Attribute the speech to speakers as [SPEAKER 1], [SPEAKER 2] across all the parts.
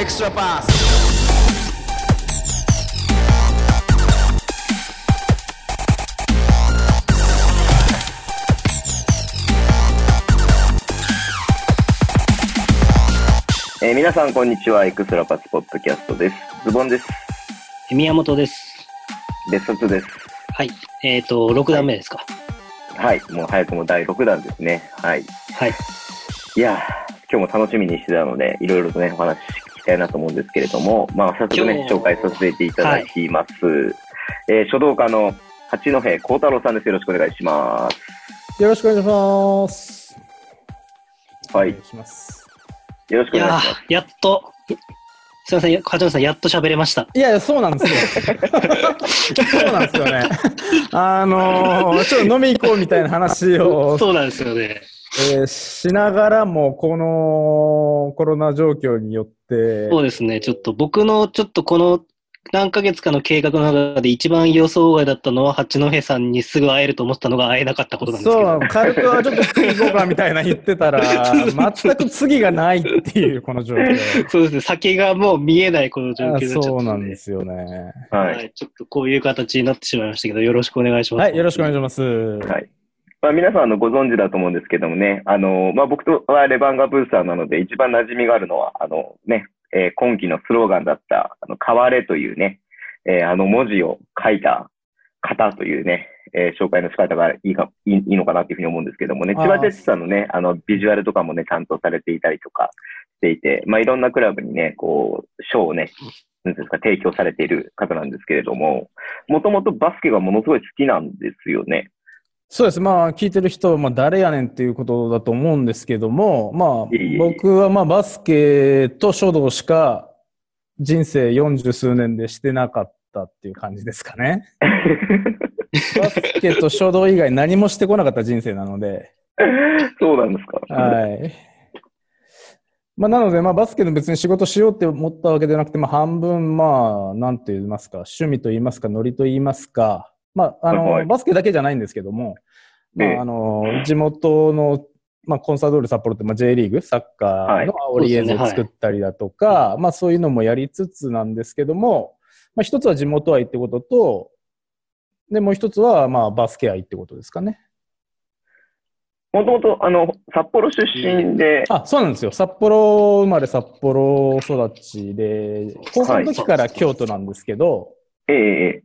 [SPEAKER 1] extra pass.
[SPEAKER 2] えー皆さん、こんにちは。エクストラパスポッドキャストです。ズボンです。
[SPEAKER 3] 宮本です。
[SPEAKER 2] 別冊です。
[SPEAKER 3] はい。えっ、と、6段目ですか。
[SPEAKER 2] はい。もう早くも第6弾ですね。はい。
[SPEAKER 3] はい。
[SPEAKER 2] いやー、今日も楽しみにしてたので、いろいろとね、お話聞きたいなと思うんですけれども、まあ、早速ね
[SPEAKER 3] 今、日
[SPEAKER 2] 紹介させていただきます。えー書道家の八戸幸太郎さんです。よろしくお願いしま
[SPEAKER 4] よろしくお願いします。
[SPEAKER 2] す。はい
[SPEAKER 4] お。願いします。
[SPEAKER 2] よろしく
[SPEAKER 3] い
[SPEAKER 2] お願
[SPEAKER 3] や
[SPEAKER 2] いします。
[SPEAKER 3] ー、やっと、すいません、八幡さん、やっと喋れました。
[SPEAKER 4] いやいや、そうなんですよ。そうなんですよね。あのーちょっと飲み行こうみたいな話を、
[SPEAKER 3] そうなんですよね。
[SPEAKER 4] えーしながらも、このコロナ状況によって、
[SPEAKER 3] そうですね、ちょっと僕の、ちょっとこの何ヶ月かの計画の中で一番予想外だったのは、八戸さんにすぐ会えると思ったのが会えなかったことなんですけ
[SPEAKER 4] そ
[SPEAKER 3] ど
[SPEAKER 4] う、。軽くはちょっと次行こうかみたいな言ってたら、全く次がないっていう、この状況。
[SPEAKER 3] そうですね、先がもう見えないこの 状況
[SPEAKER 4] あ
[SPEAKER 3] でちょっとね
[SPEAKER 4] そうなんですよね。
[SPEAKER 2] はい。
[SPEAKER 3] はい。ちょっとこういう形になってしまいましたけど、よろしくお願いします。
[SPEAKER 4] はい、よろしくお願いします。
[SPEAKER 2] はい。まあ、皆さんあのご存知だと思うんですけどもね、あの、まあ、僕とはレバンガブースターなので、一番馴染みがあるのは、あのね、えー今期のスローガンだった、あの、変われというね、えーあの文字を書いた方というね、えー紹介の仕方がいいかいいいいのかなというふうに思うんですけどもね、
[SPEAKER 4] あ
[SPEAKER 2] 千
[SPEAKER 4] ー
[SPEAKER 2] 葉哲司さんのね、あの、ビジュアルとかもね、担当されていたりとかしていて、まあ、いろんなクラブにね、こう、賞をね、なんていうんですか、提供されている方なんですけれども、もともとバスケがものすごい好きなんですよね。
[SPEAKER 4] そうです。まあ、聞いてる人は、まあ、誰やねんっていうことだと思うんですけども、ま
[SPEAKER 2] いえいえ
[SPEAKER 4] あ、僕は、まあ、バスケと書道しか人生40数年でしてなかったっていう感じですか ね。バスケと書道以外何もしてこなかった人生なので、
[SPEAKER 2] そうなんですか。
[SPEAKER 4] はい。まあ、なので、まあ、バスケの別に仕事しようって思ったわけじゃなくて、まあ、半分、まあ、なんて言いますか、趣味と言いますか、ノリと言いますか、まあ、あ
[SPEAKER 2] はいはい
[SPEAKER 4] の、バスケだけじゃないんですけども、ま
[SPEAKER 2] ええ
[SPEAKER 4] あ、あの、地元の、まあ、コンサドール札幌って、まあ、J リーグ、サッカーの煽り映像を作ったりだとか、まあ、そういうのもやりつつなんですけども、まあ、一つは地元愛ってことと、で、もう一つは、まあ、バスケ愛ってことですかね。
[SPEAKER 2] もともと、あの、札幌出身で、
[SPEAKER 4] あ、そうなんですよ。札幌生まれ、札幌育ちで、高校の時から京都なんですけど、
[SPEAKER 2] ええ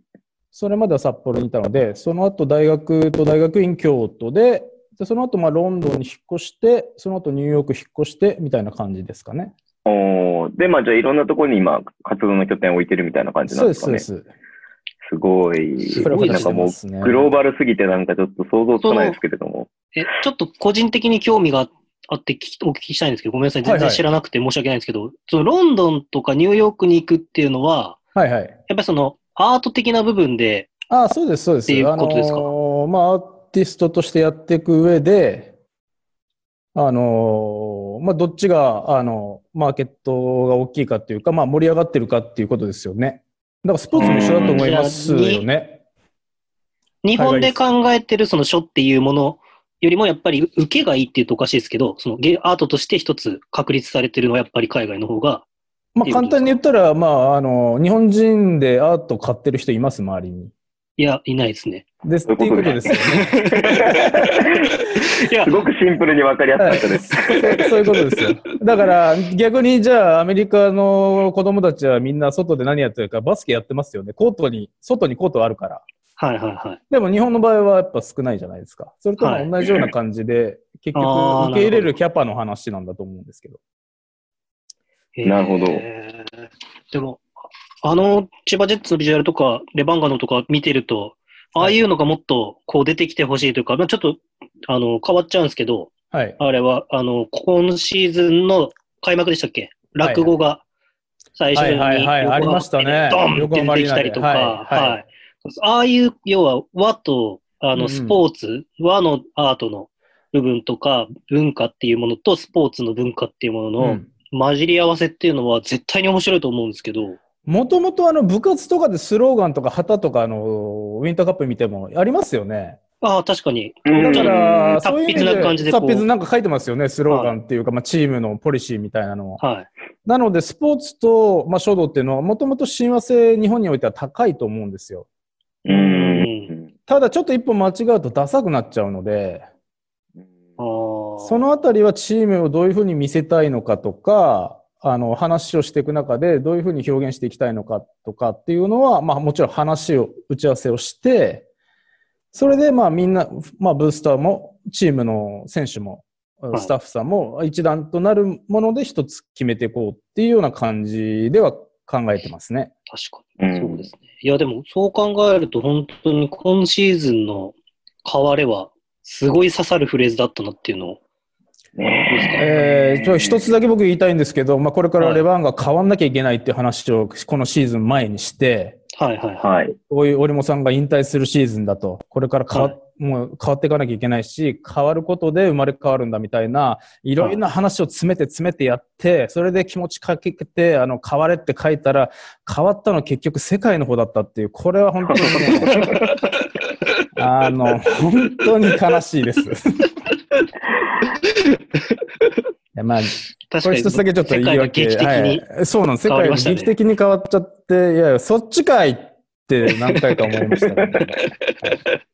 [SPEAKER 4] それまでは札幌にいたので、その後大学と大学院京都で、でその後まあロンドンに引っ越して、その後ニューヨーク引っ越して、みたいな感じですかね。
[SPEAKER 2] おーで、まあ、じゃあ、いろんなところに今、活動の拠点を置いてるみたいな感じなん
[SPEAKER 4] そう
[SPEAKER 2] で
[SPEAKER 4] ですす、
[SPEAKER 2] か
[SPEAKER 4] そう
[SPEAKER 2] ね。
[SPEAKER 4] ですす。
[SPEAKER 2] ごい。
[SPEAKER 4] そういう形
[SPEAKER 2] なんかもう、
[SPEAKER 4] ですね
[SPEAKER 2] グローバルすぎて、なんかちょっと想像つかないですけれども。
[SPEAKER 3] え、ちょっと個人的に興味があって聞きお聞きしたいんですけど、ごめんなさい。全
[SPEAKER 4] はい
[SPEAKER 3] 然
[SPEAKER 4] はい
[SPEAKER 3] 知らなくて申し訳ないんですけど、そのロンドンとかニューヨークに行くっていうのは、
[SPEAKER 4] はい
[SPEAKER 3] や
[SPEAKER 4] はい。
[SPEAKER 3] っぱりそのアート的な部分で、
[SPEAKER 4] あ、そうです、そうです。
[SPEAKER 3] っていうことですか
[SPEAKER 4] あのーまあ、アーティストとしてやっていく上で、あのーまあ、どっちが、あの、マーケットが大きいかっていうか、まあ、盛り上がってるかっていうことですよね。だから、スポーツも一緒だと思いますよね。
[SPEAKER 3] 日本で考えてるその書っていうものよりもやっぱり受けがいいって言うとおかしいですけど、そのゲアートとして一つ確立されてるのはやっぱり海外の方が、
[SPEAKER 4] ま
[SPEAKER 3] い
[SPEAKER 4] あ、
[SPEAKER 3] いことですか
[SPEAKER 4] 簡単に言ったら、まあ、あの、日本人でアート買ってる人います、周りに。
[SPEAKER 3] いや、いないですね。
[SPEAKER 4] です、
[SPEAKER 2] そう
[SPEAKER 4] っ
[SPEAKER 2] いうこ
[SPEAKER 4] て
[SPEAKER 2] と
[SPEAKER 4] いうことですよね。
[SPEAKER 3] いや
[SPEAKER 2] す、ごくシンプルに分かりやすかったです。
[SPEAKER 4] そういうことですよ。だから、逆にじゃあ、アメリカの子供たちはみんな外で何やってるか、バスケやってますよね。コートに、外にコートあるから。
[SPEAKER 3] はいはいはい。
[SPEAKER 4] でも日本の場合はやっぱ少ないじゃないですか。それと
[SPEAKER 3] は
[SPEAKER 4] も
[SPEAKER 3] い
[SPEAKER 4] 同じような感じで、結局
[SPEAKER 3] あー
[SPEAKER 4] 受け入れ
[SPEAKER 3] なる
[SPEAKER 4] るキャパの話なんだと思うんですけど。
[SPEAKER 2] なるほど
[SPEAKER 3] えーでも、あの、千葉ジェッツのビジュアルとか、レバンガのとか見てると、ああいうのがもっとこう出てきてほしいというか、まあ、ちょっとあの変わっちゃうんですけど、
[SPEAKER 4] はい。
[SPEAKER 3] あれは、あの、今シーズンの開幕でしたっけ
[SPEAKER 4] はい
[SPEAKER 3] 落語が最初に、
[SPEAKER 4] はいはいはいありましたね
[SPEAKER 3] ドンって出てきたりとか、
[SPEAKER 4] 横浜アリーナではいはい
[SPEAKER 3] はいああいう、要は和と、あ
[SPEAKER 4] う
[SPEAKER 3] の、
[SPEAKER 4] ん
[SPEAKER 3] スポーツ、和のアートの部分とか、文化っていうものと、スポーツの文化っていうものの、混じり合わせっていうのは絶対に面白いと思うんですけど、
[SPEAKER 4] もともとあの部活とかでスローガンとか旗とかあのウィンターカップ見てもありますよね。
[SPEAKER 3] ああ、確かに。
[SPEAKER 2] うん
[SPEAKER 4] だから、
[SPEAKER 3] 達
[SPEAKER 4] そういう意味
[SPEAKER 3] 筆な感じでこう
[SPEAKER 4] 達筆なんか書いてますよね、スローガンっていうか、まあチームのポリシーみたいなのを。
[SPEAKER 3] は
[SPEAKER 4] なので、スポーツと、まあ、書道っていうのは、もともと親和性、日本においては高いと思うんですよ。
[SPEAKER 2] うーん。
[SPEAKER 4] ただ、ちょっと一歩間違うとダサくなっちゃうので、
[SPEAKER 3] あー
[SPEAKER 4] そのあたりはチームをどういうふうに見せたいのかとか、あの、話をしていく中でどういうふうに表現していきたいのかとかっていうのは、まあもちろん話を、打ち合わせをして、それでまあみんな、まあブースターも、チームの選手も
[SPEAKER 3] は、い
[SPEAKER 4] スタッフさんも一段となるもので一つ決めていこうっていうような感じでは考えてますね。
[SPEAKER 3] 確
[SPEAKER 2] う
[SPEAKER 3] かに。
[SPEAKER 2] ん
[SPEAKER 3] そうですね。いや、でも、そう考えると、本当に今シーズンの変われは、すごい刺さるフレーズだったなっていうのを。
[SPEAKER 2] ね
[SPEAKER 3] どうですか
[SPEAKER 4] えー、ちょ一つだけ僕言いたいんですけど、まあこれから
[SPEAKER 3] はい
[SPEAKER 4] レバンが変わんなきゃいけないっていう話をこのシーズン前にして、
[SPEAKER 3] はいはいはい。
[SPEAKER 2] はい。
[SPEAKER 4] こういう折茂さんが引退するシーズンだと、これから変わ,、
[SPEAKER 3] は
[SPEAKER 4] もう変わっていかなきゃいけないし、変わることで生まれ変わるんだみたいな、いろいろな話を詰めて詰めてやって、それで気持ちかけて、あの、変われって書いたら、変わったの結局世界の方だったっていう、これは本当にね、あの、本当に悲しいです。いやまあ、
[SPEAKER 3] 確
[SPEAKER 4] こ
[SPEAKER 3] か
[SPEAKER 4] れ
[SPEAKER 3] に。
[SPEAKER 4] 一つだけちょっと
[SPEAKER 3] 世
[SPEAKER 4] 言
[SPEAKER 3] 界
[SPEAKER 4] い
[SPEAKER 3] が
[SPEAKER 4] 訳。
[SPEAKER 3] 劇的に。
[SPEAKER 4] はい、そうなんです。世
[SPEAKER 3] 変わ
[SPEAKER 4] 界
[SPEAKER 3] り
[SPEAKER 4] が
[SPEAKER 3] ましたね
[SPEAKER 4] 劇的に変わっちゃって、いやいや、そっちかいって何回か思いました、ね。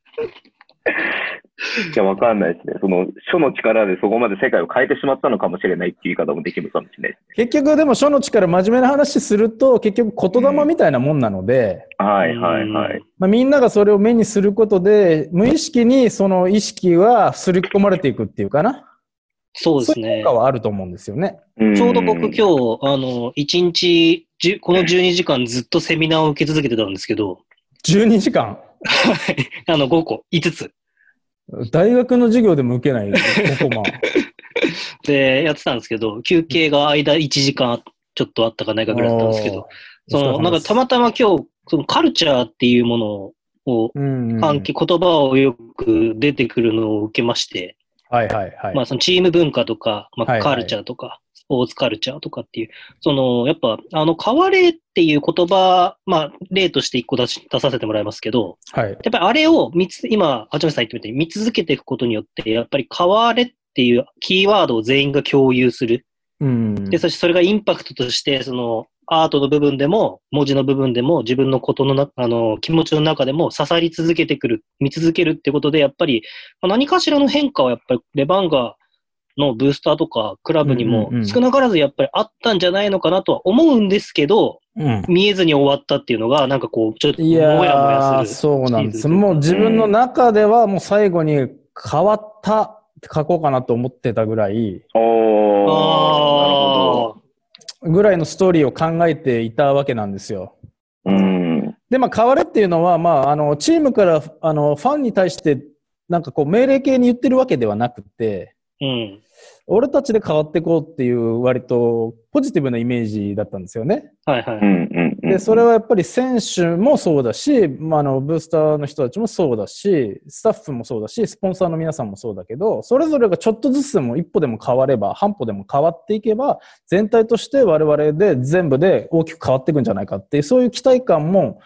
[SPEAKER 2] いや、わかんないですね。その、書の力でそこまで世界を変えてしまったのかもしれないっていう言い方もできるかもしれないです
[SPEAKER 4] 結局でも書の力真面目な話すると結局言霊みたいなもんなので、
[SPEAKER 2] ね。はい、はい、はい。
[SPEAKER 4] まあ、みんながそれを目にすることで無意識にその意識は刷り込まれていくっていうかな
[SPEAKER 3] そうです
[SPEAKER 4] い
[SPEAKER 3] ね
[SPEAKER 4] 効。果はあると思うんですよね。
[SPEAKER 2] ん
[SPEAKER 3] ちょうど僕今日、あの、1日、じゅこの12時間ずっとセミナーを受け続けてたんですけど、
[SPEAKER 4] 12時間
[SPEAKER 3] はいあの、5個、5つ。
[SPEAKER 4] 大学の授業でも受けないこ こま
[SPEAKER 3] で、やってたんですけど、休憩が間1時間ちょっとあったかないかぐらいだったんですけど、その、なんかたまたま今日、そのカルチャーっていうものを、
[SPEAKER 4] うんうん、
[SPEAKER 3] 関係、言葉をよく出てくるのを受けまして、
[SPEAKER 4] はいはいはい。
[SPEAKER 3] まあそのチーム文化とか、ま
[SPEAKER 4] は
[SPEAKER 3] あ
[SPEAKER 4] いはい
[SPEAKER 3] カルチャーとか、スポーツカルチャーとかっていう、その、やっぱ、あの、変われっていう言葉、まあ例として一個出し出させてもらいますけど、
[SPEAKER 4] はい。
[SPEAKER 3] やっぱりあれを見つ、今、八村さん言ってみたように見続けていくことによって、やっぱり変われっていうキーワードを全員が共有する。
[SPEAKER 4] うん。
[SPEAKER 3] で、そしてそれがインパクトとして、その、アートの部分でも、文字の部分でも、自分のことのな、あの、気持ちの中でも刺さり続けてくる、見続けるってことで、やっぱり、まあ何かしらの変化は、やっぱり、レバンガのブースターとか、クラブにも
[SPEAKER 4] うんうんうん、
[SPEAKER 3] 少なからずやっぱりあったんじゃないのかなとは思うんですけど、
[SPEAKER 4] うん、
[SPEAKER 3] 見えずに終わったっていうのが、なんかこう、ちょっと、も
[SPEAKER 4] いや
[SPEAKER 3] やもや
[SPEAKER 4] ー、
[SPEAKER 3] する。
[SPEAKER 4] そうなんで
[SPEAKER 3] シー
[SPEAKER 4] す。
[SPEAKER 3] ズンというか
[SPEAKER 4] もう自分の中ではもう最後に変わったって書こうかなと思ってたぐらい、
[SPEAKER 2] おー。
[SPEAKER 3] ああ、
[SPEAKER 4] ぐらいのストーリーを考えていたわけなんですよ。
[SPEAKER 2] なるほど。うん。
[SPEAKER 4] で、まあ変われっていうのは、まああの、チームから、あの、ファンに対して、なんかこう命令系に言ってるわけではなくて、
[SPEAKER 3] うん。
[SPEAKER 4] 俺たちで変わっていこうっていう割とポジティブなイメージだったんですよね。
[SPEAKER 3] はいは
[SPEAKER 2] う
[SPEAKER 3] い。
[SPEAKER 2] ん、うん。うん
[SPEAKER 4] で、それ、はやっぱり選手もそうだし、まあ、あの、ブースターの人たちもそうだし、スタッフもそうだし、スポンサーの皆さんもそうだけど、それぞれがちょっとずつでも一歩でも変われば、半歩でも変わっていけば、全体として我々で全部で大きく変わっていくんじゃないかっていう、そういう期待感も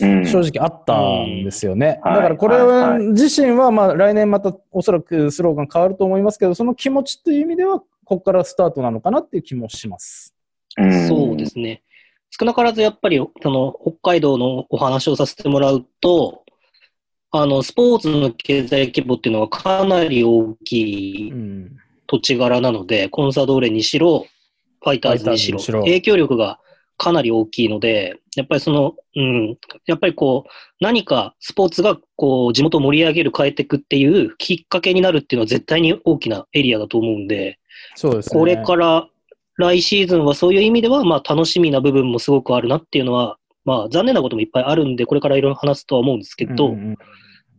[SPEAKER 2] うん、
[SPEAKER 4] 正直あったんですよね。
[SPEAKER 2] うん
[SPEAKER 4] だからこ
[SPEAKER 2] はい
[SPEAKER 4] れ
[SPEAKER 2] はい
[SPEAKER 4] 自身は、まあ、来年またおそらくスローガン変わると思いますけど、その気持ちという意味では、ここからスタートなのかなっていう気もします。
[SPEAKER 2] うん
[SPEAKER 3] そうで。すね。少なからずやっぱり、その、北海道のお話をさせてもらうと、あの、スポーツの経済規模っていうのはかなり大きい
[SPEAKER 4] うん。
[SPEAKER 3] 土地柄なので、コンサドーレにしろ、ファイターズにしろ、
[SPEAKER 4] ファイターズにしろ
[SPEAKER 3] 影響力がかなり大きいので、やっぱりその、うん、やっぱりこう、何かスポーツがこう、地元を盛り上げる、変えていくっていうきっかけになるっていうのは絶対に大きなエリアだと思うんで、
[SPEAKER 4] そうですね。
[SPEAKER 3] これから来シーズンはそういう意味では、まあ楽しみな部分もすごくあるなっていうのは、まあ残念なこともいっぱいあるんで、これからいろいろ話すとは思うんですけど、
[SPEAKER 4] うんうん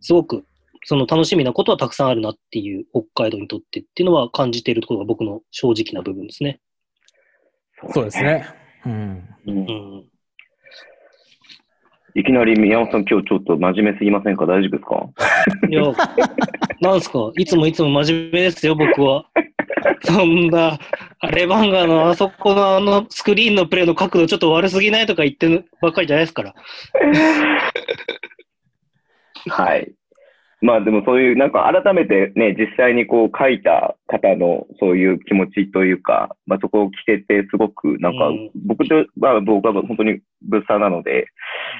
[SPEAKER 3] すごくその楽しみなことはたくさんあるなっていう、北海道にとってっていうのは感じているところが僕の正直な部分ですね。
[SPEAKER 4] そうですね。うん。
[SPEAKER 2] うん
[SPEAKER 3] うん。
[SPEAKER 2] いきなり宮本さん、今日ちょっと真面目すぎませんか大丈夫ですか
[SPEAKER 3] いや、 なんすか、いつもいつも真面目ですよ、僕は。 そんな、あれバンガのあそこのあのスクリーンのプレーの角度ちょっと悪すぎないとか言ってるばっかりじゃないですから。
[SPEAKER 2] はい。まあでもそういう、なんか改めてね、実際にこう書いた方のそういう気持ちというか、まあそこを聞けてすごく、なんか僕と、まあ僕は本当に物産なので、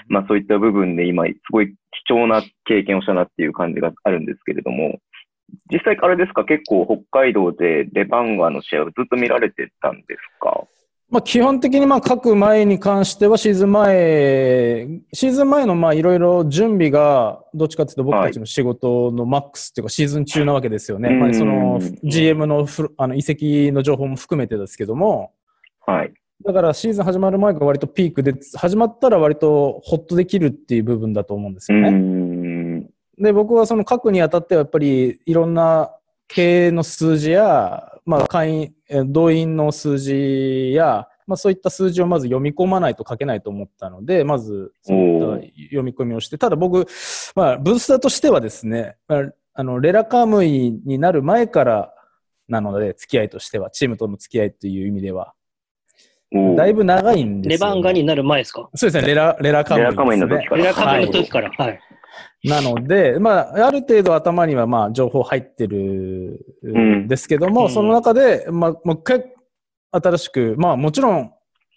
[SPEAKER 2] まあそういった部分で今すごい貴重な経験をしたなっていう感じがあるんですけれども、実際あれですか、結構北海道でレバンガの試合をずっと見られてたんですか
[SPEAKER 4] まあ、基本的にまあ書く前に関してはシーズン前、シーズン前のまあいろいろ準備がどっちかというと僕たちの仕事のマックスというかシーズン中なわけですよね。まあ、その GM のあの移籍の情報も含めてですけども、
[SPEAKER 2] はい、
[SPEAKER 4] だからシーズン始まる前が割とピークで、始まったら割とホッとできるっていう部分だと思うんですよね。で、僕はその書くにあたってはやっぱりいろんな経営の数字や、まあ、会員、動員の数字や、まあ、そういった数字をまず読み込まないと書けないと思ったので、まずそういった読み込みをして、ただ僕、まあ、ブースターとしてはですね、あのレラカームイになる前からなので、付き合いとしては、チームとの付き合いという意味では。だいぶ長いんです
[SPEAKER 3] レバンガになる前ですか
[SPEAKER 4] そうですね、レラ、レラカムイ、ね、レラカム
[SPEAKER 2] の
[SPEAKER 4] イ
[SPEAKER 2] 時から。
[SPEAKER 3] レラカムイの時から。はい。
[SPEAKER 4] なので、まあ、ある程度頭には、まあ、情報入ってるんですけども、うん、その中で、まあ、もう一回、新しく、まあ、もちろん、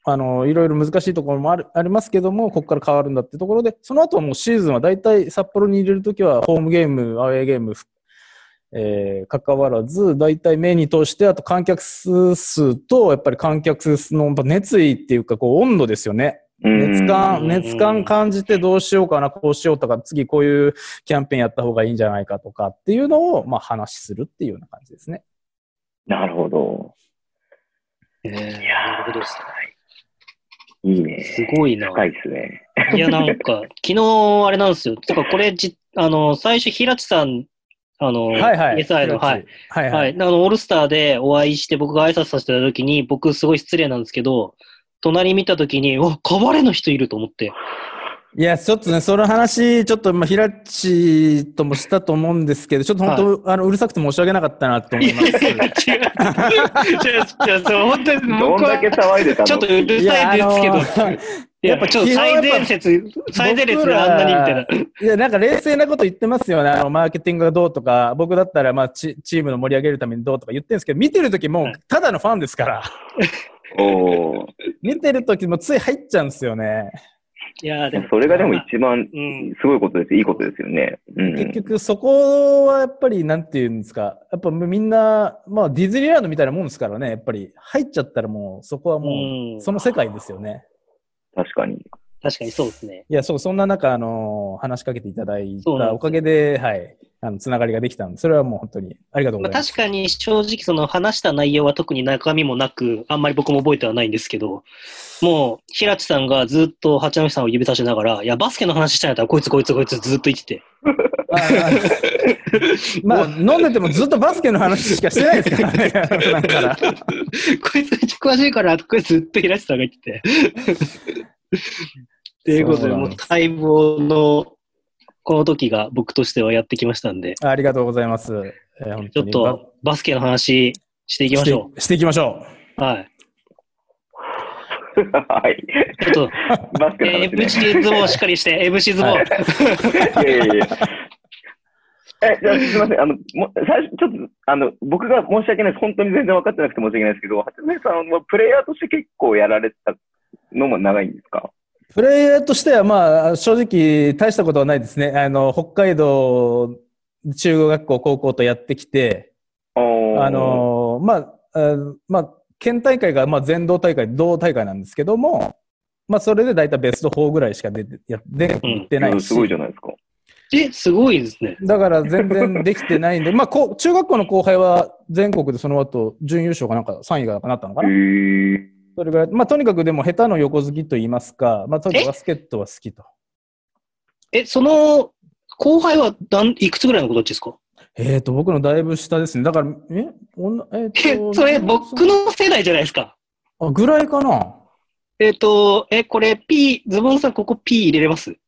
[SPEAKER 4] あの、いろいろ難しいところもあるありますけども、ここから変わるんだってところで、その後はもうシーズンは大体札幌に入れるときは、ホームゲーム、アウェーゲーム、えー、関わらず、大体目に通して、あと観客数と、やっぱり観客数の熱意っていうか、こう、温度ですよね。熱感、熱感感じてどうしようかな、こうしようとか、次こういうキャンペーンやった方がいいんじゃないかとかっていうのを、まあ話するっていうような感じですね。
[SPEAKER 2] なるほど。
[SPEAKER 3] えー、なるほどです
[SPEAKER 2] ね。いいね。
[SPEAKER 3] すごいな。
[SPEAKER 2] 深いですね。
[SPEAKER 3] いや、なんか、昨日あれなんですよ。てか、これじ、あの、最初、平地さんあの、
[SPEAKER 4] はいはい、
[SPEAKER 3] SI の、はい。はい、はい、あの、オールスターでお会いして、僕が挨拶させてた時に、僕すごい失礼なんですけど、隣見た時に、お、カバレの人いると思 って。
[SPEAKER 4] いや、ちょっとね、その話、ちょっと、まあ、ひらちともしたと思うんですけど、ちょっと本当、はい、あの、うるさくて申し訳なかったなと思います。いや、違う。
[SPEAKER 3] 違う、違う、そう、本当に
[SPEAKER 2] 僕は、
[SPEAKER 3] ちょっとうるさいですけど、やっぱちょっと最前列、最前列であんなにみたい
[SPEAKER 4] な。いや、なんか冷静なこと言ってますよね。あの、マーケティングがどうとか、僕だったら、まあチ、チームの盛り上げるためにどうとか言ってるんですけど、見てるときも、ただのファンですから。
[SPEAKER 2] お
[SPEAKER 4] 見てるときもつい入っちゃうんですよね。
[SPEAKER 3] いやでも
[SPEAKER 2] それがでも一番すごいことです、うん、いいことですよね。
[SPEAKER 4] うん、結局、そこはやっぱり、なんていうんですか、やっぱみんな、まあ、ディズニーランドみたいなもんですからね、やっぱり入っちゃったらもう、そこはもう、その世界ですよね。
[SPEAKER 2] 確かに。
[SPEAKER 3] 確かにそうですね。
[SPEAKER 4] いや、そう、そんな中、あのー、話しかけていただいたおかげで、でね、はい、あの、つながりができたんで、それはもう本当にありがとうございます。
[SPEAKER 3] まあ、確かに正直、その話した内容は特に中身もなく、あんまり僕も覚えてはないんですけど、もう、平地さんがずっと八戸さんを指さしながら、いや、バスケの話したんやったら、こいつこいつこいつずっと言ってて。
[SPEAKER 4] まあ、飲んでてもずっとバスケの話しかしてないですからね。 だから。
[SPEAKER 3] こいつめっちゃ詳しいから、こいつずっと平地さんが言ってて。ということで、もう待望のこの時が僕としてはやってきましたんで。
[SPEAKER 4] ありがとうございます。
[SPEAKER 3] えー、ちょっとバスケの話していきましょ
[SPEAKER 4] う。していきましょ
[SPEAKER 3] う。はい。
[SPEAKER 2] はい。
[SPEAKER 3] ちょっと、バスケの話、ね、MC ズボンしっかりして、MC ズボン。
[SPEAKER 2] はい、いやいやいや。え、じゃあ、すみません。あの、も最初、ちょっと、あの、僕が申し訳ないです。本当に全然分かってなくて申し訳ないですけど、初めさんはプレイヤーとして結構やられたのも長いんですか
[SPEAKER 4] プレイヤーとしては、まあ、正直、大したことはないですね。あの、北海道、中学校、高校とやってきて、あの、まあ、あまあ、県大会が、まあ、全道大会、同大会なんですけども、まあ、それで大体ベスト4ぐらいしか出て、や、出、行ってない、うん、
[SPEAKER 2] すごいじゃないですか。
[SPEAKER 3] え、すごいですね。
[SPEAKER 4] だから全然できてないんで、まあ、 こ中学校の後輩は全国でその後、準優勝かなんか3位がなったのかな。
[SPEAKER 2] へー
[SPEAKER 4] それぐらい、まあ、とにかくでも下手の横好きと言いますか、まあ、とにかくバスケットは好きと。
[SPEAKER 3] え、その後輩はだんいくつぐらいの子たちですか
[SPEAKER 4] えっ、ー、と、僕のだいぶ下ですね。だから、え女、え
[SPEAKER 3] ー、それ、僕の世代じゃないですか。
[SPEAKER 4] あ、ぐらいかな。
[SPEAKER 3] えっ、と、え、これ、P、ズボンさん、ここ P 入れれますちょ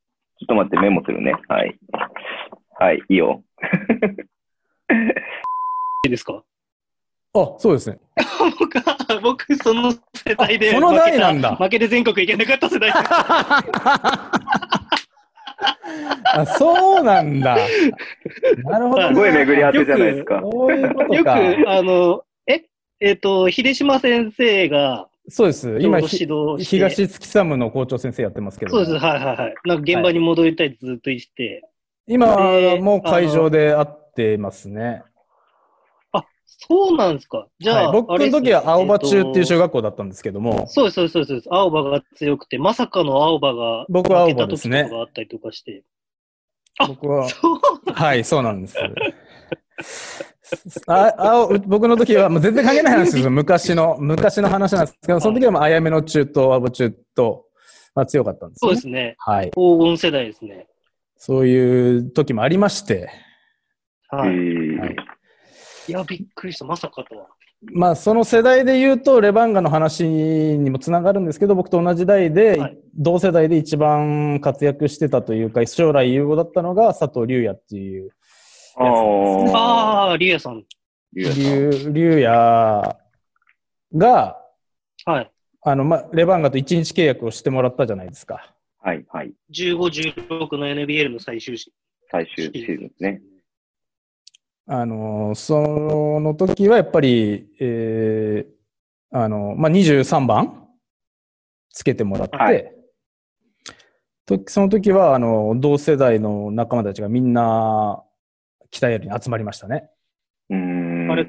[SPEAKER 2] っと待って、メモするね。はい。はい、いいよ。
[SPEAKER 3] いいですか
[SPEAKER 4] あ、そうですね。
[SPEAKER 3] 僕は、僕、その世代で
[SPEAKER 4] その代なんだ。
[SPEAKER 3] 負けで全国行けなかった世代。
[SPEAKER 4] あそうな んだ。なるほど、
[SPEAKER 2] すごい巡り合ってじゃないですか。
[SPEAKER 4] そういうこと
[SPEAKER 3] よく、
[SPEAKER 4] か。
[SPEAKER 3] あの、え、えっ、と、秀島先生が、
[SPEAKER 4] そうです。
[SPEAKER 3] ちょうど
[SPEAKER 4] 今、
[SPEAKER 3] 指導
[SPEAKER 4] ひ
[SPEAKER 3] して、
[SPEAKER 4] 東月寒の校長先生やってますけど、
[SPEAKER 3] そうです、はいはいはい。なんか現場に戻りたいってずっと言ってて、
[SPEAKER 4] 今
[SPEAKER 3] で
[SPEAKER 4] もう会場で会ってますね。
[SPEAKER 3] あ、そうなんですか。じゃあ、
[SPEAKER 4] はい、僕
[SPEAKER 3] あれ
[SPEAKER 4] の
[SPEAKER 3] ですね
[SPEAKER 4] 時は青葉中っていう小
[SPEAKER 3] えっと
[SPEAKER 4] 学校だったんですけども、
[SPEAKER 3] そうです、そうです、そうです。青葉が強くて、まさかの青葉が
[SPEAKER 4] 僕は青
[SPEAKER 3] 負け
[SPEAKER 4] 葉
[SPEAKER 3] た
[SPEAKER 4] です
[SPEAKER 3] 時
[SPEAKER 4] ね
[SPEAKER 3] とかがあったりとかして。
[SPEAKER 4] 僕は、
[SPEAKER 3] そう
[SPEAKER 4] はい、そうなんです。あ青僕の時はもう全然関係ない話ですよ。昔の、昔の話なんですけど、その時はもうあやめの中と青葉中と、まあ、強かったんです
[SPEAKER 3] そ
[SPEAKER 4] よ
[SPEAKER 3] う
[SPEAKER 4] ね、
[SPEAKER 3] ですね。
[SPEAKER 4] はい。
[SPEAKER 3] 黄金世代ですね。
[SPEAKER 4] そういう時もありまして、
[SPEAKER 2] え
[SPEAKER 3] はい。
[SPEAKER 2] ー
[SPEAKER 4] はい
[SPEAKER 3] いや、びっくりした。まさかとは。
[SPEAKER 4] まあ、その世代で言うと、レバンガの話にもつながるんですけど、僕と同じ代で、
[SPEAKER 3] はい
[SPEAKER 4] 同世代で一番活躍してたというか、将来有望だったのが佐藤龍也っていう
[SPEAKER 2] あー
[SPEAKER 3] ああ、リエさん。
[SPEAKER 2] ゆうやさん
[SPEAKER 4] 龍龍也が、
[SPEAKER 3] はい。
[SPEAKER 4] あの、まあ、レバンガと一日契約をしてもらったじゃないですか。
[SPEAKER 2] はい、はい。
[SPEAKER 3] 15、16の NBL の最終シ
[SPEAKER 2] 最終
[SPEAKER 3] ーズ
[SPEAKER 2] シ
[SPEAKER 3] ン
[SPEAKER 2] ーズンですね。。
[SPEAKER 4] あの、その時はやっぱり、えーあの、まあ、23番つけてもらって、
[SPEAKER 2] はい
[SPEAKER 4] とその時は、あの、同世代の仲間たちがみんな、北エルに集まりましたね。
[SPEAKER 2] うーん。
[SPEAKER 3] あれ
[SPEAKER 2] う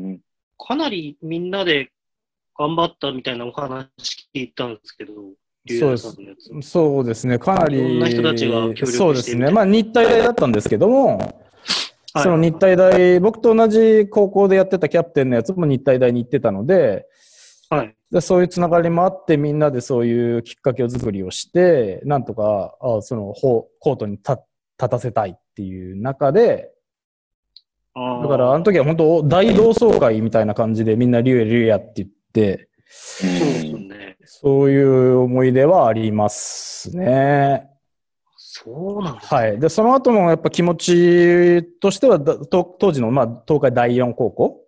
[SPEAKER 2] ん
[SPEAKER 3] かなりみんなで頑張ったみたいなお話聞いたんですけど、リ
[SPEAKER 4] そう
[SPEAKER 3] エ
[SPEAKER 4] で
[SPEAKER 3] さ
[SPEAKER 4] す
[SPEAKER 3] んのやつ。
[SPEAKER 4] そうですね、かない
[SPEAKER 3] ろ
[SPEAKER 4] り。
[SPEAKER 3] んな人たちが協力してみたいな
[SPEAKER 4] そうですね。まあ、日体大だったんですけども、
[SPEAKER 3] はい
[SPEAKER 4] その日体大、僕と同じ高校でやってたキャプテンのやつも日体大に行ってたので、
[SPEAKER 3] はい。
[SPEAKER 4] でそういうつながりもあって、みんなでそういうきっかけを作りをして、なんとか、あその、ほうコートに立立たせたいっていう中で、
[SPEAKER 3] あ
[SPEAKER 4] だから、あの時は本当、大同窓会みたいな感じで、みんな、リュウエリュウエやって言って、
[SPEAKER 3] そうですよね。
[SPEAKER 4] そういう思い出はありますね。
[SPEAKER 3] そうなんですね
[SPEAKER 4] はい。で、その後もやっぱ気持ちとしては、だと当時の、まあ、東海第四高校、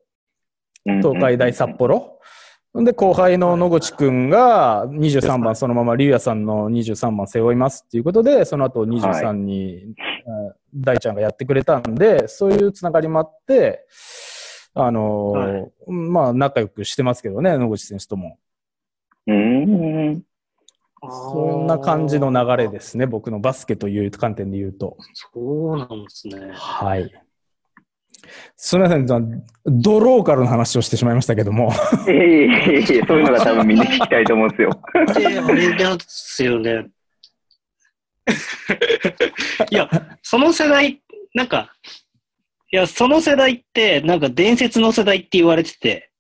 [SPEAKER 4] 東海大札。幌。で、後輩の野口くんが23番、そのまま、竜也さんの23番背負いますっていうことで、その後23に、うん大ちゃんがやってくれたんで、そういうつながりもあって、あのー
[SPEAKER 3] は
[SPEAKER 4] まあ、仲良くしてますけどね、野口選手とも。
[SPEAKER 2] うーん。
[SPEAKER 3] あー
[SPEAKER 4] そんな感じの流れですね、僕のバスケという観点で言うと。
[SPEAKER 3] そうなんですね。
[SPEAKER 4] はい。すみません、ドローカルの話をしてしまいましたけども。
[SPEAKER 2] いやいやいやいやそういうのが多分みんな聞きたいと思うんですよ。
[SPEAKER 3] で、あれなんですよね。いや、その世代、なんか、いや、その世代って、なんか伝説の世代って言われてて、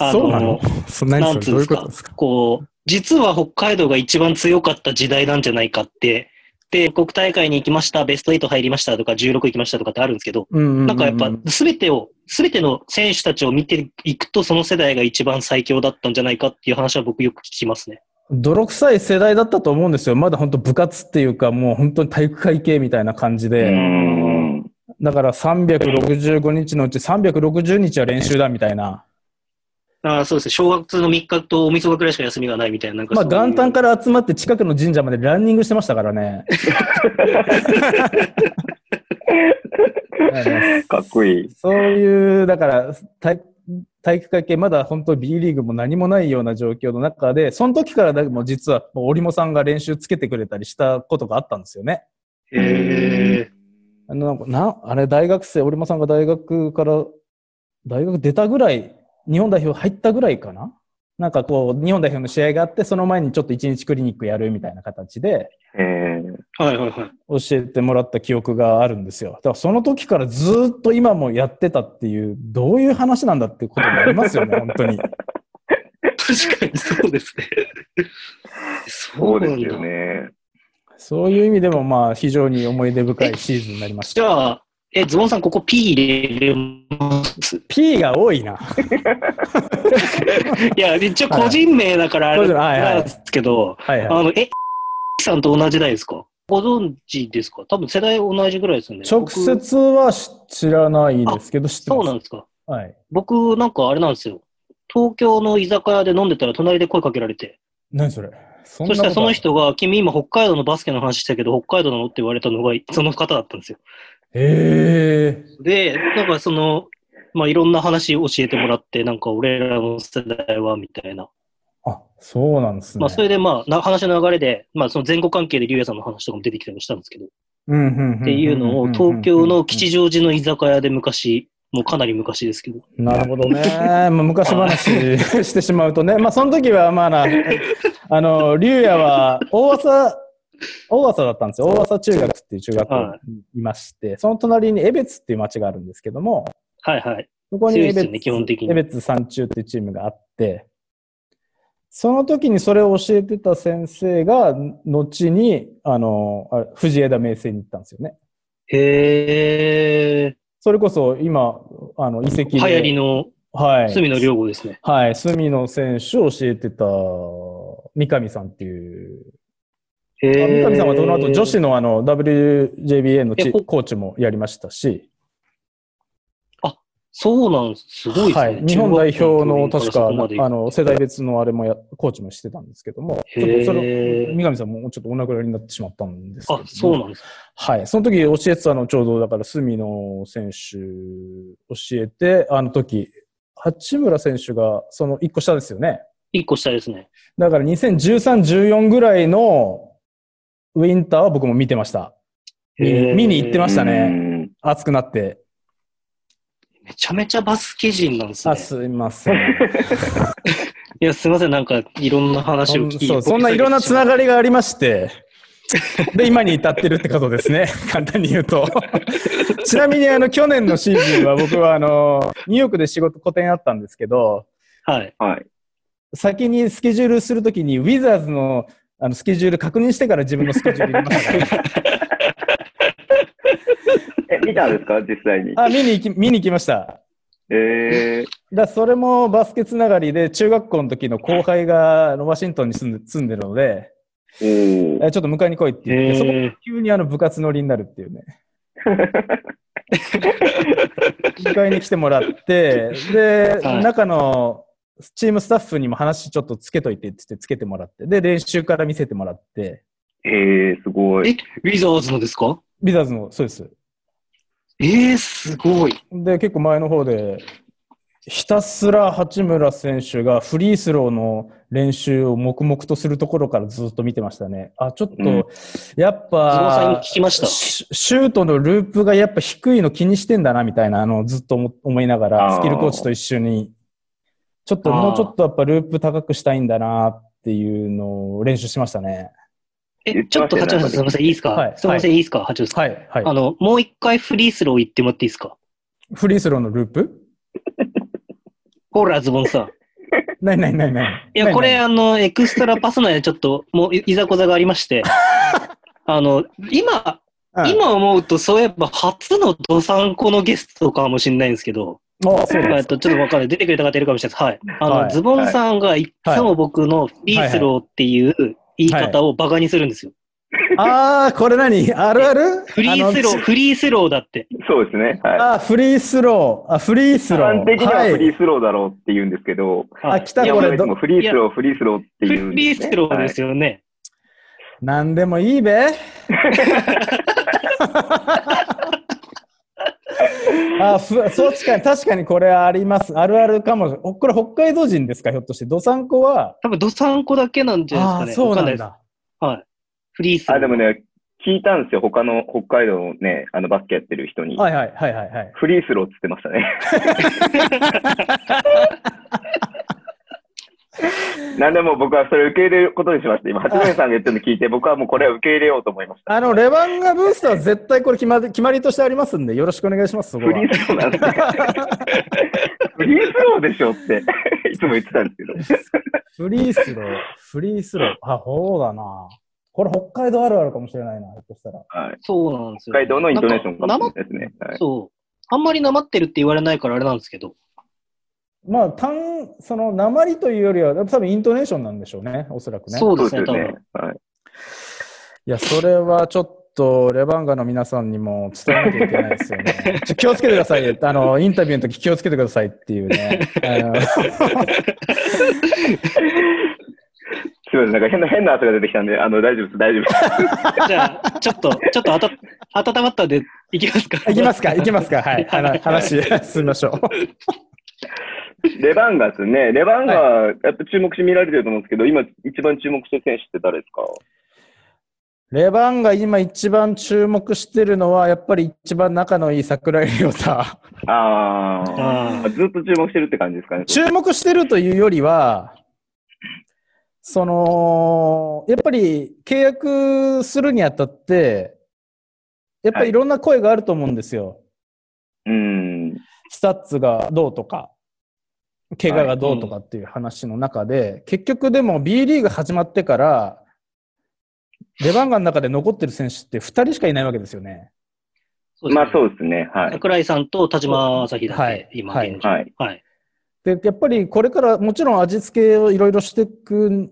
[SPEAKER 3] あの
[SPEAKER 4] そうなのそんな
[SPEAKER 3] な
[SPEAKER 4] に
[SPEAKER 3] ん
[SPEAKER 4] そ
[SPEAKER 3] つ
[SPEAKER 4] れ
[SPEAKER 3] うんで
[SPEAKER 4] どういう
[SPEAKER 3] す
[SPEAKER 4] こと
[SPEAKER 3] か
[SPEAKER 4] ですか、
[SPEAKER 3] こう、実は北海道が一番強かった時代なんじゃないかって、で、国大会に行きました、ベスト8入りましたとか、16行きましたとかってあるんですけど、
[SPEAKER 4] うんうう
[SPEAKER 3] なんかやっぱ、すべてを、すべての選手たちを見ていくと、その世代が一番最強だったんじゃないかっていう話は僕よく聞きますね。
[SPEAKER 4] 泥臭い世代だったと思うんですよ。まだ本当部活っていうか、もう本当に体育会系みたいな感じ
[SPEAKER 2] うー
[SPEAKER 4] で。
[SPEAKER 2] ん。
[SPEAKER 4] だから365日のうち360日は練習だみたいな。
[SPEAKER 3] ああ、そうですね。正月の3日とおみそがくらいしか休みがないみたいな。なんか
[SPEAKER 4] まあ
[SPEAKER 3] そういう
[SPEAKER 4] 元旦から集まって近くの神社までランニングしてましたか らね。
[SPEAKER 2] かっこいい。
[SPEAKER 4] そういう、だから、体体育会系、まだ本当 B リーグも何もないような状況の中で、その時からでも実は、もう織茂さんが練習つけてくれたりしたことがあったんですよね。
[SPEAKER 3] へえ。
[SPEAKER 4] あの、なんかな、あれ、大学生、織茂さんが大学から、大学出たぐらい、日本代表入ったぐらいかななんかこう、日本代表の試合があって、その前にちょっと一日クリニックやるみたいな形で、
[SPEAKER 2] えー
[SPEAKER 3] はいはい はい。
[SPEAKER 4] 教えてもらった記憶があるんですよ。だからその時からずーっと今もやってたっていう、どういう話なんだっていうことになりますよね、本当に。
[SPEAKER 3] 確かにそうですね。そ
[SPEAKER 2] そううで
[SPEAKER 3] な
[SPEAKER 2] す
[SPEAKER 3] んだ。
[SPEAKER 2] よね。
[SPEAKER 4] そういう意味でも、まあ、非常に思い出深いシーズンになりまし
[SPEAKER 3] じ
[SPEAKER 4] た。
[SPEAKER 3] ゃあ、え、ズボンさん、ここ P 入れます
[SPEAKER 4] P が多いな。
[SPEAKER 3] いや、一応個人名だからあ
[SPEAKER 4] はい
[SPEAKER 3] れ
[SPEAKER 4] 個人名はいはい
[SPEAKER 3] なんですけど、
[SPEAKER 4] はいは
[SPEAKER 3] あの、え、さんと同じ代ですかご存知ですか多分世代同じぐらいですよ
[SPEAKER 4] い。
[SPEAKER 3] ね。
[SPEAKER 4] 直
[SPEAKER 3] 僕
[SPEAKER 4] 接はし知らないですけど、知って
[SPEAKER 3] そう
[SPEAKER 4] ます。
[SPEAKER 3] なんですか。
[SPEAKER 4] はい。
[SPEAKER 3] 僕、なんかあれなんですよ。東京の居酒屋で飲んでたら隣で声かけられて、
[SPEAKER 4] 何それ
[SPEAKER 3] そしたらその人が、君今北海道のバスケの話したけど、北海道なのって言われたのが、その方だったんですよ。
[SPEAKER 4] へえ。
[SPEAKER 3] で、なんかその、まあいろんな話教えてもらって、なんか俺らの世代は、みたいな。
[SPEAKER 4] あ、そうなんですね。
[SPEAKER 3] まあそれでまあ、な話の流れで、まあその前後関係で竜也さんの話とかも出てきたりもしたんですけど、っていうのを東京の吉祥寺の居酒屋で昔、もうかなり昔ですけど。
[SPEAKER 4] なるほどね。まあ、昔話してしまうとね。まあ、その時は、ま あな、あの、竜也は、大浅、大浅だったんですよ。大浅中学っていう中学校にいまして、その隣に江別っていう町があるんですけども、
[SPEAKER 3] はいはい。
[SPEAKER 4] そこに江別、
[SPEAKER 3] ね、基本的
[SPEAKER 4] に江別三中っていうチームがあって、その時にそれを教えてた先生が、後に、あの、あ藤枝明星に行ったんですよね。
[SPEAKER 3] へー。
[SPEAKER 4] それこそ今、あの、遺跡
[SPEAKER 3] 流行りの、はい。隅野良吾ですね。
[SPEAKER 4] はい。隅野選手を教えてた、三上さんっていう。三上さんはその後、女子のあの、WJBA のコーチもやりましたし。。
[SPEAKER 3] あ、そうなんすごいですね。はい
[SPEAKER 4] 日本代表の、確か、あの、世代別のあれもや、コーチもしてたんですけども、ちょっとそれ、三上さんもちょっとお亡くなりになってしまったんですけど、
[SPEAKER 3] あ、そうなんです
[SPEAKER 4] はい。その時教えてたの、ちょうど、だから、隅野選手教えて、あの時、八村選手が、その1個下ですよね。
[SPEAKER 3] 1個下ですね。
[SPEAKER 4] だから2013、14ぐらいのウィンターは僕も見てました。見に行ってましたね。暑くなって。
[SPEAKER 3] めちゃめちゃバスケ人なんですね。
[SPEAKER 4] あ、すいません。
[SPEAKER 3] いや、すいません。なんか、いろんな話を聞いて。
[SPEAKER 4] そそんないろんなつながりがありまして。で、今に至ってるってことですね。 簡単に言うと。ちなみに、あの、去年のシーズンは僕は、あの、ニューヨークで仕事、個展あったんですけど、
[SPEAKER 3] はい。
[SPEAKER 2] はい。
[SPEAKER 4] 先にスケジュールするときに、ウィザーズのあのスケジュール確認してから自分のスケジュール入れました、ね、
[SPEAKER 2] え、見たんですか実際に。
[SPEAKER 4] あ、見に行き、見に来ました。
[SPEAKER 2] ええ
[SPEAKER 4] ー、だそれもバスケつながりで、中学校の時の後輩がワシントンに住んで住んでるので、
[SPEAKER 2] え
[SPEAKER 4] ちょっと迎えに来いって言って、そこ急にあの部活乗りになるっていうね。 迎えに来てもらって、で、はい、中のチームスタッフにも話ちょっとつけといてって言ってつけてもらって、で、練習から見せてもらって。
[SPEAKER 2] ええー、すごい。
[SPEAKER 3] え、ウィザーズのですか
[SPEAKER 4] ウィザーズの、そうです。
[SPEAKER 3] ええー、すごい。
[SPEAKER 4] で、結構前の方で、ひたすら八村選手がフリースローの練習を黙々とするところからずっと見てましたね。あ、ちょっと、うん、やっぱ、
[SPEAKER 3] シ
[SPEAKER 4] ュートのループがやっぱ低いの気にしてんだな、みたいな、あの、ずっと思いながら、スキルコーチと一緒に、ちょっと、もうちょっとやっぱループ高くしたいんだな、っていうのを練習しましたね。
[SPEAKER 3] え、ちょっと、八村さん、すみません、いいですか、はい、すみません、いいですか八村さ
[SPEAKER 4] ん。はい、はい。
[SPEAKER 3] あの、もう一回フリースロー行ってもらっていいですか
[SPEAKER 4] フリースローのループ
[SPEAKER 3] ほら、ズボンさん。
[SPEAKER 4] ないないないない。
[SPEAKER 3] いや、これ、あの、エクストラパス内でちょっと、もう、いざこざがありまして、 あの、今、うん、今思うと、そういえば、初のドサンコのゲストかもしれないんですけど、
[SPEAKER 4] あそう
[SPEAKER 3] えっと、ちょっとわかんない。出てくれた方いるかもしれないです。はい。あの、はい、ズボンさんが、いつも僕のフリースローっていう言い方をバカにするんですよ。
[SPEAKER 4] ああ、これ何あるある
[SPEAKER 3] フリースロー、フリースローだって。
[SPEAKER 2] そうですね。
[SPEAKER 4] はい、あフリースロー。あ、フリースロー。
[SPEAKER 2] 一般的にはフリースローだろうって言うんですけど。
[SPEAKER 4] はい、あ、来たこれ。
[SPEAKER 2] もフリースロー、フリースローっていう、
[SPEAKER 3] ね、フリースローですよね。
[SPEAKER 4] な、は、ん、い、でもい いべ。あふそう確かに、確かにこれあります。あるあるかもしれない。これ北海道人ですかひょっとして。どさんこは。
[SPEAKER 3] 多分どさんこだけなんじゃないですかね。
[SPEAKER 4] そうなんだ。
[SPEAKER 3] はい。フリース
[SPEAKER 2] あ、でもね、聞いたんですよ。他の北海道のね、あのバスケやってる人に。
[SPEAKER 4] はいはいはいはい、はい。
[SPEAKER 2] フリースローっつってましたね。 なんでも僕はそれ受け入れることにしました。今、八村さんが言ってるの聞いて、僕はもうこれは受け入れようと思いました。
[SPEAKER 4] あの、レバンガブースターは絶対これ決ま決まりとしてありますんで、よろしくお願いします、
[SPEAKER 2] フリースローなんで。フリースローでしょっていつも言ってたんですけど。
[SPEAKER 4] フリースロー、フリースロー。あ、そうだな。これ北海道あるあるかもしれないな、ひょっとしたら。
[SPEAKER 2] はい。
[SPEAKER 3] そうなんですよ、
[SPEAKER 2] ね、北海道のイントネーションかもしれないですね。
[SPEAKER 3] はい、そう。あんまりなまってるって言われないからあれなんですけど。
[SPEAKER 4] まあ、単、その、鉛というよりは、多分イントネーションなんでしょうね、おそらくね。
[SPEAKER 3] そうですね、多分。
[SPEAKER 2] はい、
[SPEAKER 4] いや、それはちょっと、レバンガの皆さんにも伝えなきゃいけないですよ ね。気をつけてください。あの、インタビューの時気をつけてください っていうね。
[SPEAKER 2] すいごめんなさい。なんか変な、変な汗が出てきたんで、あの、大丈夫です、大丈夫です。
[SPEAKER 3] じゃあ、ちょっと、ちょっとあた、温まったんで、いきますか。
[SPEAKER 4] いきますか、いきますか。はい。
[SPEAKER 3] はい
[SPEAKER 4] あの話、進みましょう。
[SPEAKER 2] レバンガですね。レバンガ、やっぱ注目して見られてると思うんですけど、今一番注目してる選手って誰ですか
[SPEAKER 4] レバンが今一番注目してるのは、やっぱり一番仲のいい桜井亮太。
[SPEAKER 2] あー
[SPEAKER 3] あー
[SPEAKER 2] ずっと注目してるって感じですかね。
[SPEAKER 4] 注目してるというよりは、その、やっぱり契約するにあたって、やっぱりいろんな声があると思うんですよ。
[SPEAKER 2] うん。
[SPEAKER 4] スタッツがどうとか、怪我がどうとかっていう話の中で、結局でも B リーグ始まってから、レバンガの中で残ってる選手って2人しかいないわけですよね。
[SPEAKER 2] まあ
[SPEAKER 3] うですね。
[SPEAKER 2] そうですね。はい。
[SPEAKER 3] 桜井さんと田島朝日だけ、
[SPEAKER 4] はい
[SPEAKER 3] 今
[SPEAKER 4] はい
[SPEAKER 3] 現状。
[SPEAKER 2] は
[SPEAKER 3] はいい。
[SPEAKER 4] で、やっぱりこれからもちろん味付けをいろいろしていく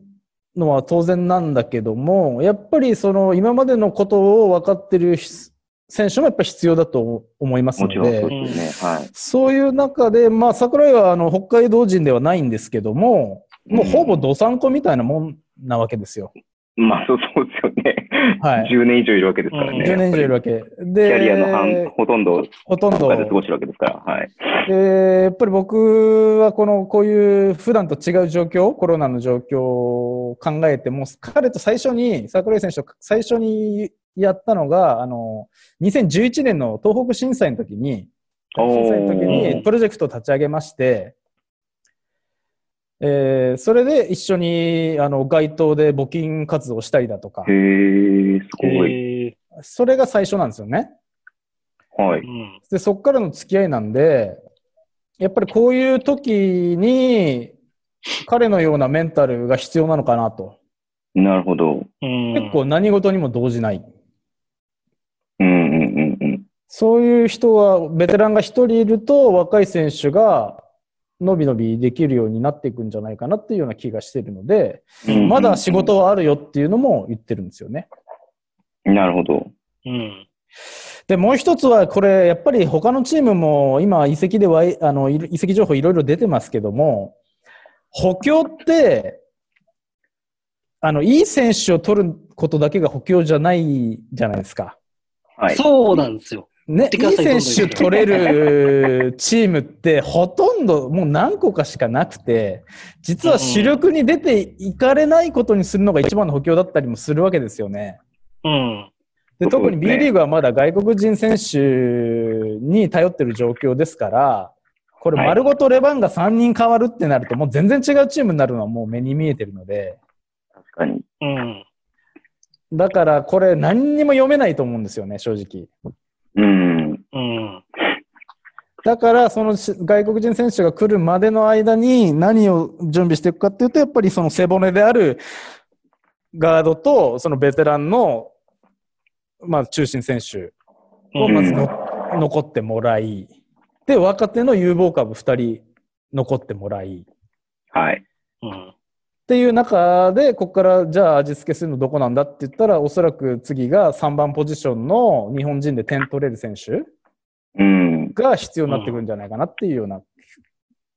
[SPEAKER 4] のは当然なんだけども、やっぱりその今までのことを分かってる選手もやっぱ必要だと思います
[SPEAKER 2] も
[SPEAKER 4] の
[SPEAKER 2] ちろん
[SPEAKER 4] で
[SPEAKER 2] そう、ですね。はい。
[SPEAKER 4] そういう中で、まあ桜井はあの北海道人ではないんですけども、もうほぼどさんこみたいなもんなわけですよ。
[SPEAKER 2] まあそうそうですよね。
[SPEAKER 4] はい。
[SPEAKER 2] 10年以上いるわけですから
[SPEAKER 3] うん
[SPEAKER 2] ね。
[SPEAKER 4] 10年以上いるわけ。
[SPEAKER 2] キ
[SPEAKER 4] で、
[SPEAKER 2] ャリアの半、ほとんど、
[SPEAKER 4] ほとんど
[SPEAKER 2] ま。で過ごしてるわけですから。はい。
[SPEAKER 4] で、やっぱり僕はこの、こういう普段と違う状況、コロナの状況を考えても、彼と最初に、桜井選手と最初にやったのが、あの、2011年の東北震災の時に、震災の時
[SPEAKER 3] お
[SPEAKER 4] に
[SPEAKER 3] ー
[SPEAKER 4] プロジェクトを立ち上げまして、えーそれで一緒にあの街頭で募金活動をしたりだとか
[SPEAKER 2] へ、ー、すごい。
[SPEAKER 3] え
[SPEAKER 4] それが最初なんですよね。
[SPEAKER 2] はい
[SPEAKER 3] ーう。ん。
[SPEAKER 4] で、そこからの付き合いなんで、やっぱりこういう時に彼のようなメンタルが必要なのかなと。
[SPEAKER 2] なるほど。
[SPEAKER 3] うん
[SPEAKER 4] 結構何事にも動じない。
[SPEAKER 2] うんうんうんうん。
[SPEAKER 4] そういう人は、ベテランが一人いると若い選手が伸び伸びできるようになっていくんじゃないかなっていうような気がしてるので、
[SPEAKER 2] うん
[SPEAKER 4] まだ仕事はあるよっていうのも言ってるんですよね。
[SPEAKER 2] なるほど。
[SPEAKER 3] うん。
[SPEAKER 4] で、もう一つは、これ、やっぱり他のチームも、今、移籍では、あの、いろ移籍情報いろいろ出てますけども、補強って、あの、いい選手を取ることだけが補強じゃないじゃないですか。
[SPEAKER 2] はい。
[SPEAKER 3] そうなんですよ。
[SPEAKER 4] ね、い
[SPEAKER 3] てくだ
[SPEAKER 4] い
[SPEAKER 3] さい
[SPEAKER 4] 選手取れるチームって、ほとんどもう何個かしかなくて、実は主力に出ていかれないことにするのが一番の補強だったりもするわけですよね。
[SPEAKER 3] うん。
[SPEAKER 4] で
[SPEAKER 2] そう
[SPEAKER 4] 特
[SPEAKER 2] ですね
[SPEAKER 4] に B リーグはまだ外国人選手に頼ってる状況ですから、これ
[SPEAKER 2] はい
[SPEAKER 4] 丸ごとレバンが3人変わるってなると、もう全然違うチームになるのはもう目に見えてるので、
[SPEAKER 2] 確かに。
[SPEAKER 3] うん。
[SPEAKER 4] だからこれ何にも読めないと思うんですよね、正直。
[SPEAKER 2] うん。
[SPEAKER 3] うん。
[SPEAKER 4] だから、そのし外国人選手が来るまでの間に何を準備していくかっていうと、やっぱりその背骨であるガードと、そのベテランの、まあ、中心選手をまずの、残ってもらい、で、若手の有望株2人残ってもらい、っ
[SPEAKER 2] はい。
[SPEAKER 3] うん。
[SPEAKER 4] ていう中で、ここから、じゃあ味付けするのどこなんだって言ったら、おそらく次が3番ポジションの日本人で点取れる選手
[SPEAKER 2] うん。
[SPEAKER 4] が必要になってくるんじゃないかなっていうような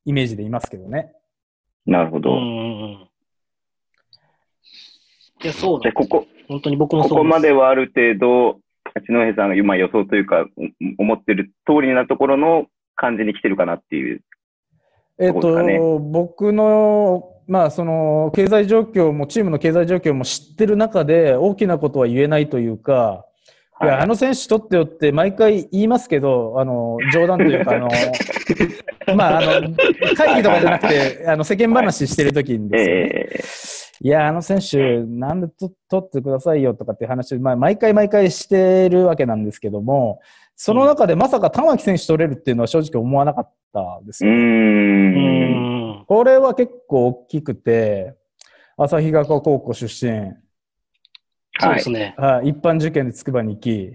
[SPEAKER 4] イメージでいますけどね。
[SPEAKER 2] なるほ
[SPEAKER 3] うん
[SPEAKER 2] ど。
[SPEAKER 3] うん。いや、そう
[SPEAKER 2] じ
[SPEAKER 3] な
[SPEAKER 2] ゃあ、
[SPEAKER 3] んで
[SPEAKER 2] こ
[SPEAKER 3] す。
[SPEAKER 2] こ、
[SPEAKER 3] 本当に僕も
[SPEAKER 2] こ
[SPEAKER 3] そう
[SPEAKER 2] こ
[SPEAKER 3] な
[SPEAKER 2] ま
[SPEAKER 3] んで。
[SPEAKER 2] ですはある程度、八戸さんが今予想というか、お思ってる通りなところの感じに来てるかなっていう。
[SPEAKER 4] えっ
[SPEAKER 2] そうです
[SPEAKER 4] と、
[SPEAKER 2] かね
[SPEAKER 4] 僕の、まあ、その、経済状況も、チームの経済状況も知ってる中で、大きなことは言えないというか、いや、あの選手取ってよって毎回言いますけど、あの、冗談とい うか、あの、まあ、あの、会議とかじゃなくて、あの、世間話してる時にです
[SPEAKER 2] え
[SPEAKER 4] よね
[SPEAKER 2] え
[SPEAKER 4] いや、あの選手、なんでと取ってくださいよとかっていう話を、まあ、毎回毎回してるわけなんですけども、その中でまさか玉木選手取れるっていうのは正直思わなかったです
[SPEAKER 2] うー。
[SPEAKER 4] よ。
[SPEAKER 3] うんん。
[SPEAKER 4] これは結構大きくて、旭川高校出身、
[SPEAKER 3] そう
[SPEAKER 2] は
[SPEAKER 3] で
[SPEAKER 2] い
[SPEAKER 3] す。ね。
[SPEAKER 4] はい一般受験で筑波に行き、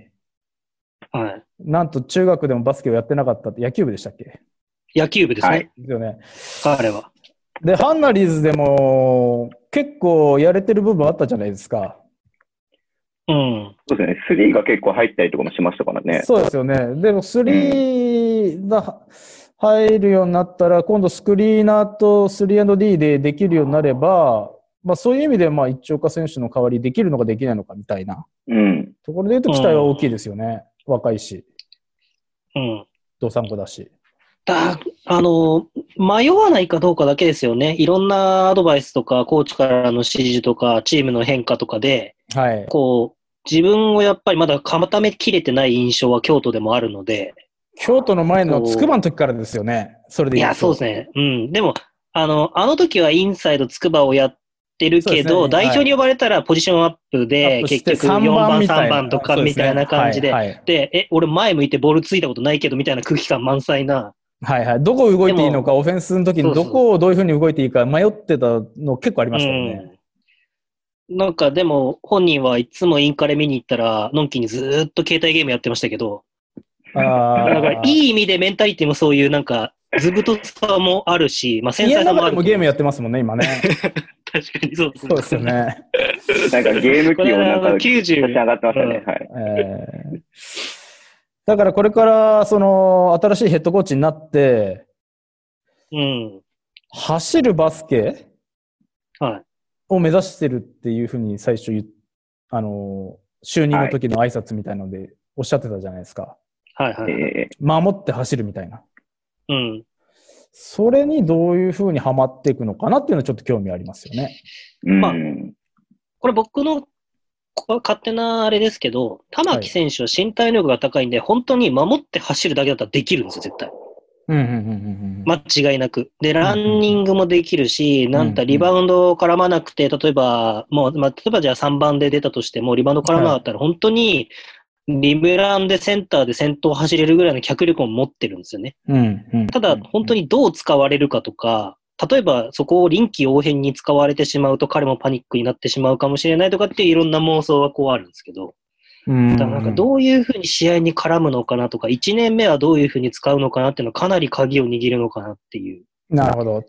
[SPEAKER 3] はい。
[SPEAKER 4] なんと中学でもバスケをやってなかったって、野球部でしたっけ
[SPEAKER 3] 野球部です
[SPEAKER 2] はい
[SPEAKER 3] ね、
[SPEAKER 4] ですよね。
[SPEAKER 3] 彼は。
[SPEAKER 4] で、ハンナリーズでも結構やれてる部分あったじゃないですか。
[SPEAKER 3] うん。
[SPEAKER 2] そうですね。スリーが結構入ったりとかもしましたからね。
[SPEAKER 4] そうですよね。でも、スリーが入るようになったら、今度スクリーナーと 3&D でできるようになれば、まあ、そういう意味で、まあ、一丁化選手の代わりできるのかできないのかみたいな
[SPEAKER 2] うん。
[SPEAKER 4] ところで言うと期待は大きいですよね。若いし、
[SPEAKER 3] うん。
[SPEAKER 4] ドサンコだし。
[SPEAKER 3] だ、あの、迷わないかどうかだけですよね。いろんなアドバイスとか、コーチからの指示とか、チームの変化とかで、
[SPEAKER 4] はい。
[SPEAKER 3] こう、自分をやっぱりまだ固めきれてない印象は京都でもあるので、
[SPEAKER 4] 京都の前の筑波の時からですよね。それで
[SPEAKER 3] い
[SPEAKER 4] 言う
[SPEAKER 3] や、
[SPEAKER 4] と
[SPEAKER 3] そうです。ね。うん。でも、あの、あの時はインサイドつくばをやってるけ
[SPEAKER 4] そう
[SPEAKER 3] ど、
[SPEAKER 4] で
[SPEAKER 3] 代
[SPEAKER 4] すね
[SPEAKER 3] 表に呼ばれたらポジションアップで、
[SPEAKER 4] アップし
[SPEAKER 3] 結
[SPEAKER 4] て
[SPEAKER 3] 局
[SPEAKER 4] 3
[SPEAKER 3] 4番、
[SPEAKER 4] みたい
[SPEAKER 3] 3
[SPEAKER 4] な
[SPEAKER 3] 番とか
[SPEAKER 4] そうで
[SPEAKER 3] み
[SPEAKER 4] すね
[SPEAKER 3] たいな感じで、
[SPEAKER 4] はいはい
[SPEAKER 3] で、え、俺前向いてボールついたことないけどみたいな空気感満載な。
[SPEAKER 4] はいはい。どこ動いていいのか、オフェンスの時
[SPEAKER 3] そ
[SPEAKER 4] に
[SPEAKER 3] うそう
[SPEAKER 4] どこをどういうふうに動いていいか迷ってたの結構ありましたよね。
[SPEAKER 3] うんなんかでも、本人はいつもインカレ見に行ったら、のんきにずーっと携帯ゲームやってましたけど、
[SPEAKER 4] あ
[SPEAKER 3] だか
[SPEAKER 4] ー
[SPEAKER 3] らいい意味でメンタリティもそういうなんか、ずぶとさもあるし、まあ、繊
[SPEAKER 4] 家
[SPEAKER 3] 細
[SPEAKER 4] の
[SPEAKER 3] さもある
[SPEAKER 4] 中で もゲームやってますもんね、今ね。
[SPEAKER 3] 確かにそうです
[SPEAKER 4] そうですよね。
[SPEAKER 2] なんかゲーム機
[SPEAKER 3] これ
[SPEAKER 2] を
[SPEAKER 3] は
[SPEAKER 2] な
[SPEAKER 3] あ
[SPEAKER 2] んか
[SPEAKER 3] の
[SPEAKER 2] 立ち
[SPEAKER 3] 90
[SPEAKER 2] 上がってましたね。
[SPEAKER 3] うん
[SPEAKER 2] はい。
[SPEAKER 4] えーだからこれから、その、新しいヘッドコーチになって、
[SPEAKER 3] うん。
[SPEAKER 4] 走るバスケ
[SPEAKER 3] はい。
[SPEAKER 4] を目指してるっていうふうに最初言っあの、就任の時の挨拶みたいのでおっしゃってたじゃないですか。
[SPEAKER 3] はいはいはい。
[SPEAKER 2] え
[SPEAKER 4] 守って走るみたいな。
[SPEAKER 3] うん。
[SPEAKER 4] それにどういうふうにはまっていくのかなっていうのはちょっと興味ありますよね。
[SPEAKER 2] ーうん
[SPEAKER 3] まあこれ僕のこ勝手なあれですけど、玉木選手は身体能力が高いんで、本当に守って走るだけだったらできるんですよ、絶対。
[SPEAKER 4] うんうんうんうんうん。
[SPEAKER 3] 間違いなく。で、ランニングもできるし、なんたリバウンド絡まなくて、例えば、もう、まあ、例えばじゃあ3番で出たとしても、リバウンド絡まなかったら、本当に、リムランでセンターで先頭を走れるぐらいの脚力を持ってるんですよね。
[SPEAKER 4] うんうん
[SPEAKER 3] ただ、本当にどう使われるかとか、例えばそこを臨機応変に使われてしまうと彼もパニックになってしまうかもしれないとかっていういろんな妄想はこうあるんですけど、
[SPEAKER 4] うん
[SPEAKER 3] だからなんかどういうふうに試合に絡むのかなとか、1年目はどういうふうに使うのかなっていうのはかなり鍵を握るのかなっていう。
[SPEAKER 4] なるほど。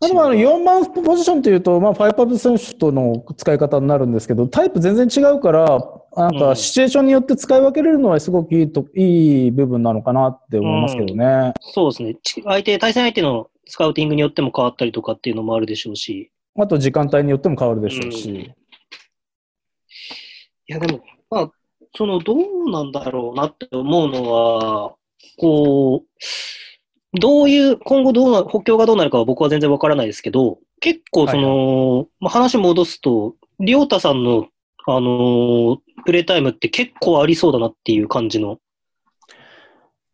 [SPEAKER 4] まあでもあの4番ポジションというと、まあ、ファイパブ選手との使い方になるんですけど、タイプ全然違うから、なん
[SPEAKER 3] う
[SPEAKER 4] か
[SPEAKER 3] ん
[SPEAKER 4] シチュエーションによって使い分けれるのはすごくいいと、いい部分なのかなって思いますけどね。
[SPEAKER 3] そうですね。ち相手、対戦相手のスカウティングによっても変わったりとかっていうのもあるでしょうし。
[SPEAKER 4] あと時間帯によっても変わるでしょうし。
[SPEAKER 3] いや、でも、まあ、その、どうなんだろうなって思うのは、こう、どういう、今後どうな、補強がどうなるかは僕は全然わからないですけど、結構その、まあ話戻すと、りょうたさんの、あのープレイタイムって結構ありそうだなっていう感じの。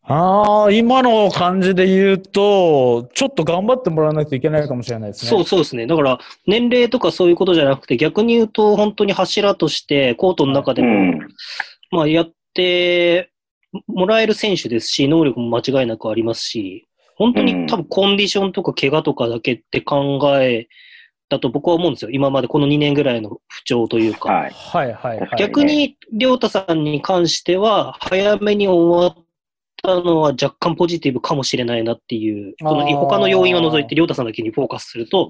[SPEAKER 4] ああ、今の感じで言うと、ちょっと頑張ってもらわないといけないかもしれないですね。
[SPEAKER 3] そうそうですね。だから、年齢とかそういうことじゃなくて、逆に言うと、本当に柱として、コートの中で
[SPEAKER 2] う
[SPEAKER 3] も、
[SPEAKER 2] ん。
[SPEAKER 3] まあ、やってもらえる選手ですし、能力も間違いなくありますし、本当
[SPEAKER 2] うん
[SPEAKER 3] に多分コンディションとか怪我とかだけって考えだと僕は思うんですよ。今までこの2年ぐらいの不調というか。
[SPEAKER 2] はい。
[SPEAKER 4] はいはいはい。
[SPEAKER 3] 逆に、りょうたさんに関しては、早めに終わったのは若干ポジティブかもしれないなっていう、こ
[SPEAKER 4] あ
[SPEAKER 3] の
[SPEAKER 4] ー
[SPEAKER 3] 他の要因を除いて、りょうたさんだけにフォーカスすると、っ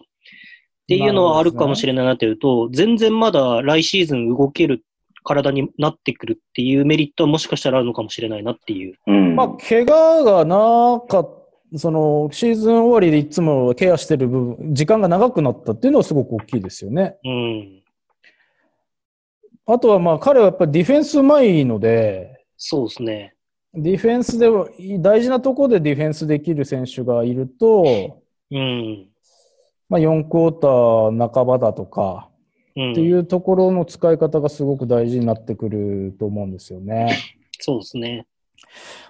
[SPEAKER 3] ていうのはあるかもしれないなっていうと、全然まだ来シーズン動ける体になってくるっていうメリットはもしかしたらあるのかもしれないなっていう。
[SPEAKER 2] うん。
[SPEAKER 4] まあ、怪我がなかった、その、シーズン終わりでいつもケアしてる部分、時間が長くなったっていうのはすごく大きいですよね。
[SPEAKER 3] うん。
[SPEAKER 4] あとはまあ、彼はやっぱりディフェンスうまいので、
[SPEAKER 3] そうですね。
[SPEAKER 4] ディフェンスでは、大事なところでディフェンスできる選手がいると、
[SPEAKER 3] うん。
[SPEAKER 4] まあ、4クォーター半ばだとか、
[SPEAKER 3] うん、
[SPEAKER 4] っていうところの使い方がすごく大事になってくると思うんですよね。
[SPEAKER 3] そうですね。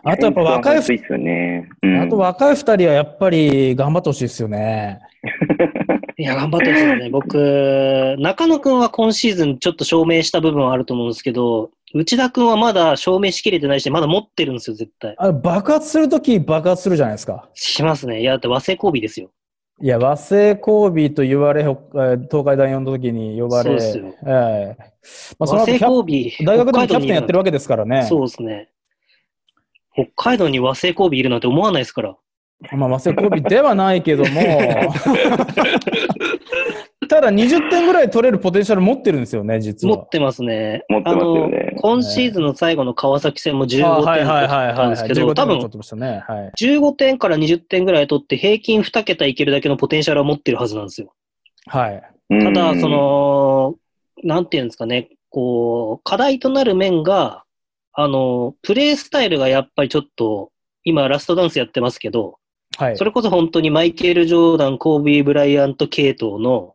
[SPEAKER 4] あとやっぱ若い
[SPEAKER 2] 本当に熱いっすよね。うん
[SPEAKER 4] あと若い二人はやっぱり頑張ってほしいですよね。
[SPEAKER 3] いや、頑張ってほしいですね。 僕、中野くんは今シーズンちょっと証明した部分はあると思うんですけど、内田くんはまだ証明しきれてないし、まだ持ってるんですよ、絶対。
[SPEAKER 4] あの爆発するとき爆発するじゃないですか。
[SPEAKER 3] しますね。いや、だって和製交尾ですよ。
[SPEAKER 4] いや、和製コービーと言われ、ほえー東海大四の時に呼ば
[SPEAKER 3] そう
[SPEAKER 4] れ、
[SPEAKER 3] ですよ
[SPEAKER 4] ええまあ、その
[SPEAKER 3] 和
[SPEAKER 4] 後キ
[SPEAKER 3] 製
[SPEAKER 4] ャ
[SPEAKER 3] 交
[SPEAKER 4] プ
[SPEAKER 3] 尾。
[SPEAKER 4] 大学でもキ
[SPEAKER 3] 北海
[SPEAKER 4] ャ
[SPEAKER 3] 道
[SPEAKER 4] プ
[SPEAKER 3] に
[SPEAKER 4] テンやってるわけですからね。
[SPEAKER 3] そうですね。北海道に和製交尾いるなんて思わないですから。
[SPEAKER 4] まあ、和製コービーではないけど も、ただ20点ぐらい取れるポテンシャル持ってるんですよね、実
[SPEAKER 3] 持
[SPEAKER 4] は
[SPEAKER 3] っ。てますね。
[SPEAKER 2] 持ってますよね
[SPEAKER 3] あの、今シーズンの最後の川崎戦も15点
[SPEAKER 4] あは
[SPEAKER 3] 取
[SPEAKER 4] いはいはい
[SPEAKER 3] っ
[SPEAKER 4] は
[SPEAKER 3] た
[SPEAKER 4] い
[SPEAKER 3] ん
[SPEAKER 4] は
[SPEAKER 3] で
[SPEAKER 4] い。
[SPEAKER 3] すけど、
[SPEAKER 4] 15
[SPEAKER 3] 多
[SPEAKER 4] 点ぐらい取
[SPEAKER 3] 分
[SPEAKER 4] ってましたね。はい。
[SPEAKER 3] 15点から20点ぐらい取って平均2桁いけるだけのポテンシャルを持ってるはずなんですよ。
[SPEAKER 4] はい。
[SPEAKER 3] ただ、そ、の、なんていうんですかね、こう、課題となる面が、あの、プレイスタイルがやっぱりちょっと、今、ラストダンスやってますけど、
[SPEAKER 4] はい
[SPEAKER 3] そ。れこそ本当にマイケル・ジョーダン、コービー・ブライアント系統の、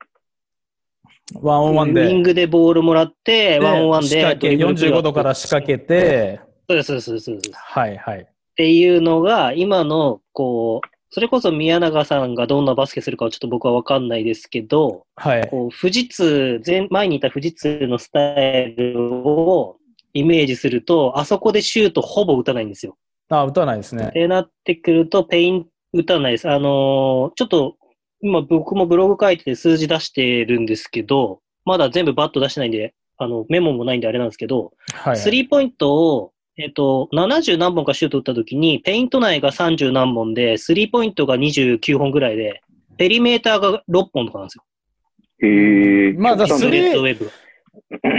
[SPEAKER 4] ワンオンワン
[SPEAKER 3] ウィン
[SPEAKER 4] で。
[SPEAKER 3] グでボールもらって、ワンオンワン
[SPEAKER 4] 仕
[SPEAKER 3] で
[SPEAKER 4] 掛
[SPEAKER 3] ド
[SPEAKER 4] け、
[SPEAKER 3] リブル
[SPEAKER 4] 45度から仕掛けて、
[SPEAKER 3] そうです、そうです、そうです。
[SPEAKER 4] はいはい。
[SPEAKER 3] っていうのが、今の、こう、それこそ宮永さんがどんなバスケするかはちょっと僕はわかんないですけど、
[SPEAKER 4] はい。
[SPEAKER 3] こう富士通前、前にいた富士通のスタイルをイメージすると、あそこでシュートほぼ打たないんですよ。
[SPEAKER 4] あ、打たないですね
[SPEAKER 3] っ。てなってくると、ペイン打たないです。あのーちょっと、今僕もブログ書いてて数字出してるんですけど、まだ全部バット出してないんで、あの、メモもないんであれなんですけど、
[SPEAKER 4] はい。
[SPEAKER 3] スリーポイントを、えっと、70何本かシュート打った時に、ペイント内が30何本で、スリーポイントが29本ぐらいで、ペリメーターが6本とかなんですよ。
[SPEAKER 2] へえ。
[SPEAKER 4] まあだか
[SPEAKER 2] 極
[SPEAKER 4] らそ
[SPEAKER 2] 端
[SPEAKER 4] れ
[SPEAKER 2] ね
[SPEAKER 3] レッドウェブ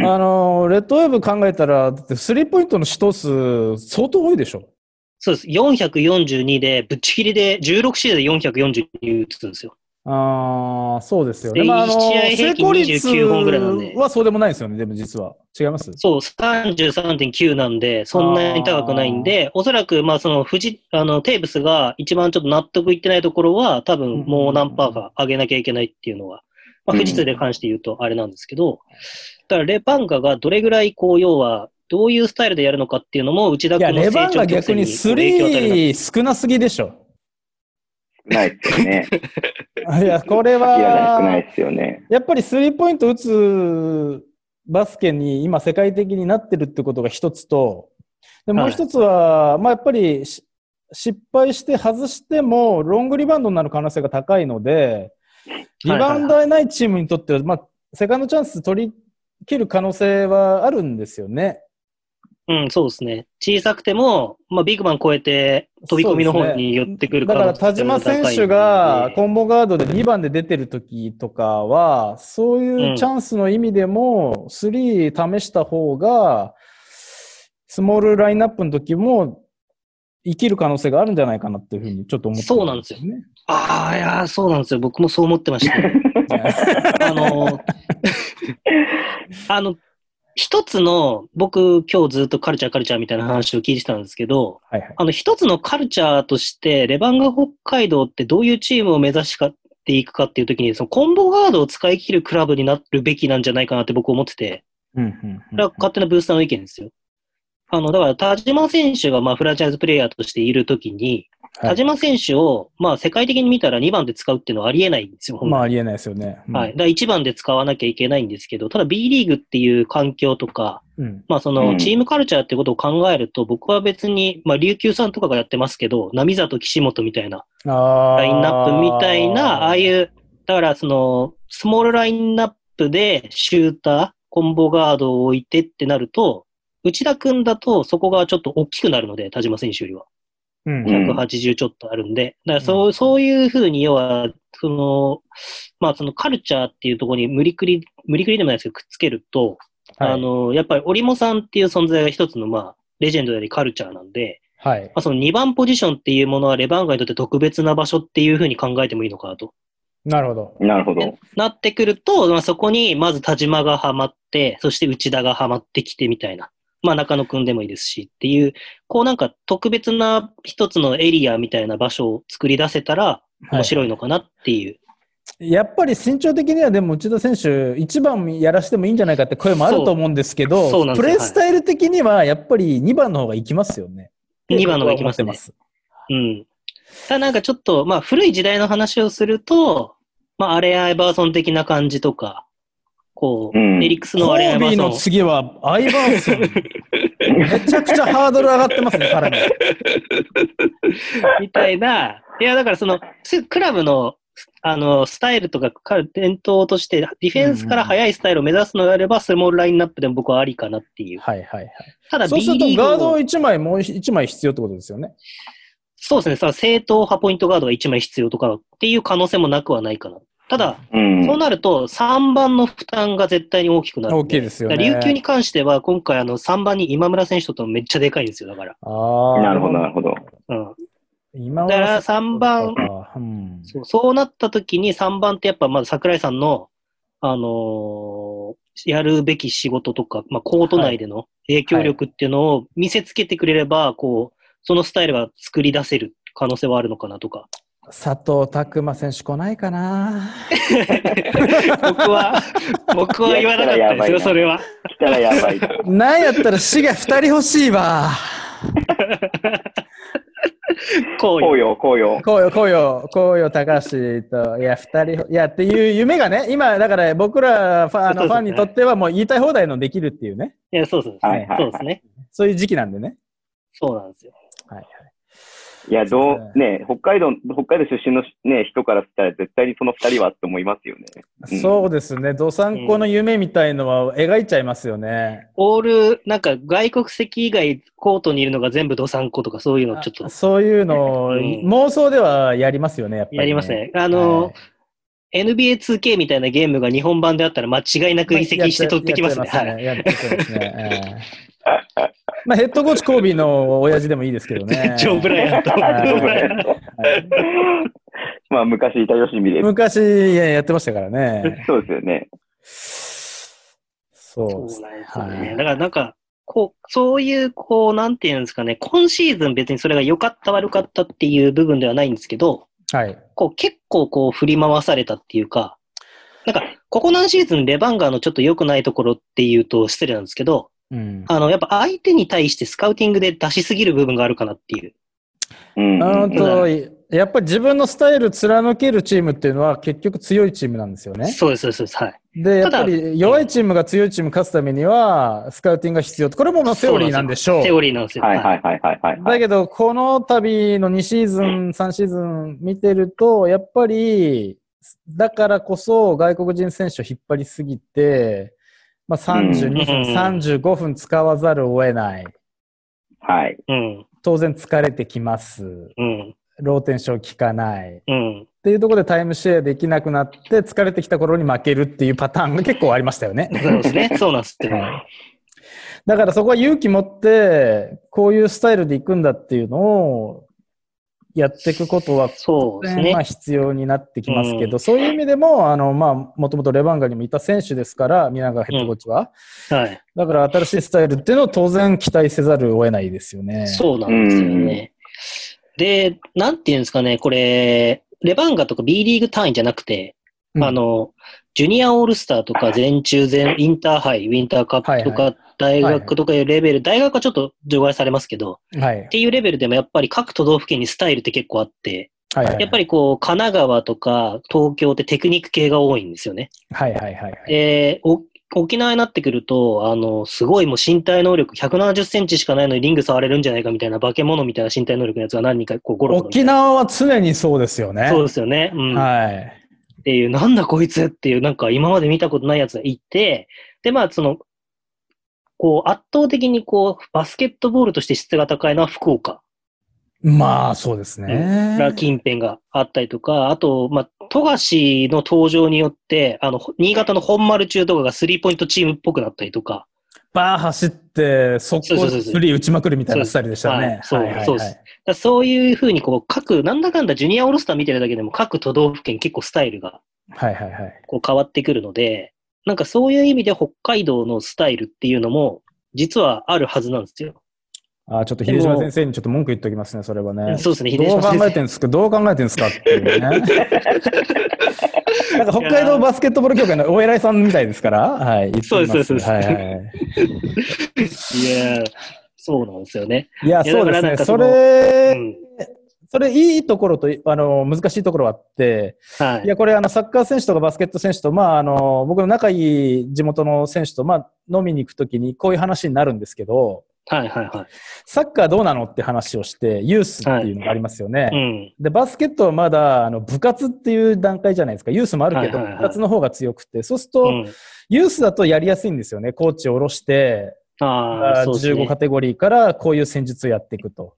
[SPEAKER 3] が。
[SPEAKER 4] あのー、レッドウェーブ考えたら、だってスリーポイントのシュート数、相当多いでしょ。
[SPEAKER 3] そうです。442で、ぶっちぎりで、16試合で442打つんですよ。
[SPEAKER 4] ああ、そうですよね。
[SPEAKER 3] で
[SPEAKER 4] まあ、あのー
[SPEAKER 3] 一試合平均29本ぐらいなんで
[SPEAKER 4] はそうでもないですよね、でも実は。違います
[SPEAKER 3] そう、33.9なんで、そんなに高くないんで、おそらく、まあ、その、富士、あの、テーブスが一番ちょっと納得いってないところは、多分、もう何パーか上げなきゃいけないっていうのは、まあ、
[SPEAKER 2] うん
[SPEAKER 3] 富士通で関して言うとあれなんですけど、だから、レバンガがどれぐらい、こう、要は、どういうスタイルでやるのかっていうのも、内田
[SPEAKER 4] いや、
[SPEAKER 3] 君の
[SPEAKER 4] レ
[SPEAKER 3] 成
[SPEAKER 4] バン
[SPEAKER 3] 長
[SPEAKER 4] が
[SPEAKER 3] 曲
[SPEAKER 4] 逆
[SPEAKER 3] 線
[SPEAKER 4] に
[SPEAKER 3] に
[SPEAKER 4] ス
[SPEAKER 3] 影響を与えるな
[SPEAKER 4] リー少なすぎでしょ。
[SPEAKER 2] ないですよね。
[SPEAKER 4] いや、これ
[SPEAKER 2] 明らかに少ない
[SPEAKER 4] は、
[SPEAKER 2] ですよね。
[SPEAKER 4] やっぱりスリーポイント打つバスケに今世界的になってるってことが一つと、でもう一つは、まあやっぱりし失敗して外してもロングリバウンドになる可能性が高いので、リ
[SPEAKER 3] はいはいは
[SPEAKER 4] バ
[SPEAKER 3] い
[SPEAKER 4] ウンダーないチームにとっては、まあセカンドチャンス取り切る可能性はあるんですよね。
[SPEAKER 3] うん、そうですね。小さくても、まあ、ビッグマン超えて、飛び込みの方に寄ってくる
[SPEAKER 4] だから
[SPEAKER 3] 可能
[SPEAKER 4] 田
[SPEAKER 3] 性が
[SPEAKER 4] 島
[SPEAKER 3] 高いん
[SPEAKER 4] 選
[SPEAKER 3] で
[SPEAKER 4] 手がコンボガードで2番で出てる時とかは、そういうチャンスの意味でも、3試した方が、スモールラインナップの時も、生きる可能性があるんじゃないかなっていうふうにちょっと思って
[SPEAKER 3] そうなんですよああ、いやー、そうなんですよ。僕もそう思ってました。 あの、 あの、一つの、僕、今日ずっとカルチャーカルチャーみたいな話を聞いてたんですけど、
[SPEAKER 4] はいはい。
[SPEAKER 3] あの、一つのカルチャーとして、レバンガ北海道ってどういうチームを目指しかっていくかっていう時に、そのコンボガードを使い切るクラブになるべきなんじゃないかなって僕思ってて、
[SPEAKER 4] うんうん
[SPEAKER 3] これは勝手なブースターの意見ですよ。あの、だから、田島選手が、まあ、フランチャイズプレイヤーとしているときに、
[SPEAKER 4] はい
[SPEAKER 3] 田島選手を、まあ、世界的に見たら2番で使うっていうのはありえないんですよ、
[SPEAKER 4] う
[SPEAKER 3] 本来
[SPEAKER 4] ん。まあ、ありえないですよね。うん
[SPEAKER 3] はい。だ。から1番で使わなきゃいけないんですけど、ただ B リーグっていう環境とか、
[SPEAKER 4] うん。
[SPEAKER 3] まあそうの
[SPEAKER 2] ん
[SPEAKER 3] チームカルチャーってことを考えると、僕は別に、まあ琉球さんとかがやってますけど、波里岸本みたいな、
[SPEAKER 4] ラ。
[SPEAKER 3] ラインナップみたいな、ああいうう、だからその、スモールラインナップでシューター、コンボガードを置いてってなると、内田君だとそこがちょっと大きくなるので、田島選手よりは。
[SPEAKER 4] うん
[SPEAKER 2] うん
[SPEAKER 3] 180ちょっとあるんで、だからそうそういうふうに、要は、その、まあ、そのカルチャーっていうところに無理くり、無理くりでもないですけど、くっつけると、
[SPEAKER 4] はい
[SPEAKER 3] あの、やっぱり、折茂さんっていう存在が一つの、まあ、レジェンドでありカルチャーなんで、
[SPEAKER 4] はい。
[SPEAKER 3] まあ、その2番ポジションっていうものは、レバンガにとって特別な場所っていうふうに考えてもいいのかなと。
[SPEAKER 4] なるほど。
[SPEAKER 2] なるほど。
[SPEAKER 3] なってくると、まあ、そこに、まず田島がハマって、そして内田がハマってきてみたいな。まあ、中野くんでもいいですしっていう、こうなんか特別な一つのエリアみたいな場所を作り出せたら面白いのかなっていう。
[SPEAKER 4] やっぱり身長的にはでも内田選手、一番やらしてもいいんじゃないかって声もあると思うんですけ
[SPEAKER 3] そうそう
[SPEAKER 4] ど、
[SPEAKER 3] なんです
[SPEAKER 4] プ
[SPEAKER 3] よ
[SPEAKER 4] レースタイル的にはやっぱり2番の方がいきますよね。
[SPEAKER 3] 2番の方がいきます
[SPEAKER 4] 僕は思
[SPEAKER 3] ねう
[SPEAKER 4] って。す。
[SPEAKER 3] ん。ただなんかちょっと、まあ古い時代の話をすると、まあアレン・アイバーソン的な感じとか、こう、
[SPEAKER 2] うん
[SPEAKER 3] エリックス
[SPEAKER 4] コ
[SPEAKER 3] のアレン・ア
[SPEAKER 4] ー
[SPEAKER 3] イバ
[SPEAKER 4] ビ
[SPEAKER 3] ー
[SPEAKER 4] ー
[SPEAKER 3] ソ
[SPEAKER 4] の
[SPEAKER 3] ン。
[SPEAKER 4] 次はアイバーソン。めちゃくちゃハードル上がってますね、彼も。
[SPEAKER 3] みたいな、いや、だからその、すクラブの、あの、スタイルとか、か伝統として、ディフェンスから速いスタイルを目指すのであれば、スモールラインナップでも僕はありかなっていう。
[SPEAKER 4] はいはいは
[SPEAKER 3] ただ
[SPEAKER 4] い。そ
[SPEAKER 3] B
[SPEAKER 4] うする
[SPEAKER 3] リ
[SPEAKER 4] と
[SPEAKER 3] ーグ
[SPEAKER 4] ガード
[SPEAKER 3] を、
[SPEAKER 4] 1枚、もう1枚必要ってことですよね。
[SPEAKER 3] そうですね、さ正当派ポイントガードが1枚必要とかっていう可能性もなくはないかな。ただ、
[SPEAKER 2] うん。
[SPEAKER 3] そうなると、3番の負担が絶対に大きくなるん。
[SPEAKER 4] 大きいですよね。
[SPEAKER 3] だから琉球に関しては、今回、あの、3番に今村選手とってもめっちゃでかいんですよ、だから。
[SPEAKER 4] あー
[SPEAKER 2] なるほど、なるほど。
[SPEAKER 3] うん。
[SPEAKER 4] 今
[SPEAKER 3] だ
[SPEAKER 4] は
[SPEAKER 3] から3番、
[SPEAKER 4] うん
[SPEAKER 3] そうそうなった時に3番ってやっぱまず桜井さんのあのーやるべき仕事とか、まあ、コート内での影響力っていうのを見せつけてくれれば、こう、そのスタイルが作り出せる可能性はあるのかなとか。
[SPEAKER 4] 佐藤拓磨選手来ないかな
[SPEAKER 3] 僕は、僕は言わなかったですよ、それは。
[SPEAKER 2] 来たらや ばいな。
[SPEAKER 4] なんやったら死が2人欲しいわ。
[SPEAKER 3] こ
[SPEAKER 2] こ
[SPEAKER 3] うよ。
[SPEAKER 2] うよ、こうよ。
[SPEAKER 4] こうよ、こうよ、こうよ、高橋と、いや、二人、いや、っていう夢がね、今、だから僕らファ,、あ
[SPEAKER 3] そうで
[SPEAKER 4] のフ
[SPEAKER 3] すね
[SPEAKER 4] ァンにとってはもう言いたい放題のできるっていうね、
[SPEAKER 3] いや、そうそうそう、
[SPEAKER 2] はいはいはい
[SPEAKER 3] そうですね。
[SPEAKER 4] そういう時期なんでね。
[SPEAKER 3] そうなんですよ。
[SPEAKER 4] はいはい、
[SPEAKER 2] いや、どう、ね、北海道、北海道出身の、ね、人からしたら絶対にその二人はって思いますよね。うん
[SPEAKER 4] そうですね、ドサンコの夢みたいのは描いちゃいますよね。
[SPEAKER 3] オール、なんか外国籍以外コートにいるのが全部ドサンコとかそういうのちょっと
[SPEAKER 4] あそういうのを、
[SPEAKER 3] うん
[SPEAKER 4] 妄想ではやりますよね、やっぱり、
[SPEAKER 3] やります。ね。あの、
[SPEAKER 4] はい
[SPEAKER 3] NBA2K みたいなゲームが日本版であったら間違いなく移籍して取ってきますね。
[SPEAKER 4] やっちゃ
[SPEAKER 3] はい。
[SPEAKER 4] やっちゃいますね。ええまあヘッドコーチコービーの親父でもいいですけ どね。
[SPEAKER 3] ジョー・ブライアント。
[SPEAKER 4] はい
[SPEAKER 3] ジョーブライアント
[SPEAKER 4] はい
[SPEAKER 2] まあ、昔いたよしみで。
[SPEAKER 4] 昔やってましたからね。
[SPEAKER 2] そうですよね。
[SPEAKER 3] そうなん
[SPEAKER 4] そうですね。
[SPEAKER 3] ですよね。
[SPEAKER 4] は
[SPEAKER 3] だ
[SPEAKER 4] い
[SPEAKER 3] からなんか、こう、そういう、こう、なんていうんですかね、今シーズン別にそれが良かった悪かったっていう部分ではないんですけど、
[SPEAKER 4] はい。
[SPEAKER 3] こう、結構こう、振り回されたっていうか、なんか、ここ何シーズン、レバンガーのちょっと良くないところっていうと失礼なんですけど、
[SPEAKER 4] うん。
[SPEAKER 3] あの、やっぱ相手に対してスカウティングで出しすぎる部分があるかなっていう。
[SPEAKER 2] うん。
[SPEAKER 4] あの
[SPEAKER 3] 当だ
[SPEAKER 4] と、やっぱり自分のスタイル貫けるチームっていうのは結局強いチームなんですよね。
[SPEAKER 3] そうです、そうですそうです、はい。
[SPEAKER 4] で、やった
[SPEAKER 3] だ
[SPEAKER 4] ぱり弱いチームが強いチーム勝つためには、スカウティングが必要これもまあセオリーなんでしょう。
[SPEAKER 3] テオリーなんですよ。
[SPEAKER 2] はいはいはいはいはい。
[SPEAKER 4] だけど、この度の2シーズン、3シーズン見てると、やっぱり、だからこそ外国人選手を引っ張りすぎて、まあ、32分、
[SPEAKER 3] うん
[SPEAKER 4] 35分使わざるを得ない。
[SPEAKER 2] はい。
[SPEAKER 3] うん、
[SPEAKER 4] 当然疲れてきます。
[SPEAKER 3] うん、
[SPEAKER 4] ローテンション効かない。っ
[SPEAKER 3] うん。
[SPEAKER 4] ていうところでタイムシェアできなくなって、疲れてきた頃に負けるっていうパターンが結構ありましたよね。
[SPEAKER 3] そうですね。そうなんですよ。
[SPEAKER 4] だからそこは勇気持って、こういうスタイルで行くんだっていうのを、やっていくことは
[SPEAKER 3] そうですね
[SPEAKER 4] まあ、。必要になってきますけど、
[SPEAKER 3] う
[SPEAKER 4] そういう意味でも、あの、まあ、もともとレバンガにもいた選手ですから、皆川ヘッドコーチは。
[SPEAKER 3] はい。
[SPEAKER 4] だから、新しいスタイルっていうのを当然期待せざるを得ないですよね。
[SPEAKER 3] そうなんですよね。で、なんていうんですかね、これ、レバンガとか B リーグ単位じゃなくて、
[SPEAKER 4] うん
[SPEAKER 3] あの、ジュニアオールスターとか、全中全、インターハイ、ウィンターカップと
[SPEAKER 4] は
[SPEAKER 3] か、大学とかいうレベル、大学はちょっと除外されますけど、
[SPEAKER 4] はい
[SPEAKER 3] っ。ていうレベルでもやっぱり各都道府県にスタイルって結構あって、
[SPEAKER 4] はい。はい。
[SPEAKER 3] やっぱりこう、神奈川とか東京ってテクニック系が多いんですよね。
[SPEAKER 4] はいはいはい。
[SPEAKER 3] で、お沖縄になってくると、あの、すごいもう身体能力、170センチしかないのにリング触れるんじゃないかみたいな化け物みたいな身体能力のやつが何人かこうゴロゴロ。
[SPEAKER 4] 沖縄は常にそうですよね。
[SPEAKER 3] そうですよね。うん。
[SPEAKER 4] はい。
[SPEAKER 3] っていう、なんだこいつっていう、なんか今まで見たことないやつがいて、で、まあその、こう、圧倒的にこう、バスケットボールとして質が高いのは福岡
[SPEAKER 4] まあ、そうですね。
[SPEAKER 3] ら近辺があったりとか、あと、まあ、富樫の登場によって、あの、新潟の本丸中とかがスリーポイントチームっぽくなったりとか、
[SPEAKER 4] バー走って、速
[SPEAKER 3] そうそう
[SPEAKER 4] 攻
[SPEAKER 3] そうそう
[SPEAKER 4] スリー打ちまくるみたいなスタイルでしたね。
[SPEAKER 3] そうですはいそう
[SPEAKER 4] はいはいはい
[SPEAKER 3] だからそういうふうに、こう、各、なんだかんだジュニアオールスター見てるだけでも、各都道府県結構スタイルが
[SPEAKER 4] はいはいはい。
[SPEAKER 3] こう変わってくるので、なんかそういう意味で北海道のスタイルっていうのも、実はあるはずなんですよ。
[SPEAKER 4] あーちょっと秀島先生にちょっと文句言っておきますね、それはね。
[SPEAKER 3] そうですね、秀
[SPEAKER 4] どう
[SPEAKER 3] 島
[SPEAKER 4] 考
[SPEAKER 3] 先
[SPEAKER 4] えて
[SPEAKER 3] 生。
[SPEAKER 4] んですかどう考えてんですかっていう ね。なんか北海道バスケットボール協会のお偉いさんみたいですから、はい。言って
[SPEAKER 3] そうです
[SPEAKER 4] ます
[SPEAKER 3] そうです
[SPEAKER 4] はいはい
[SPEAKER 3] いやーそうなんですよね。
[SPEAKER 4] いや、
[SPEAKER 3] いやだ
[SPEAKER 4] そ
[SPEAKER 3] か
[SPEAKER 4] うで
[SPEAKER 3] ら
[SPEAKER 4] す
[SPEAKER 3] なん
[SPEAKER 4] ね。
[SPEAKER 3] か
[SPEAKER 4] そ
[SPEAKER 3] そのう
[SPEAKER 4] れ、
[SPEAKER 3] ん。
[SPEAKER 4] それいいところと、あの、難しいところはあって、
[SPEAKER 3] はいい。
[SPEAKER 4] や、これ、あの、サッカー選手とかバスケット選手と、まあ、あの、僕の仲いい地元の選手と、まあ、飲みに行くときにこういう話になるんですけど、
[SPEAKER 3] はいはいは
[SPEAKER 4] サッカーどうなのって話をして、ユースっていうのがありますよね。
[SPEAKER 3] い。うん。
[SPEAKER 4] で、バスケットはまだ、あの、部活っていう段階じゃないですか。ユースもあるけど、
[SPEAKER 3] はいはいはい
[SPEAKER 4] 部活の方が強くて、そうすると、
[SPEAKER 3] うん、
[SPEAKER 4] ユースだとやりやすいんですよね。コーチを下ろして、
[SPEAKER 3] ああ、そうです
[SPEAKER 4] 15
[SPEAKER 3] ね
[SPEAKER 4] カ。テゴリーからこういう戦術をやっていくと。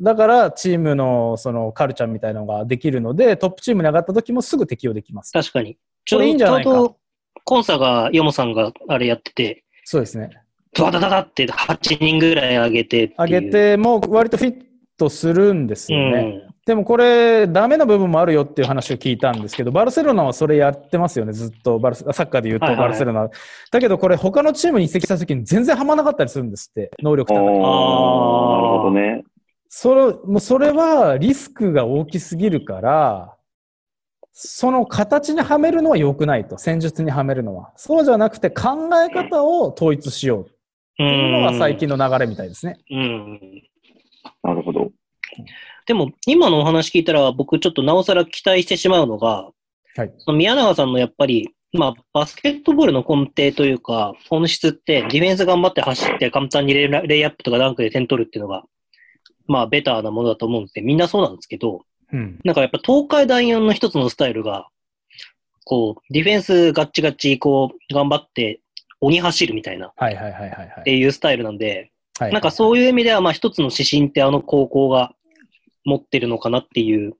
[SPEAKER 4] だから、チームの、その、カルチャーみたいなのができるので、トップチームに上がった時もすぐ適用できます。
[SPEAKER 3] 確かに。ち
[SPEAKER 4] これいいんじゃないか
[SPEAKER 3] ちょうど、コンサが、ヨモさんがあれやってて、
[SPEAKER 4] そうですね。
[SPEAKER 3] ドワダダダって8人ぐらい上げてっていう
[SPEAKER 4] 上げて、もう割とフィッとするんですよね。
[SPEAKER 3] うん
[SPEAKER 4] でもこれ、ダメな部分もあるよっていう話を聞いたんですけど、バルセロナはそれやってますよね、ずっと。バルセサッカーで言うと
[SPEAKER 3] はいはいは
[SPEAKER 4] バ
[SPEAKER 3] い
[SPEAKER 4] ルセロナ。だけどこれ、他のチームに移籍した時に全然ハマなかったりするんですって、能力高い。
[SPEAKER 2] おーなるほどね。
[SPEAKER 4] それ、もうそれはリスクが大きすぎるから、その形にはめるのは良くないと。戦術にはめるのは。そうじゃなくて考え方を統一しようっていうのが最近の流れみたいですね。
[SPEAKER 3] うん。
[SPEAKER 2] なるほど。
[SPEAKER 3] でも、今のお話聞いたら、僕ちょっとなおさら期待してしまうのが、
[SPEAKER 4] はい。
[SPEAKER 3] その宮永さんのやっぱり、まあ、バスケットボールの根底というか、本質って、ディフェンス頑張って走って、簡単にレイラレイアップとかダンクで点取るっていうのが、まあ、ベターなものだと思うんですけど、みんなそうなんですけど、
[SPEAKER 4] うん。
[SPEAKER 3] なんかやっぱ東海第四の一つのスタイルが、こう、ディフェンスガッチガチ、こう、頑張って、鬼走るみたいな、っ
[SPEAKER 4] はいはいはいはいは
[SPEAKER 3] て
[SPEAKER 4] い。
[SPEAKER 3] いうスタイルなんで、
[SPEAKER 4] はい、
[SPEAKER 3] なんかそういう意味では、まあ一つの指針ってあの高校が持ってるのかなっていう。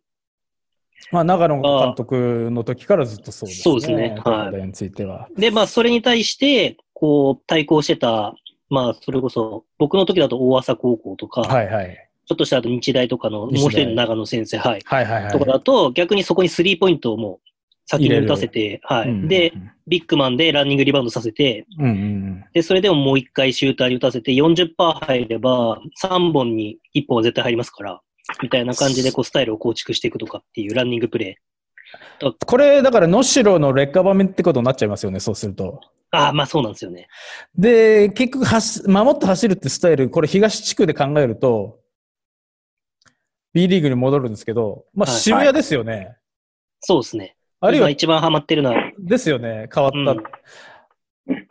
[SPEAKER 4] まあ、長野監督の時からずっとそうですね。
[SPEAKER 3] そうですねはい
[SPEAKER 4] これについては。
[SPEAKER 3] で、まあそれに対して、こう、対抗してた、まあそれこそ、僕の時だと大浅高校とか、
[SPEAKER 4] はいはい。
[SPEAKER 3] ちょっとした後日大とかの、もう
[SPEAKER 4] 日大
[SPEAKER 3] 一人の長野先生、はい。
[SPEAKER 4] はいはいはい。
[SPEAKER 3] とかだと、逆にそこにスリーポイントをもう先に打たせて、は
[SPEAKER 4] うん
[SPEAKER 3] い。で、、ビッグマンでランニングリバウンドさせて、
[SPEAKER 4] うんうんうん。
[SPEAKER 3] で、それでももう一回シューターに打たせて40%入れば3本に1本は絶対入りますから、みたいな感じでこうスタイルを構築していくとかっていうランニングプレ
[SPEAKER 4] これ、だから、能代の劣化場面ってことになっちゃいますよね、そうすると。
[SPEAKER 3] ー。ああ、まあそうなんですよね。
[SPEAKER 4] で、結局走、守って走るってスタイル、これ東地区で考えると、B リーグに戻るんですけど、まあ
[SPEAKER 3] はい
[SPEAKER 4] 渋谷ですよね。
[SPEAKER 3] そうですね。
[SPEAKER 4] あるい
[SPEAKER 3] 今
[SPEAKER 4] は、
[SPEAKER 3] 一番ハマってるのは、
[SPEAKER 4] ですよね、変わ
[SPEAKER 3] う
[SPEAKER 4] っ
[SPEAKER 3] ん
[SPEAKER 4] た。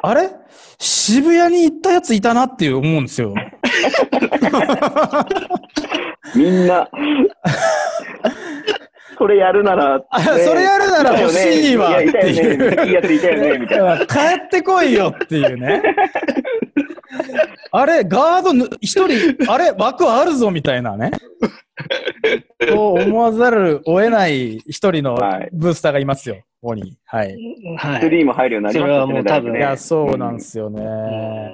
[SPEAKER 4] あれ渋谷に行ったやついたなっていう思う んですよ。
[SPEAKER 2] みんな、それやるなら、
[SPEAKER 4] あそれやるなら欲しいわって
[SPEAKER 2] いたよね
[SPEAKER 4] いう。
[SPEAKER 2] いやいたよねいいやついたよね、みたい な。
[SPEAKER 4] 帰ってこいよってい うね。あれ、ガードぬ一人、あれ、枠あるぞみたいな ね。と思わざるを得ない一人の
[SPEAKER 2] はい
[SPEAKER 4] ブースターがいますよ、ここに。はい。
[SPEAKER 3] は
[SPEAKER 2] ス
[SPEAKER 3] い。
[SPEAKER 2] リーも入るようになりましたね。
[SPEAKER 3] それはもう多
[SPEAKER 2] だいぶ
[SPEAKER 3] 分
[SPEAKER 4] い
[SPEAKER 2] ね
[SPEAKER 4] や、そうなんですよね。
[SPEAKER 3] ん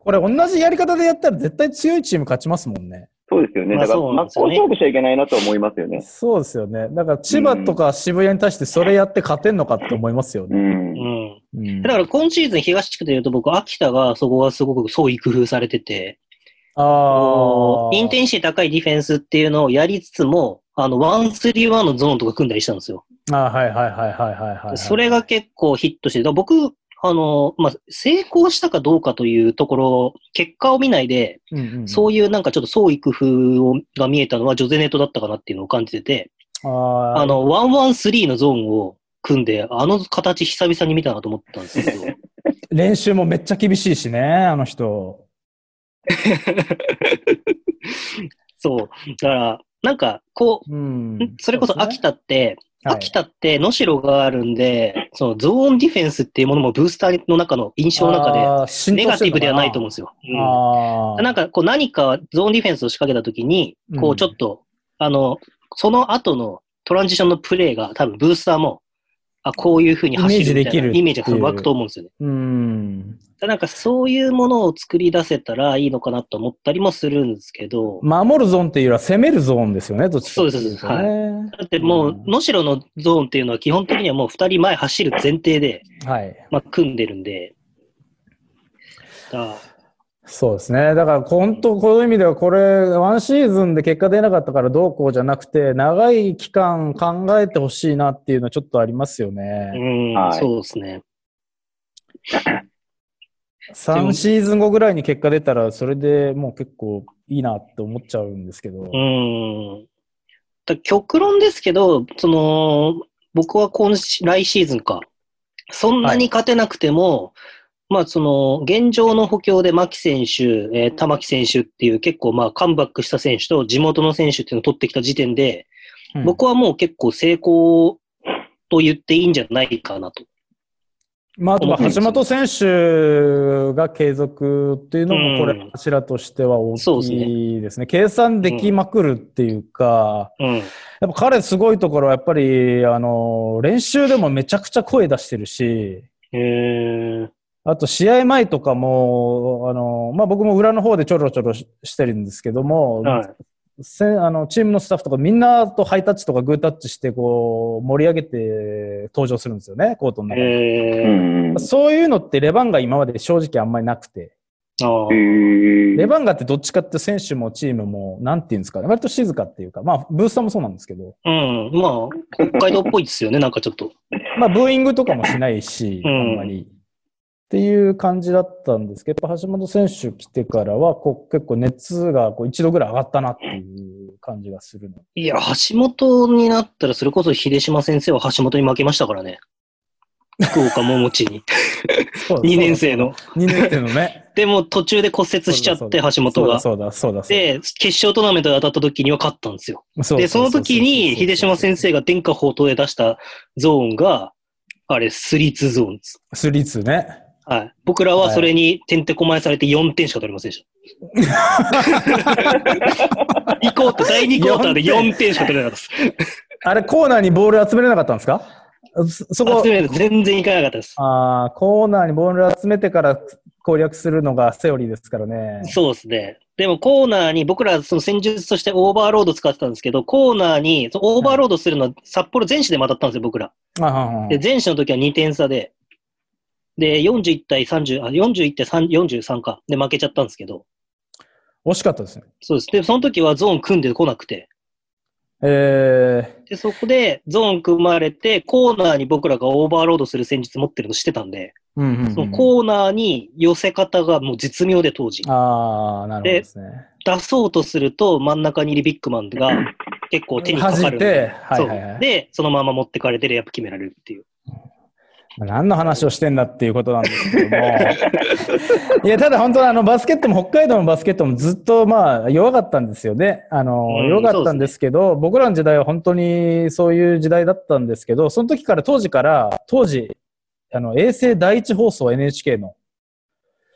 [SPEAKER 4] これ、同じやり方でやったら絶対強いチーム勝ちますもんね。
[SPEAKER 2] そうですよね。
[SPEAKER 3] まあ
[SPEAKER 2] だから、
[SPEAKER 3] そう
[SPEAKER 2] 真
[SPEAKER 3] なん
[SPEAKER 2] っ
[SPEAKER 3] ですよ
[SPEAKER 2] 向
[SPEAKER 3] ね
[SPEAKER 2] 勝負しちゃいけないなと思いますよね。
[SPEAKER 4] そうですよね。だから、千葉とか渋谷に対してそれやって勝てんのかって思いますよ
[SPEAKER 2] う
[SPEAKER 4] ね。
[SPEAKER 2] ん。
[SPEAKER 3] うん。
[SPEAKER 4] うん
[SPEAKER 3] だから今シーズン東地区で言うと僕、秋田がそこがすごく創意工夫されてて、
[SPEAKER 4] あー
[SPEAKER 3] インテンシティ高いディフェンスっていうのをやりつつも、あの、ワンスリーワンのゾーンとか組んだりしたんですよ。
[SPEAKER 4] あーはいはいはいはいはいはいはい。
[SPEAKER 3] それが結構ヒットして、だから僕、あの、まあ、成功したかどうかというところ、結果を見ないで、
[SPEAKER 4] うんうんうん、
[SPEAKER 3] そういうなんかちょっと創意工夫をが見えたのはジョゼネットだったかなっていうのを感じてて、
[SPEAKER 4] あー
[SPEAKER 3] あの、ワンワンスリーのゾーンを組んで、あの形久々に見たなと思ったんですけど、
[SPEAKER 4] 練習もめっちゃ厳しいしね、あの人。
[SPEAKER 3] そう。だから、なんか、こ
[SPEAKER 4] うん
[SPEAKER 3] う、それこそ秋田って、
[SPEAKER 4] はい
[SPEAKER 3] 秋田って能代があるんで、そのゾーンディフェンスっていうものもブースターの中の印象の中で、
[SPEAKER 4] で
[SPEAKER 3] ネガティブではないと思うんですよ。うん
[SPEAKER 4] あー
[SPEAKER 3] なんかこう何かゾーンディフェンスを仕掛けたときに、こ
[SPEAKER 4] うん
[SPEAKER 3] うちょっと、あの、その後のトランジションのプレーが多分ブースターも、あ、こういう風に走るみたいなイメ
[SPEAKER 4] イメー
[SPEAKER 3] ー
[SPEAKER 4] ジ
[SPEAKER 3] ジ
[SPEAKER 4] できるっていう
[SPEAKER 3] が湧くと思うんですよね。
[SPEAKER 4] うん。
[SPEAKER 3] だからなんかそういうものを作り出せたらいいのかなと思ったりもするんですけど、
[SPEAKER 4] 守るゾーンっていうよりは攻めるゾーンですよね、どっちかってい
[SPEAKER 3] そ
[SPEAKER 4] と
[SPEAKER 3] うですそう
[SPEAKER 4] ね
[SPEAKER 3] だってもう、能代のゾーンっていうのは基本的にはもう2人前走る前提で、
[SPEAKER 4] はい。
[SPEAKER 3] まあ、組んでるんで、だから
[SPEAKER 4] そうですね。だから、本当、この意味では、これ、ワンシーズンで結果出なかったからどうこうじゃなくて、長い期間考えてほしいなっていうのはちょっとありますよ
[SPEAKER 3] う
[SPEAKER 4] ね。
[SPEAKER 3] ん、
[SPEAKER 2] はい
[SPEAKER 3] そうですね。
[SPEAKER 4] 3シーズン後ぐらいに結果出たら、それでもう結構いいなって思っちゃうんですけど。
[SPEAKER 3] うん。だ極論ですけど、その、僕は今し来シーズンか、そんなに勝てなくても、まあその、現状の補強で牧選手、えー玉木選手っていう結構まあカムバックした選手と地元の選手っていうのを取ってきた時点で、
[SPEAKER 4] うん
[SPEAKER 3] 僕はもう結構成功と言っていいんじゃないかなと。
[SPEAKER 4] まあ、あとは
[SPEAKER 3] 思って
[SPEAKER 4] 橋
[SPEAKER 3] ます
[SPEAKER 4] 本選手が継続っていうのも、こ
[SPEAKER 3] う
[SPEAKER 4] れ
[SPEAKER 3] ん、
[SPEAKER 4] 柱としては大
[SPEAKER 3] そうです
[SPEAKER 4] きいですね。計算できまくるっていうか、
[SPEAKER 3] うん。
[SPEAKER 4] やっぱ彼すごいところは、やっぱり、あの、練習でもめちゃくちゃ声出してるし、
[SPEAKER 3] へー
[SPEAKER 4] あと、試合前とかも、あの、まあ、僕も裏の方でちょろちょろししてるんですけども、
[SPEAKER 3] はい。
[SPEAKER 4] せんあのチームのスタッフとかみんなとハイタッチとかグータッチして、こう、盛り上げて登場するんですよね、コートの中で
[SPEAKER 2] う
[SPEAKER 3] えー、
[SPEAKER 2] ん。
[SPEAKER 4] そういうのってレバンガ今まで正直あんまりなくて、
[SPEAKER 2] え
[SPEAKER 3] あー
[SPEAKER 2] ー
[SPEAKER 4] レバンガってどっちかって選手もチームも、なんていうんですかね、割と静かっていうか、まあ、ブースターもそうなんですけど、
[SPEAKER 3] うん。まあ、北海道っぽいですよね、なん かちょっと。
[SPEAKER 4] まあ、ブーイングとかもしないし、あ
[SPEAKER 3] うん
[SPEAKER 4] んまり。っていう感じだったんですけど、やっぱ橋本選手来てからは、こう結構熱がこう一度ぐらい上がったなっていう感じがするの。
[SPEAKER 3] いや、橋本になったら、それこそ秀島先生は橋本に負けましたから ね。福岡桃地に。2年生の。
[SPEAKER 4] 2年生のね。
[SPEAKER 3] でも途中で骨折しちゃって、橋本が。
[SPEAKER 4] そうだ、そうだ、そうだ。
[SPEAKER 3] で、決勝トーナメントで当たった時には勝ったんですよ。
[SPEAKER 4] そう
[SPEAKER 3] で、その時に、秀島先生。が天下宝刀で出したゾーンが、あれ、スリーツーゾーンです。
[SPEAKER 4] スリーツーね。
[SPEAKER 3] はい。僕らはそれにてんてこまえされて4点しか取れませんで した。2クォーター、第2クォーターで4点しか取れなかったです。
[SPEAKER 4] あれ、コーナーにボール集めれなかったんですかそそこ
[SPEAKER 3] 集、めると全然いかなかったです。
[SPEAKER 4] あーコーナーにボール集めてから攻略するのがセオリーですからね。
[SPEAKER 3] そうですね。でもコーナーに、僕らその戦術としてオーバーロード使ってたんですけど、コーナーに、そのオーバーロードするのは札幌全市でも当たったんですよ、僕ら。
[SPEAKER 4] あああ
[SPEAKER 3] で、前者の時は2点差で、で、41対30、あ、41対3 43か。で、負けちゃったんですけど、
[SPEAKER 4] 惜しかったですね。
[SPEAKER 3] そうです。で、その時はゾーン組んでこなくて、
[SPEAKER 4] え
[SPEAKER 3] で、そこでゾーン組まれて、コーナーに僕らがオーバーロードする戦術持ってるのしてたんで、
[SPEAKER 4] ー、うんうんうん
[SPEAKER 3] そのコーナーに寄せ方がもう絶妙で当時。
[SPEAKER 4] ああ、なるほどですね。
[SPEAKER 3] 出そうとすると真ん中にいるビッグマン が結構手にかかるんで。
[SPEAKER 4] 弾いてはいはいはい
[SPEAKER 3] そう。で、そのまま持ってかれてレイアップ決められるっていう。
[SPEAKER 4] 何の話をしてんだっていうことなんですけ ども。いや、ただ本当あの、バスケットも、北海道のバスケットもずっとまあ、弱かったんですよね。あの、
[SPEAKER 3] うん
[SPEAKER 4] 弱かったんですけど、僕らの時代は本当にそういう時代だったんですけど、その時から、当時から、当時、あの、衛星第一放送 NHK の、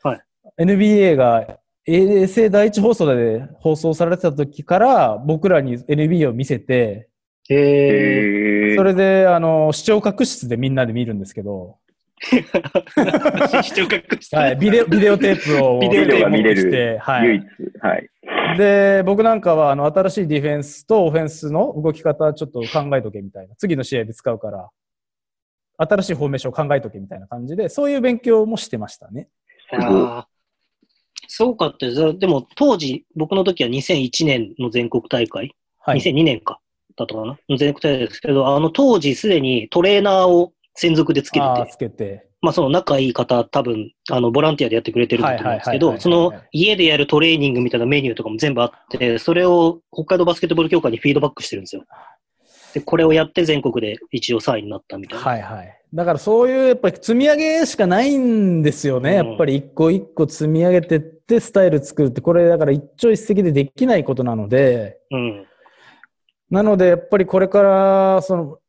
[SPEAKER 3] はい。
[SPEAKER 4] NBA が、衛星第一放送で放送されてた時から、僕らに NBA を見せて、
[SPEAKER 3] へえ。
[SPEAKER 2] えー
[SPEAKER 4] それで、あの、視聴覚室でみんなで見るんですけど、
[SPEAKER 3] 視聴覚室
[SPEAKER 4] はい、ビデオ、ビデオテープを。
[SPEAKER 3] ビデオテープが
[SPEAKER 4] 持
[SPEAKER 2] 見
[SPEAKER 4] って
[SPEAKER 2] れる
[SPEAKER 4] きて、は
[SPEAKER 2] 唯
[SPEAKER 4] い
[SPEAKER 2] 一。。はい。
[SPEAKER 4] で、僕なんかは、あの、新しいディフェンスとオフェンスの動き方ちょっと考えとけみたいな。次の試合で使うから、新しいフォーメーションを考えとけみたいな感じで、そういう勉強もしてましたね。
[SPEAKER 3] ああ、そうかって、でも当時、僕の時は2001年の全国大会、
[SPEAKER 4] はい。
[SPEAKER 3] 2002年か、だったかな、の全国大会ですけど、あの当時すでにトレーナーを専属でつけて
[SPEAKER 4] あー
[SPEAKER 3] て、
[SPEAKER 4] つけて。
[SPEAKER 3] まあその仲いい方、多分、あの、ボランティアでやってくれてるんだと思うんですけ
[SPEAKER 4] はい
[SPEAKER 3] ど、
[SPEAKER 4] はい
[SPEAKER 3] そ
[SPEAKER 4] はいはいはい
[SPEAKER 3] の家でやるトレーニングみたいなメニューとかも全部あって、それを北海道バスケットボール協会にフィードバックしてるんですよ。で、これをやって全国で一応3位になったみたいな。
[SPEAKER 4] はいはい。だからそういう、やっぱり積み上げしかないんですよね。
[SPEAKER 3] うん
[SPEAKER 4] やっぱり一個一個積み上げてって、スタイル作るって、これだから一朝一夕でできないことなので、
[SPEAKER 3] うん。
[SPEAKER 4] なので、やっぱりこれから、その、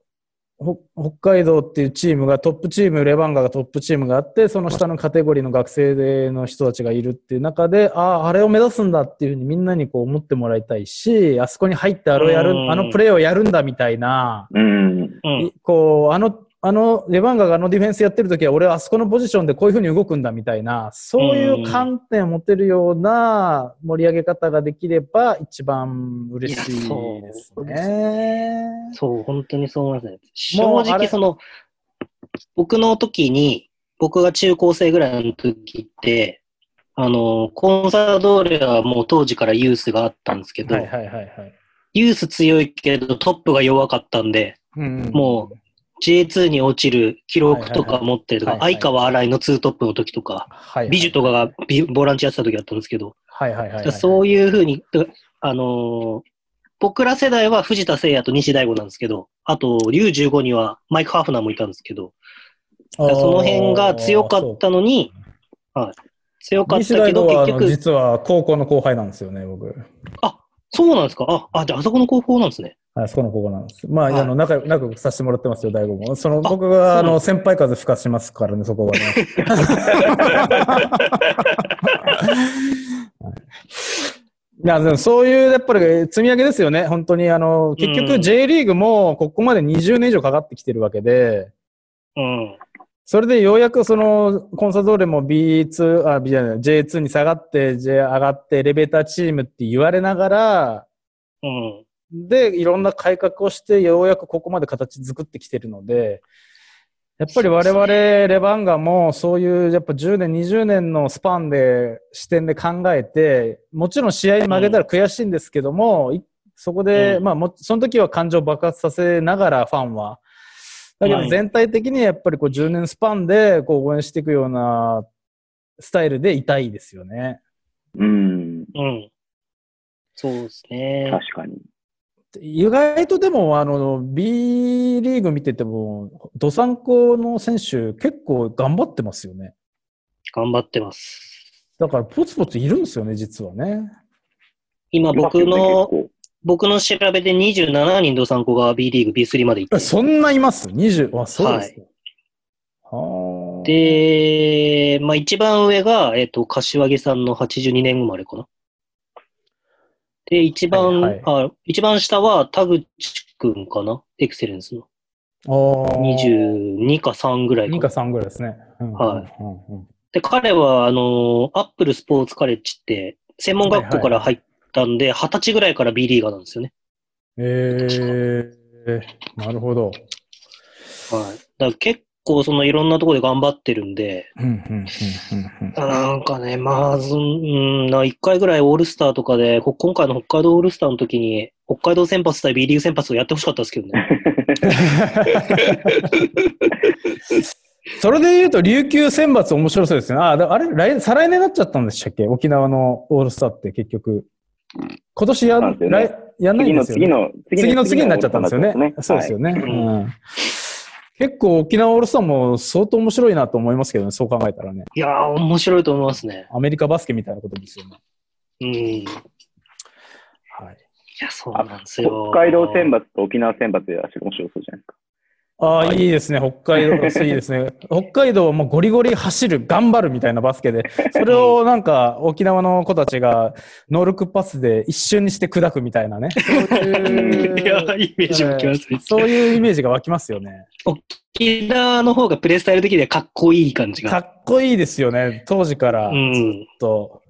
[SPEAKER 4] ほ北海道っていうチームがトップチーム、レバンガがトップチームがあって、その下のカテゴリーの学生の人たちがいるっていう中で、ああ、あれを目指すんだっていうふうにみんなにこう思ってもらいたいし、あそこに入ってあれをやる
[SPEAKER 3] う、ん
[SPEAKER 4] あのプレーをやるんだみたいな、
[SPEAKER 2] うん。
[SPEAKER 3] うん。
[SPEAKER 4] こう、あの、あの、レバンガがあのディフェンスやってる時は、俺はあそこのポジションでこういうふうに動くんだみたいな、そういう観点を持てるような盛り上げ方ができれば、一番嬉し
[SPEAKER 3] いや
[SPEAKER 4] い
[SPEAKER 3] そう
[SPEAKER 4] です
[SPEAKER 3] で
[SPEAKER 4] ね。
[SPEAKER 3] そう、本当にそう思いますね。
[SPEAKER 4] も
[SPEAKER 3] 正
[SPEAKER 4] うあれ
[SPEAKER 3] 直、その、僕の時に、僕が中高生ぐらいの時って、あの、コンサドーレはもう当時からユースがあったんですけど、
[SPEAKER 4] はいはいはいはい。
[SPEAKER 3] ユース強いけどトップが弱かったんで、も J2 に落ちる記録とか持ってるとか、
[SPEAKER 4] はいはいはい
[SPEAKER 3] 相川新井のツートップの時とか、
[SPEAKER 4] はいはい
[SPEAKER 3] 美女とかがビボランチやってた時だったんですけど、
[SPEAKER 4] はいはいはいはい。
[SPEAKER 3] そう
[SPEAKER 4] いう
[SPEAKER 3] いうふうに、あのー僕ら世代は藤田聖也と西大吾なんですけど、あと、竜15にはマイク・ハーフナーもいたんですけど、
[SPEAKER 4] う
[SPEAKER 3] その辺が強かったのに、はい、強かったけど、
[SPEAKER 4] 結
[SPEAKER 3] 結
[SPEAKER 4] 局。
[SPEAKER 3] 局、
[SPEAKER 4] 実は高校の後輩なんですよね、僕。
[SPEAKER 3] そうなんですかあ、あ、じゃあ、あそこの高校なんですね。
[SPEAKER 4] あそこの高校なんです。まあ、
[SPEAKER 3] はい
[SPEAKER 4] あの仲良く仲良くさせてもらってますよ、大悟も。その僕が
[SPEAKER 3] そ
[SPEAKER 4] あ
[SPEAKER 3] うなん
[SPEAKER 4] の
[SPEAKER 3] で
[SPEAKER 4] 先輩風吹かしますからね、そこは ね。 いやでもそういう、やっぱり積み上げですよね、本当に。あの、結
[SPEAKER 3] う
[SPEAKER 4] 局
[SPEAKER 3] ん
[SPEAKER 4] J リーグもここまで20年以上かかってきてるわけで、
[SPEAKER 3] うん。
[SPEAKER 4] それでようやくそのコンサドーレも B2、あ、B じゃない、J2 に下がって J 上がってエレベーターチームって言われながら、
[SPEAKER 3] うん。
[SPEAKER 4] で、いろんな改革をして、ようやくここまで形作ってきてるので、やっぱり我
[SPEAKER 3] そう
[SPEAKER 4] 々、
[SPEAKER 3] で
[SPEAKER 4] レバンガもそういう、やっぱ10年、20年のスパンで、視点で考えて、もちろん試合に負けたら悔しいんですけども、いそこで、
[SPEAKER 3] うん
[SPEAKER 4] まあも、その時は感情を爆発させながら、ファンは。だけ
[SPEAKER 3] は
[SPEAKER 4] ど
[SPEAKER 3] い
[SPEAKER 4] 全体的にやっぱりこう10年スパンでこう応援していくようなスタイルでいたいですよね。
[SPEAKER 2] うん。
[SPEAKER 3] うん。そうですね。
[SPEAKER 2] 確かに。
[SPEAKER 4] 意外とでも、あの、B リーグ見てても、ドサンコの選手結構頑張ってますよね。
[SPEAKER 3] 頑張ってます。
[SPEAKER 4] だから、ポツポツいるんですよね、実はね。
[SPEAKER 3] 今僕
[SPEAKER 2] 結
[SPEAKER 3] の、
[SPEAKER 2] 構
[SPEAKER 3] 僕の調べで27人ドサンコが B リーグ B3 まで行
[SPEAKER 4] え
[SPEAKER 3] っ
[SPEAKER 4] そんないます ?20。あ、そうですか。はあ。
[SPEAKER 3] て、で、まあ一番上が、えっ、と、柏木さんの82年生まれかな。で、一番、
[SPEAKER 4] はい
[SPEAKER 3] あ一番下は田口くんかなエクセレンスの。
[SPEAKER 4] あー
[SPEAKER 3] 22か3ぐらいか
[SPEAKER 4] 2
[SPEAKER 3] な
[SPEAKER 4] か3ぐらいですね。うん。
[SPEAKER 3] はい
[SPEAKER 4] うんうん
[SPEAKER 3] で、彼は、あの、アップルスポーツカレッジって、専門学校から入ったんで、20歳ぐらいから B リーガーなんですよね。
[SPEAKER 4] えー、なるほど。
[SPEAKER 3] はい。だから結構、その、いろんなところで頑張ってるんで、
[SPEAKER 4] うんうんうんうんうん
[SPEAKER 3] なんかね、まあ、そんうん、な1回ぐらいオールスターとかで、こ今回の北海道オールスターの時に、北海道先発対 B リーグ先発をやってほしかったですけ どね。
[SPEAKER 4] それで言うと、琉球選抜面白そうですね。あ、だあれ来再来年になっちゃったんでしたっけ沖縄のオールスターって結局。今年や,、
[SPEAKER 2] そうなんですよね
[SPEAKER 4] 来やんない
[SPEAKER 2] 次
[SPEAKER 4] んで
[SPEAKER 2] の
[SPEAKER 4] すよ、ね
[SPEAKER 2] 次。の
[SPEAKER 4] 次の次になっちゃったんですよね。そうですよ
[SPEAKER 2] ね。
[SPEAKER 4] ね、
[SPEAKER 3] い
[SPEAKER 4] うん結構沖縄オールスターも相当面白いなと思いますけどね、そう考えたらね。
[SPEAKER 3] いやー、面白いと思いますね。
[SPEAKER 4] アメリカバスケみたいなことですよね。
[SPEAKER 3] うん。い
[SPEAKER 4] はい、
[SPEAKER 3] や、そう
[SPEAKER 2] あ
[SPEAKER 3] なんです
[SPEAKER 2] 北
[SPEAKER 3] よ。
[SPEAKER 2] 海道選抜と沖縄選抜では面白そうじゃないですか。
[SPEAKER 4] ああ、
[SPEAKER 2] はい
[SPEAKER 4] いですね。北海道、いいですね。北海道はもうゴリゴリ走る、頑張るみたいなバスケで、それをなんか沖縄の子たちがノールックパスで一瞬にして砕くみたいなね。そう
[SPEAKER 3] いや
[SPEAKER 4] いう、
[SPEAKER 3] ー、イメージ湧きますね。
[SPEAKER 4] そういうイメージが湧きますよね。
[SPEAKER 3] 沖縄の方がプレイスタイル的にはかっこいい感じ
[SPEAKER 4] か
[SPEAKER 3] が。
[SPEAKER 4] っこいいですよね。当時から
[SPEAKER 3] う
[SPEAKER 4] ず
[SPEAKER 3] ん。
[SPEAKER 4] っと。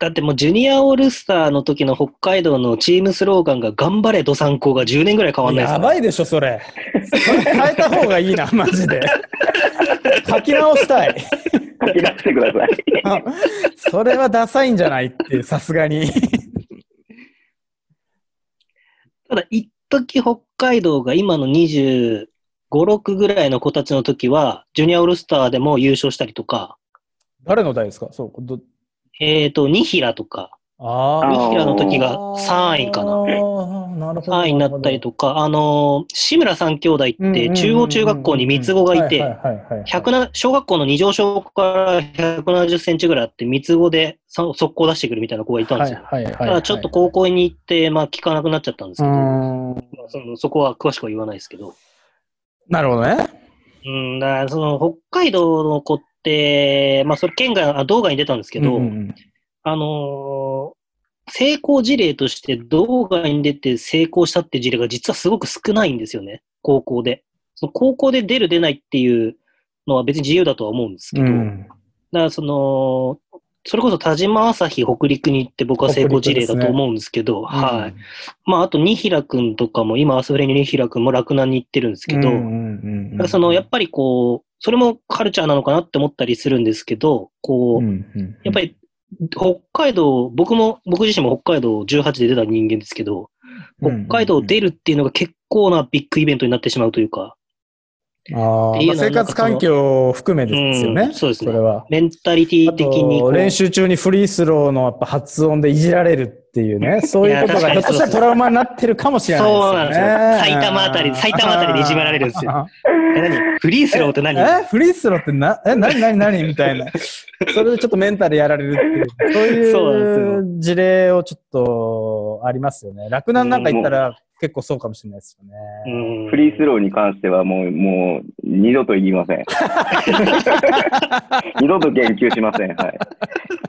[SPEAKER 3] だってもうジュニアオールスターの時の北海道のチームスローガンが頑張れドサンコが10年ぐらい変わんないです
[SPEAKER 4] や
[SPEAKER 3] よ
[SPEAKER 4] ばいでしょ、それ。それ変えた方がいいな、マジで。書き直したい。
[SPEAKER 2] 書き出してください。
[SPEAKER 4] あそれはダサいんじゃないって、さすがに。
[SPEAKER 3] ただ、一時北海道が今の25、6ぐらいの子たちの時は、ジュニアオールスターでも優勝したりとか、
[SPEAKER 4] 誰の代ですかそう。ど
[SPEAKER 3] えっ、と、ニヒラとか、
[SPEAKER 4] あ
[SPEAKER 2] あー。
[SPEAKER 4] あ
[SPEAKER 3] ニヒラの時が3位かな。
[SPEAKER 4] なるほど。
[SPEAKER 3] 3位になったりとか、あのー志村三兄弟っ
[SPEAKER 4] うんうんうんうん
[SPEAKER 3] て
[SPEAKER 4] うん
[SPEAKER 3] 中央中学校に三つ子がい
[SPEAKER 4] はいは
[SPEAKER 3] て、
[SPEAKER 4] はいはいはい
[SPEAKER 3] 100な小学校の二条小から170センチぐらいあって、三つ子でさ速攻出してくるみたいな子がいたんですよ。
[SPEAKER 4] はいはいはいはい
[SPEAKER 3] ただちょっと高校に行って、まあ聞かなくなっちゃったんです
[SPEAKER 4] う
[SPEAKER 3] けど、ま
[SPEAKER 4] ーん
[SPEAKER 3] あそのそこは詳しくは言わないですけど。
[SPEAKER 4] なるほどね。
[SPEAKER 3] うん、だからその北海道の子って、まあ、それ県外、あ道外に出たんですけど、
[SPEAKER 4] うんうん
[SPEAKER 3] あのー成功事例として道外に出て成功したって事例が実はすごく少ないんですよね、高校で。その高校で出る出ないっていうのは別に自由だとは思うんですけ
[SPEAKER 4] う
[SPEAKER 3] ど、だか
[SPEAKER 4] ん
[SPEAKER 3] らその、それこそ田島朝日北陸に行って僕は成功事例だと思うんですけど、はい。まあ、あと、二平くんとかも、今、アスフレに二平くんも洛南に行ってるんですけど、
[SPEAKER 4] うんうんうん
[SPEAKER 3] だからそのやっぱりこう、それもカルチャーなのかなって思ったりするんですけど、こう、やっぱり北海道、僕も、僕自身も北海道18で出た人間ですけど、北海道出るっていうのが結構なビッグイベントになってしまうというか、
[SPEAKER 4] あー
[SPEAKER 3] っていうのは
[SPEAKER 4] まあ生活環境を含めですよね。
[SPEAKER 3] うんそうですね
[SPEAKER 4] れは。
[SPEAKER 3] メンタリティ的にこ
[SPEAKER 4] あと
[SPEAKER 3] う。
[SPEAKER 4] 練習中にフリースローのやっぱ発音でいじられるっていうね、 そういうこと
[SPEAKER 3] いや
[SPEAKER 4] がひょ
[SPEAKER 3] 確
[SPEAKER 4] っ
[SPEAKER 3] か
[SPEAKER 4] と
[SPEAKER 3] に
[SPEAKER 4] したらトラウマになってるかもしれないです
[SPEAKER 3] そう
[SPEAKER 4] よ
[SPEAKER 3] なん
[SPEAKER 4] ね。
[SPEAKER 3] ですよ。埼玉あたり、埼玉あたりでいじめられるんですよ。。え何フリースローって何
[SPEAKER 4] えフリースローってな、え、何何何みた いな。それでちょっとメンタルやられるっていう、そう
[SPEAKER 3] そうないん
[SPEAKER 4] う事例をちょっとありますよね。洛南なんか行ったら結構そうかもしれないですよね。
[SPEAKER 3] う ん
[SPEAKER 2] フリースローに関してはもう、もう、二度と言いませ ん。二度と言及しません。はい。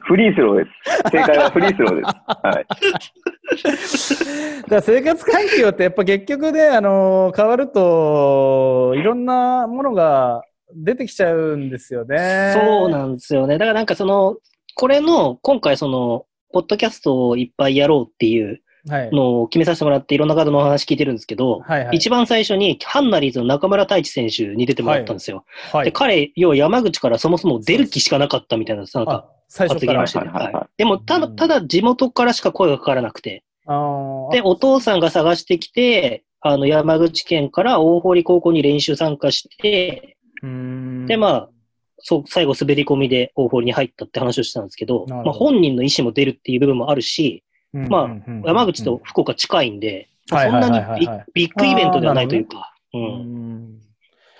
[SPEAKER 2] フリースローです。正解はフリースローです。はい。
[SPEAKER 4] だから生活環境ってやっぱ結局ね、あの変わると、いろんなものが出てきちゃうんですよね。
[SPEAKER 3] そうなんですよね。だからなんかその、これの、今回その、ポッドキャストをいっぱいやろうっていう
[SPEAKER 4] はい。
[SPEAKER 3] のを決めさせてもらって、いろんな方のお話聞いてるんですけど、
[SPEAKER 4] はいはい
[SPEAKER 3] 一番最初にハンナリーズの中村太一選手に出てもらったんですよ。
[SPEAKER 4] は
[SPEAKER 3] で
[SPEAKER 4] い。
[SPEAKER 3] 彼、要は山口からそもそも出る気しかなかったみたいな、なんか
[SPEAKER 4] あ、最初
[SPEAKER 3] 発
[SPEAKER 4] から
[SPEAKER 3] 言を。してて、
[SPEAKER 2] はいはいはい
[SPEAKER 3] はいでもただ、
[SPEAKER 4] うん
[SPEAKER 3] ただ地元からしか声がかからなくて、
[SPEAKER 4] あー
[SPEAKER 3] で、お父さんが探してきて、あの、山口県から大堀高校に練習参加して、
[SPEAKER 4] うーん
[SPEAKER 3] で、まあ、そう、最後滑り込みで大堀に入ったって話をしてたんですけど、
[SPEAKER 4] なるほ
[SPEAKER 3] ま
[SPEAKER 4] ど
[SPEAKER 3] あ、本人の意思も出るっていう部分もあるし、
[SPEAKER 4] うん
[SPEAKER 3] まあ
[SPEAKER 4] うんうんうん
[SPEAKER 3] 山口と福岡近いんで、まあ
[SPEAKER 4] はい
[SPEAKER 3] そん
[SPEAKER 4] はい
[SPEAKER 3] な
[SPEAKER 4] はい
[SPEAKER 3] に
[SPEAKER 4] はい
[SPEAKER 3] ビッビッグイベントではないというか、う、
[SPEAKER 4] うん
[SPEAKER 3] っ
[SPEAKER 4] ん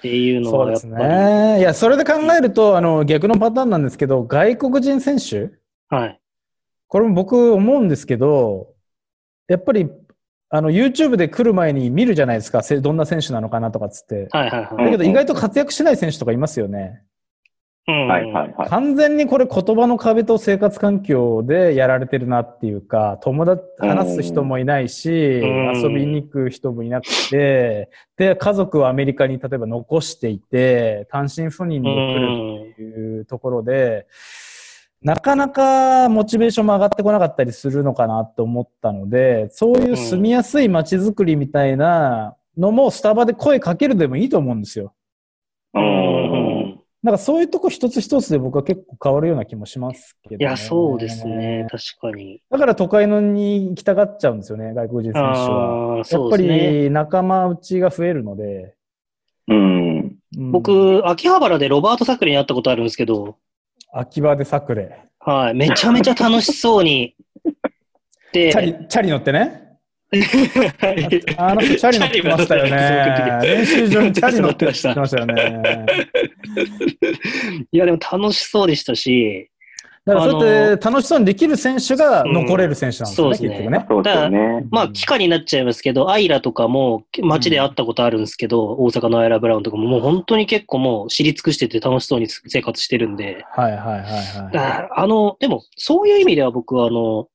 [SPEAKER 3] ていうの
[SPEAKER 4] そう
[SPEAKER 3] はや
[SPEAKER 4] で
[SPEAKER 3] っ
[SPEAKER 4] す
[SPEAKER 3] ぱ
[SPEAKER 4] ね。いや、それで考えると、あの、逆のパターンなんですけど、外国人選手
[SPEAKER 3] り、はい。
[SPEAKER 4] これも僕思うんですけど、やっぱり、あの、YouTube で来る前に見るじゃないですか、せどんな選手なのかなとかっつって。
[SPEAKER 3] はいはいは
[SPEAKER 4] だ
[SPEAKER 3] い。
[SPEAKER 4] けど意外と活躍しない選手とかいますよね。
[SPEAKER 3] うん
[SPEAKER 2] はいはいはい。
[SPEAKER 4] 完全にこれ言葉の壁と生活環境でやられてるなっていうか、友達、話す人もいないし、
[SPEAKER 3] ん
[SPEAKER 4] 遊びに行く人もいなくて、で、家族をアメリカに例えば残していて、単身赴任で来るっていうところで、なかなかモチベーションも上がってこなかったりするのかなと思ったので、そういう住みやすい街づくりみたいなのもスタバで声かけるでもいいと思うんですよ。
[SPEAKER 2] う
[SPEAKER 3] うん
[SPEAKER 2] ん。
[SPEAKER 4] なんかそういうとこ一つ一つで僕は結構変わるような気もしますけ
[SPEAKER 3] い
[SPEAKER 4] ど、
[SPEAKER 3] や、そうですね。。確かに。
[SPEAKER 4] だから都会のに行きたがっちゃうんですよね、外国人選手は。
[SPEAKER 3] ああー、
[SPEAKER 4] や
[SPEAKER 3] そ
[SPEAKER 4] っ
[SPEAKER 3] う
[SPEAKER 4] ぱ
[SPEAKER 3] ですね。
[SPEAKER 4] り仲間内が増えるので。
[SPEAKER 2] うん。
[SPEAKER 4] うん、
[SPEAKER 3] 僕、秋葉原でロバート・サクレに会ったことあるんですけど、
[SPEAKER 4] 秋葉でサクレ。
[SPEAKER 3] はい、めちゃめちゃ楽しそう に。で、
[SPEAKER 4] チャリ、チャリ乗ってね。
[SPEAKER 3] はい
[SPEAKER 4] あの人、チャリ乗ってましたよ
[SPEAKER 3] チャリ
[SPEAKER 4] ね
[SPEAKER 3] 乗っ。て
[SPEAKER 4] 練習場にチャリ乗ってま
[SPEAKER 3] チャリ乗ってま
[SPEAKER 4] したよね。
[SPEAKER 3] いや、でも楽しそうでしたし、
[SPEAKER 4] だから、そうや
[SPEAKER 3] あ
[SPEAKER 4] って楽しそうにできる選手が残れる選手なんですよね、
[SPEAKER 3] うん
[SPEAKER 4] 結局ね。
[SPEAKER 2] そうですよね。
[SPEAKER 3] まあ、機会になっちゃいますけど、アイラとかも街で会ったことあるんですけど、大阪のアイラ・ブラウンとかも、もう本当に結構もう知り尽くしてて楽しそうに生活してるんで、
[SPEAKER 4] はいはいはいはい。
[SPEAKER 3] ああの、でも、そういう意味では僕は、あの、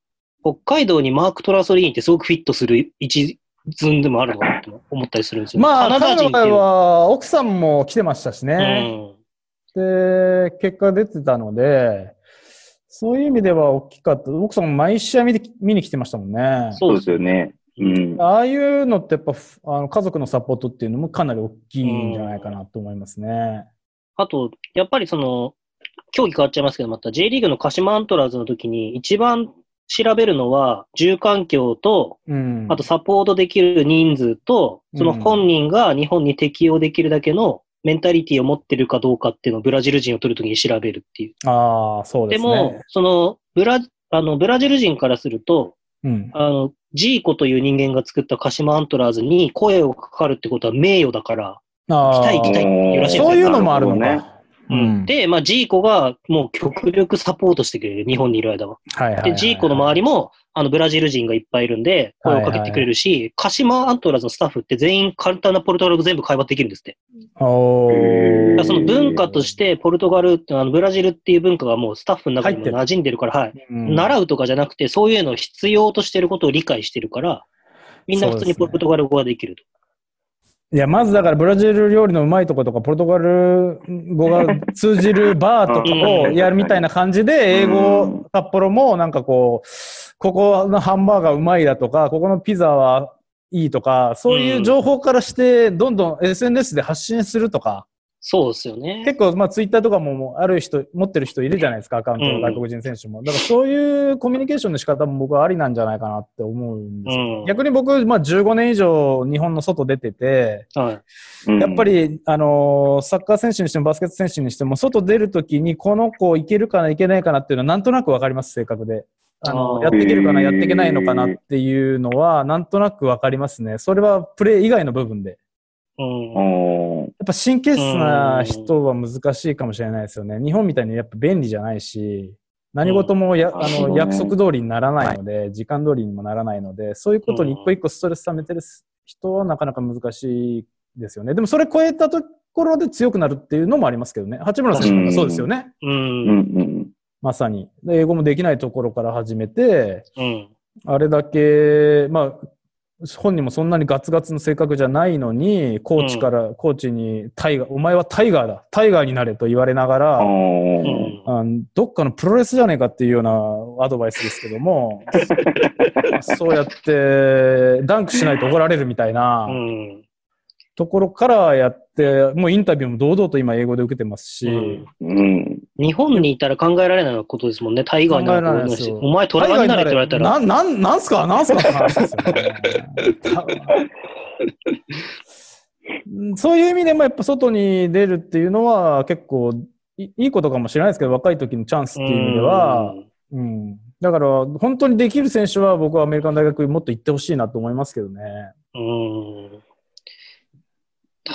[SPEAKER 3] 北海道にマーク・トラソリーンってすごくフィットする一寸でもあるのかなと思ったりするんですよね。
[SPEAKER 4] まあ、
[SPEAKER 3] カナダ
[SPEAKER 4] 彼
[SPEAKER 3] 人っ
[SPEAKER 4] の
[SPEAKER 3] て
[SPEAKER 4] 場合
[SPEAKER 3] いう
[SPEAKER 4] は、奥さんも来てましたしね。
[SPEAKER 3] うん
[SPEAKER 4] で、結果出てたので、そういう意味では大きかった。奥さんも毎試合見て見に来てましたもんね。
[SPEAKER 3] そ
[SPEAKER 2] そうう
[SPEAKER 3] で
[SPEAKER 2] ですすよね。うん。
[SPEAKER 4] ああいうのってやっぱふあの家族のサポートっていうのもかなり大きいんじゃないかなと思いますね。
[SPEAKER 3] あと、やっぱりその、競技変わっちゃいますけど、また J リーグの鹿島アントラーズの時に一番調べるのは、住環境と、
[SPEAKER 4] うん。
[SPEAKER 3] あとサポートできる人数と、その本人が日本に適用できるだけのメンタリティを持ってるかどうかっていうのをブラジル人を取るときに調べるっていう。
[SPEAKER 4] ああ、そう
[SPEAKER 3] で
[SPEAKER 4] ですね。
[SPEAKER 3] も、その、ブラ、あの、ブラジル人からすると、
[SPEAKER 4] うん、
[SPEAKER 3] あの、ジーコという人間が作った鹿島アントラーズに声をかかるってことは名誉だから、
[SPEAKER 4] あ
[SPEAKER 3] 行き
[SPEAKER 4] あ
[SPEAKER 3] たい行きたいっていうらしいんですよ
[SPEAKER 4] そういうのもあるの
[SPEAKER 2] なほどね。
[SPEAKER 4] か。うん
[SPEAKER 3] で、まあ、ジーコがもう極力サポートしてくれる、日本にいる間は。
[SPEAKER 4] はいはいはい
[SPEAKER 3] で、ジーコの周りも、あの、ブラジル人がいっぱいいるんで、声をかけてくれるし、鹿島アントラーズのスタッフって全員簡単なポルトガル語全部会話できるんですって。
[SPEAKER 4] お
[SPEAKER 2] へ
[SPEAKER 3] だ
[SPEAKER 2] ー
[SPEAKER 3] からその文化として、ポルトガル、あのブラジルっていう文化がもうスタッフの中にも
[SPEAKER 4] 入ってる
[SPEAKER 3] 馴染んでるから、はい。
[SPEAKER 4] う
[SPEAKER 3] 習うとかじゃなくて、そういうのを必要としてることを理解してるから、みんな普通にポルトガル語ができると。
[SPEAKER 4] んいや、まずだからブラジル料理のうまいとことか、ポルトガル語が通じるバーとかをやるみたいな感じで、英語、札幌もなんかこう、ここのハンバーガーうまいだとか、ここのピザはいいとか、そういう情報からして、どんどん SNS で発信するとか、
[SPEAKER 3] そうですよね。
[SPEAKER 4] 結構、まあ、ツイッターとかももうある人、持ってる人いるじゃないですか、アカウント、
[SPEAKER 3] うん
[SPEAKER 4] 外国人選手も。だからそういうコミュニケーションの仕方も僕はありなんじゃないかなって思うんです
[SPEAKER 3] う
[SPEAKER 4] よ
[SPEAKER 3] ん。
[SPEAKER 4] 逆に僕、まあ、15年以上日本の外出てて、
[SPEAKER 3] はい。
[SPEAKER 2] うん
[SPEAKER 4] やっぱ、り、あのーサッカー選手にしてもバスケット選手にしても、外出るときに、この子いけるかな、いけないかなっていうのは、なんとなくわかります、性格で。あの
[SPEAKER 3] あー
[SPEAKER 4] やっていけるかな、
[SPEAKER 2] へー
[SPEAKER 4] やっていけないのかなっていうのは、なんとなくわかりますね。それはプレー以外の部分で。
[SPEAKER 3] うん。
[SPEAKER 2] おー
[SPEAKER 4] やっぱ神経質な人は難しいかもしれないですよね。日本みたいにやっぱ便利じゃないし、何事もや、
[SPEAKER 2] ん
[SPEAKER 4] あ
[SPEAKER 2] そう
[SPEAKER 4] の
[SPEAKER 2] ね
[SPEAKER 4] 約束通りにならないので、時間通りにもならないので、そういうことに一個一個ストレス溜めてる人はなかなか難しいですよね。でもそれ超えたところで強くなるっていうのもありますけどね。八村選手もそうですよね。
[SPEAKER 3] う
[SPEAKER 2] うん
[SPEAKER 3] ん。
[SPEAKER 2] うん。
[SPEAKER 4] まさに。で英語もできないところから始めて、
[SPEAKER 3] うん。
[SPEAKER 4] あれだけ、まあ、本人もそんなにガツガツの性格じゃないのに、コーチから、コーチに、タイガー、お前はタイガーだ、タイガーになれと言われながら、
[SPEAKER 2] おー
[SPEAKER 3] ん
[SPEAKER 4] あのどっかのプロレスじゃねえかっていうようなアドバイスですけ ども、そうやってダンクしないと怒られるみたいな
[SPEAKER 3] うん。
[SPEAKER 4] ところからやって、もうインタビューも堂々と今英語で受けてますし、
[SPEAKER 3] うん
[SPEAKER 2] うん。
[SPEAKER 3] 日本にいたら考えられないことですもんね。タイガーになると思いますし
[SPEAKER 4] 考えられないですよ
[SPEAKER 3] お前トライガーになれって言われたら。
[SPEAKER 4] な、なん、なんすかな んすかって話ですよねうんそういう意味でもやっぱ外に出るっていうのは結構いいいことかもしれないですけど、若い時のチャンスっていう意味では、うん。だから本当にできる選手は僕はアメリカの大学にもっと行ってほしいなと思いますけどね。
[SPEAKER 3] うん。うん。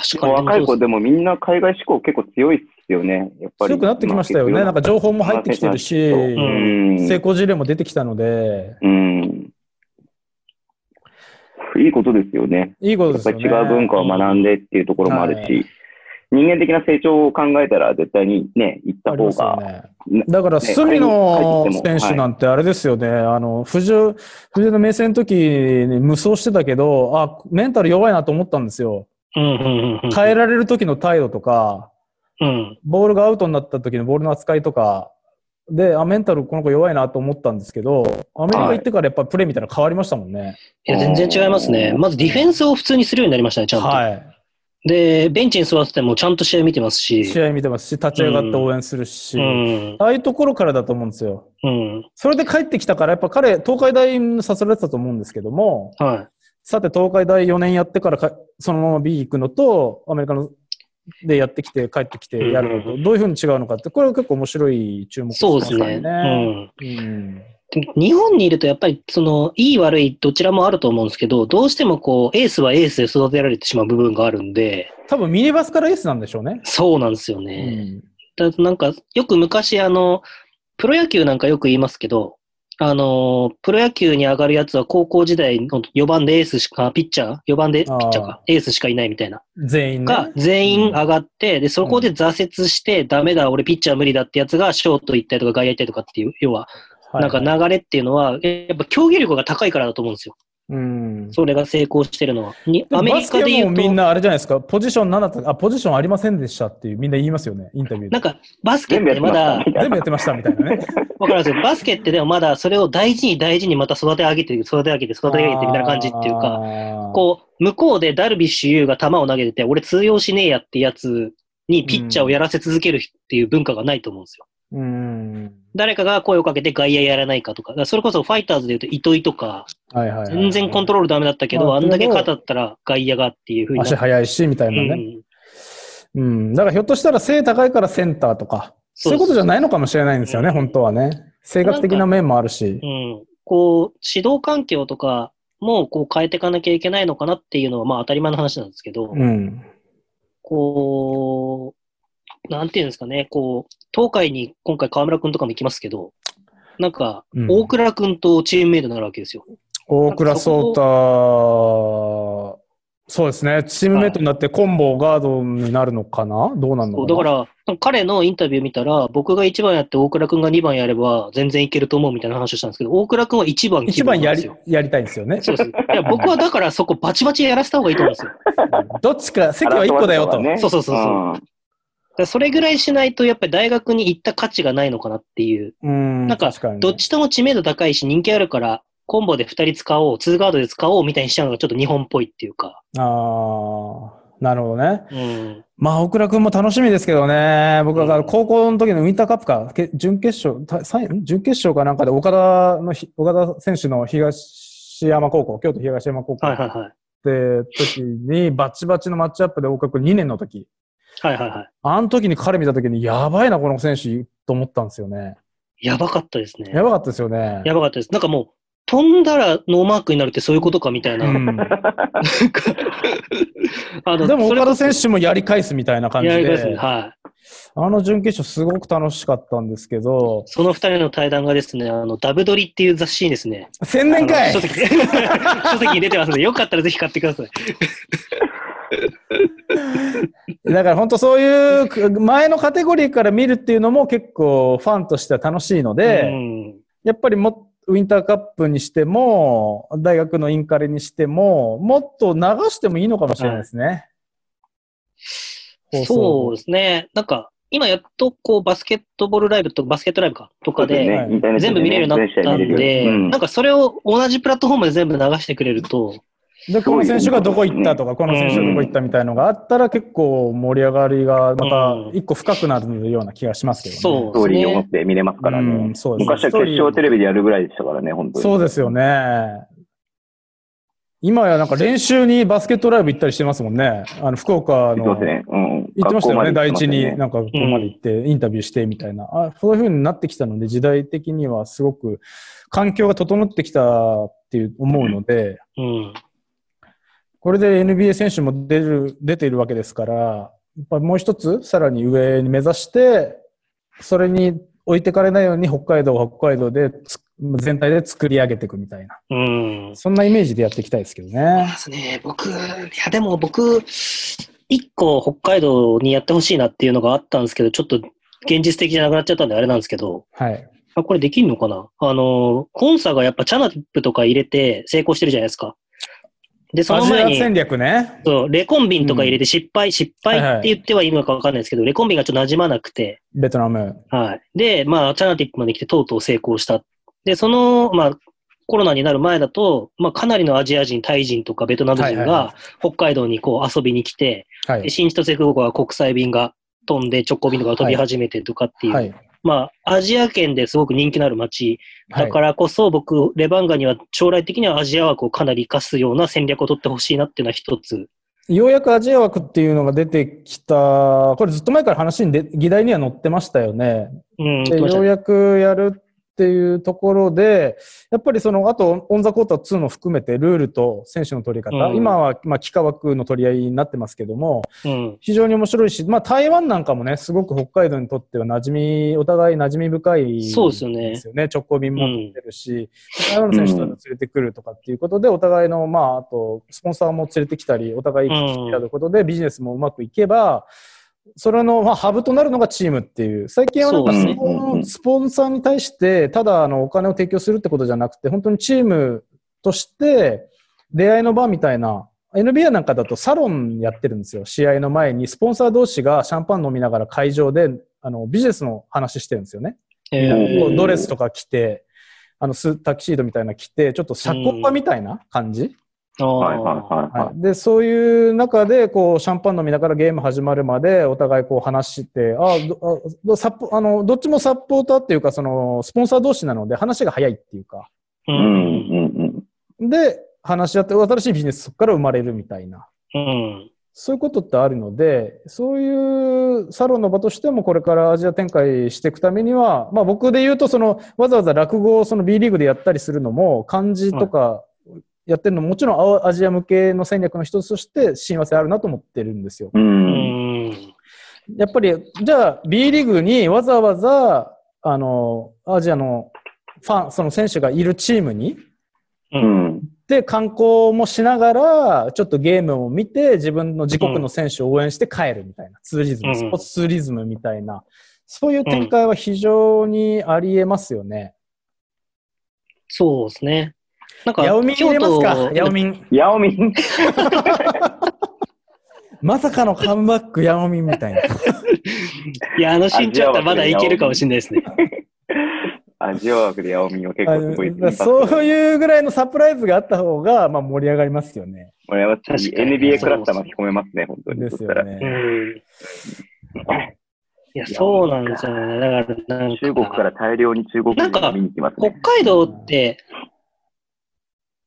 [SPEAKER 3] 確かに。
[SPEAKER 2] 若い子でもみんな海外志向結構強いっすよね。やっぱり。
[SPEAKER 4] 強くなってきましたよね。なんか情報も入ってきてるし、
[SPEAKER 2] う
[SPEAKER 4] 成
[SPEAKER 2] ん。
[SPEAKER 4] 功事例も出てきたので、
[SPEAKER 2] うん。いいことですよね。
[SPEAKER 4] いいこと
[SPEAKER 2] や
[SPEAKER 4] で
[SPEAKER 2] っ
[SPEAKER 4] す
[SPEAKER 2] ぱ
[SPEAKER 4] よ
[SPEAKER 2] り
[SPEAKER 4] ね。
[SPEAKER 2] 違う文化を学んでっていうところもあるし、
[SPEAKER 4] は
[SPEAKER 2] 人間的な成長を考えたら絶対にね、行った
[SPEAKER 4] あり
[SPEAKER 2] 方
[SPEAKER 4] ますよ
[SPEAKER 2] が、
[SPEAKER 4] ね。
[SPEAKER 2] ね
[SPEAKER 4] だから、
[SPEAKER 2] ね
[SPEAKER 4] 隅野
[SPEAKER 2] 帰ってきて
[SPEAKER 4] 選
[SPEAKER 2] も
[SPEAKER 4] 手なんてあれですよね、あの、藤井、藤井の名戦の時に無双してたけど、あ、メンタル弱いなと思ったんですよ。
[SPEAKER 3] うんうんうん。
[SPEAKER 4] 変えられる時の態度とか、
[SPEAKER 3] うん。
[SPEAKER 4] ボールがアウトになった時のボールの扱いとか、で、あ、メンタルこの子弱いなと思ったんですけど、アメリカ行ってからやっぱりプレーみたいなの変わりましたもんね。
[SPEAKER 3] いや、全然違いますね。まずディフェンスを普通にするようになりましたね、ちゃんと。
[SPEAKER 4] はい。
[SPEAKER 3] で、ベンチに座っててもちゃんと試合見てますし。
[SPEAKER 4] 試合見てますし、立ち上がって応援するし、
[SPEAKER 3] うん。
[SPEAKER 4] ああいうところからだと思うんですよ。
[SPEAKER 3] うん。
[SPEAKER 4] それで帰ってきたから、やっぱ彼、東海大に誘われてたと思うんですけども、
[SPEAKER 3] は
[SPEAKER 4] さて、東海大4年やってからか、そのまま B 行くのと、アメリカのでやってきて、帰ってきてやるの
[SPEAKER 3] うんうんう
[SPEAKER 4] と、どういうふうに違うのかって、これは結構面白い注目
[SPEAKER 3] い。そうですね。
[SPEAKER 4] し
[SPEAKER 3] う
[SPEAKER 4] ましたね
[SPEAKER 3] ん。
[SPEAKER 4] うん。
[SPEAKER 3] 日本にいるとやっぱりその、いい悪いどちらもあると思うんですけど、どうしてもこう、エースはエースで育てられてしまう部分があるんで、
[SPEAKER 4] 多分ミニバスからエースなんでしょうね。
[SPEAKER 3] そうなんですよ
[SPEAKER 4] う
[SPEAKER 3] ね。
[SPEAKER 4] ん。
[SPEAKER 3] だからなんか、よく昔あの、プロ野球なんかよく言いますけど、あの、プロ野球に上がるやつは高校時代の4番でエースしか、ピッチャー ?4 番でピッチャーか。エースしかいないみたいな。
[SPEAKER 4] 全員ね。
[SPEAKER 3] が全員上がって、で、そこで挫折して、ダメだ、俺ピッチャー無理だってやつが、ショート行ったりとか外野行ったりとかっていう、要は、
[SPEAKER 4] はい
[SPEAKER 3] なんか、流れっていうのは、やっぱ競技力が高いからだと思うんですよ。
[SPEAKER 4] うん。
[SPEAKER 3] それが成功してるのは。に
[SPEAKER 4] ア
[SPEAKER 3] ア
[SPEAKER 4] メ
[SPEAKER 3] メ
[SPEAKER 4] リ
[SPEAKER 3] リ
[SPEAKER 4] カ
[SPEAKER 3] カ
[SPEAKER 4] で
[SPEAKER 3] で
[SPEAKER 4] 言
[SPEAKER 3] 言
[SPEAKER 4] う
[SPEAKER 3] う
[SPEAKER 4] み
[SPEAKER 3] と、
[SPEAKER 4] ん
[SPEAKER 3] な
[SPEAKER 4] なあれじゃないですか、ポジション7だった、あ、ポジションありませんでしたっていう、みんな言いますよね、インタビューで
[SPEAKER 3] ん。か、バスケっ
[SPEAKER 2] 全部やっててましたね、。
[SPEAKER 3] まだ
[SPEAKER 4] 全部やってましたみたい なね。
[SPEAKER 3] わからんですよ。バスケってでもまだ、それを大事に大事にまた育て上げて、育て上げて、育て上げてみたいな感じっていうか、
[SPEAKER 4] あー、
[SPEAKER 3] こう、向こうでダルビッシュ有が球を投げてて、俺通用しねえやってやつにピッチャーをやらせ続けるっていう文化がないと思うんですよ。
[SPEAKER 4] うん。
[SPEAKER 3] 誰かが声をかけて外野やらないかとか、だからそれこそファイターズで言うと糸井とか、
[SPEAKER 4] はいはいはいはい。
[SPEAKER 3] 全然コントロールダメだったけど、
[SPEAKER 4] あ
[SPEAKER 3] あ
[SPEAKER 4] ー
[SPEAKER 3] んだけ肩だったら外野がっていうふうにな
[SPEAKER 4] 足速いし、みたいなね。
[SPEAKER 3] うん
[SPEAKER 4] うん。だからひょっとしたら背高いからセンターとか、
[SPEAKER 3] そ
[SPEAKER 4] そう
[SPEAKER 3] で
[SPEAKER 4] う
[SPEAKER 3] す
[SPEAKER 4] いうことじゃないのかもしれないんですよね、
[SPEAKER 3] うん
[SPEAKER 4] 本当はね。性格的な面もあるし。
[SPEAKER 3] うん、こう、指導環境とかもこう変えていかなきゃいけないのかなっていうのは、まあ当たり前の話なんですけど、
[SPEAKER 4] うん。
[SPEAKER 3] こう、なんていうんですかね、こう、東海に今回河村くんとかも行きますけど、なんか
[SPEAKER 4] うん、
[SPEAKER 3] 大倉くんとチームメイトになるわけですよ。
[SPEAKER 4] 大倉聡太、そうですね、チームメイトになってコンボガードになるのかなどうなる
[SPEAKER 3] そ
[SPEAKER 4] の
[SPEAKER 3] うだ
[SPEAKER 4] か
[SPEAKER 3] か
[SPEAKER 4] な
[SPEAKER 3] ら、彼のインタビュー見たら、僕が1番やって大倉くんが2番やれば全然いけると思うみたいな話をしたんですけど、大倉くんは1番希
[SPEAKER 4] 一
[SPEAKER 3] 望
[SPEAKER 4] 番
[SPEAKER 3] な
[SPEAKER 4] や
[SPEAKER 3] んです
[SPEAKER 4] り
[SPEAKER 3] よ。、
[SPEAKER 4] やりたいんですよね。
[SPEAKER 3] そうです。いや、僕はだからそこバチバチやらせた方がいいと思うんですよ。だか
[SPEAKER 4] どっちか、席は一個だよと。
[SPEAKER 3] そうそうそうそうらそれぐらいしないと、やっぱり大学に行った価値がないのかなっていう。
[SPEAKER 4] うん。
[SPEAKER 3] なんか
[SPEAKER 4] 確に
[SPEAKER 3] どっちとも知名度高いし人気あるから、コンボで2人使おう、2ガードで使おうみたいにしちゃうのがちょっと日本っぽいっていうか。
[SPEAKER 4] ああ、なるほどね。
[SPEAKER 3] うん。
[SPEAKER 4] まあ、大倉君も楽しみですけどね。僕
[SPEAKER 3] う
[SPEAKER 4] は
[SPEAKER 3] ん
[SPEAKER 4] 高校の時のウィンターカップか、け準決勝、たさいん準決勝かなんかで岡田のひ、岡田選手の東山高校、京都東山高校
[SPEAKER 3] は
[SPEAKER 4] っ
[SPEAKER 3] いはいはい。
[SPEAKER 4] て時に、バチバチのマッチアップで大倉君2年の時。
[SPEAKER 3] はいはいはい。
[SPEAKER 4] あの時に彼見た時に、やばいな、この選手、と思ったんですよね。
[SPEAKER 3] やばかったですね。
[SPEAKER 4] やばかったですよね。
[SPEAKER 3] やばかったです。なんかもう、飛んだらノーマークになるってそういうことかみたいな。
[SPEAKER 4] うん
[SPEAKER 3] なんかあ の
[SPEAKER 4] でも
[SPEAKER 3] それこ
[SPEAKER 4] 岡田
[SPEAKER 3] そ
[SPEAKER 4] 選手もやり返すみたいな感じ
[SPEAKER 3] やりますね。
[SPEAKER 4] で、
[SPEAKER 3] はい。
[SPEAKER 4] あの準決勝すごく楽しかったんですけど、
[SPEAKER 3] その二人の対談がですね、あの、ダブドリっていう雑誌にですね。
[SPEAKER 4] 宣伝か
[SPEAKER 3] あ
[SPEAKER 4] い
[SPEAKER 3] の書籍、 書籍に出てますので、よかったらぜひ買ってください。
[SPEAKER 4] だから本当そういうく前のカテゴリーから見るっていうのも結構ファンとしては楽しいので、
[SPEAKER 3] うん
[SPEAKER 4] やっぱりもウィンターカップにしても、大学のインカレにしても、もっと流してもいいのかもしれないですね。
[SPEAKER 3] そうですね。なんか、今やっとこうバスケットボールライブとバスケットライブかとかで、
[SPEAKER 2] そうですね
[SPEAKER 3] 全部見れるようになったんで、
[SPEAKER 2] うん
[SPEAKER 3] なんかそれを同じプラットフォームで全部流してくれると、
[SPEAKER 4] で、この選手がどこ行ったとか、この選手がどこ行ったみたいのがあったら、結構盛り上がりがまた一個深くなるような気がしますけどね。
[SPEAKER 3] そう
[SPEAKER 2] ストーリーを持って見れますから
[SPEAKER 4] う
[SPEAKER 2] ね
[SPEAKER 4] ん。そうです
[SPEAKER 2] 昔は決勝テレビでやるぐらいでしたからね、本当に。
[SPEAKER 4] そうですよね。今やなんか練習にバスケットライブ行ったりしてますもんね。あの、福岡
[SPEAKER 2] 行
[SPEAKER 4] の。
[SPEAKER 2] ってますね。うん。
[SPEAKER 4] 行ってましたよね。第一に、
[SPEAKER 2] 学校まで行ってましたね
[SPEAKER 4] なんかここまで行って、インタビューしてみたいな。あそういう風になってきたので、時代的にはすごく環境が整ってきたっていう思うので、
[SPEAKER 3] うん。
[SPEAKER 4] これで NBA 選手も出る、出ているわけですから、やっぱりもう一つ、さらに上に目指して、それに置いてかれないように北海道は北海道でつ全体で作り上げていくみたいな。
[SPEAKER 3] うん。
[SPEAKER 4] そんなイメージでやっていきたいですけど
[SPEAKER 3] そうで
[SPEAKER 4] ね。
[SPEAKER 3] すね。僕、いやでも僕、一個北海道にやってほしいなっていうのがあったんですけど、ちょっと現実的じゃなくなっちゃったんであれなんですけど、
[SPEAKER 4] はい。
[SPEAKER 3] あこれできるのかなあの、コンサがやっぱチャナティップとか入れて成功してるじゃないですか。で、そ
[SPEAKER 4] ア
[SPEAKER 3] の
[SPEAKER 4] ジ
[SPEAKER 3] 前
[SPEAKER 4] ア
[SPEAKER 3] に。
[SPEAKER 4] 戦略ね。
[SPEAKER 3] そう、レコンビンとか入れて失敗、失敗って言ってはいいのかわかんないですけど、レコンビンがちょっと馴染まなくて、
[SPEAKER 4] ベトナム。
[SPEAKER 3] はい。で、まあ、チャナティップまで来てとうとう成功した。で、その、まあ、コロナになる前だと、まあ、かなりのアジア人、タイ人とかベトナム人
[SPEAKER 4] はいはいは
[SPEAKER 3] が北海道にこう遊びに来て、
[SPEAKER 4] は
[SPEAKER 3] で
[SPEAKER 4] い。
[SPEAKER 3] 新千歳空港は国際便が飛んで、直行便とかが飛び始めてとかっていう、
[SPEAKER 4] はい。
[SPEAKER 3] まあ、アジア圏ですごく人気のある街
[SPEAKER 4] は
[SPEAKER 3] だ
[SPEAKER 4] い
[SPEAKER 3] からこそ、僕、レバンガには将来的にはアジア枠をかなり活かすような戦略を取ってほしいなっていうのは一つ。
[SPEAKER 4] ようやくアジア枠っていうのが出てきた、これずっと前から話にで、議題には載ってましたよね。
[SPEAKER 3] うん、
[SPEAKER 4] で
[SPEAKER 3] 言ってました
[SPEAKER 4] よ
[SPEAKER 3] ね
[SPEAKER 4] うやくやるっていうところで、やっぱりその、あと、オンザコート2の含めて、ルールと選手の取り方、
[SPEAKER 3] うん
[SPEAKER 4] 今は、まあ、幾何枠の取り合いになってますけども、
[SPEAKER 3] うん。
[SPEAKER 4] 非常に面白いし、まあ、台湾なんかもね、すごく北海道にとっては馴染み、お互い馴染み深い
[SPEAKER 3] そうですよね
[SPEAKER 4] ですよね。直行便も取ってるし、台湾の選手とかも連れてくるとかっていうことで、お互いの、まあ、あと、スポンサーも連れてきたり、お互い来てきたということで、ビジネスもうまくいけば、それの、まあ、ハブとなるのがチームっていう。最近はなんか
[SPEAKER 3] そう
[SPEAKER 4] そ
[SPEAKER 3] です
[SPEAKER 2] ね
[SPEAKER 4] のスポンサーに対して、ただあのお金を提供するってことじゃなくて、本当にチームとして、出会いの場みたいな、NBA なんかだとサロンやってるんですよ。試合の前に、スポンサー同士がシャンパン飲みながら会場で、あの、ビジネスの話してるんですよね。
[SPEAKER 3] え
[SPEAKER 2] ー
[SPEAKER 4] こうドレスとか着て、あの、スタキシードみたいなの着て、ちょっと社交場みたいな感じ、
[SPEAKER 2] はいはいはい
[SPEAKER 4] は、
[SPEAKER 2] はい
[SPEAKER 4] でそういう中でこうシャンパン飲みながらゲーム始まるまでお互いこう話してあどあどサポあのどっちもサポーターっていうかそのスポンサー同士なので話が早いっていうか
[SPEAKER 3] う
[SPEAKER 2] い。うんう
[SPEAKER 3] ん。
[SPEAKER 2] ん
[SPEAKER 4] で話し合って新しいビジネスそこから生まれるみたいな
[SPEAKER 3] うん。
[SPEAKER 4] そういうことってあるのでそういうサロンの場としてもこれからアジア展開していくためには、まあ、僕で言うとそのわざわざ落語をその B リーグでやったりするのも漢字とかやってるのももちろんあアジア向けの戦略の一つとして親和性あるなと思ってるんですよ。
[SPEAKER 2] う。
[SPEAKER 3] うん
[SPEAKER 2] うん。
[SPEAKER 3] ん。
[SPEAKER 4] やっぱり、じゃあ B リーグにわざわざ、あの、アジアのファン、その選手がいるチームに、
[SPEAKER 2] うん。
[SPEAKER 4] で、観光もしながら、ちょっとゲームを見て、自分の自国の選手を応援して帰るみたいな、ツーリズ
[SPEAKER 3] う
[SPEAKER 4] ム、
[SPEAKER 3] ん
[SPEAKER 4] スポーツツーリズムみたいな、そういう展開は非常にありえますよね。
[SPEAKER 3] そうですね。なんか、
[SPEAKER 4] ヤオミン入れます
[SPEAKER 3] 京
[SPEAKER 4] か
[SPEAKER 3] 都
[SPEAKER 4] ヤオミン。
[SPEAKER 2] ヤオミン。
[SPEAKER 4] まさかのカムバックヤオミン みたいな。
[SPEAKER 3] いや、あの身長だったらまだいけるかもしれないですね。
[SPEAKER 2] アジア枠でヤオミンは結
[SPEAKER 4] あ
[SPEAKER 2] 構すごいですね。
[SPEAKER 4] のそういうぐらいのサプライズがあった方が、まあ盛り上がりますよね。
[SPEAKER 2] 盛り上がって
[SPEAKER 3] 確かに
[SPEAKER 2] NBA クラスター巻き込めますね、本当に。
[SPEAKER 4] です
[SPEAKER 2] そ
[SPEAKER 4] よ
[SPEAKER 2] したら。
[SPEAKER 4] ね。
[SPEAKER 3] うん。いや、そうなんですよね。だから、なん
[SPEAKER 2] 中国から大量に中国人が見に来ます
[SPEAKER 3] 北
[SPEAKER 2] ね。
[SPEAKER 3] 海道って、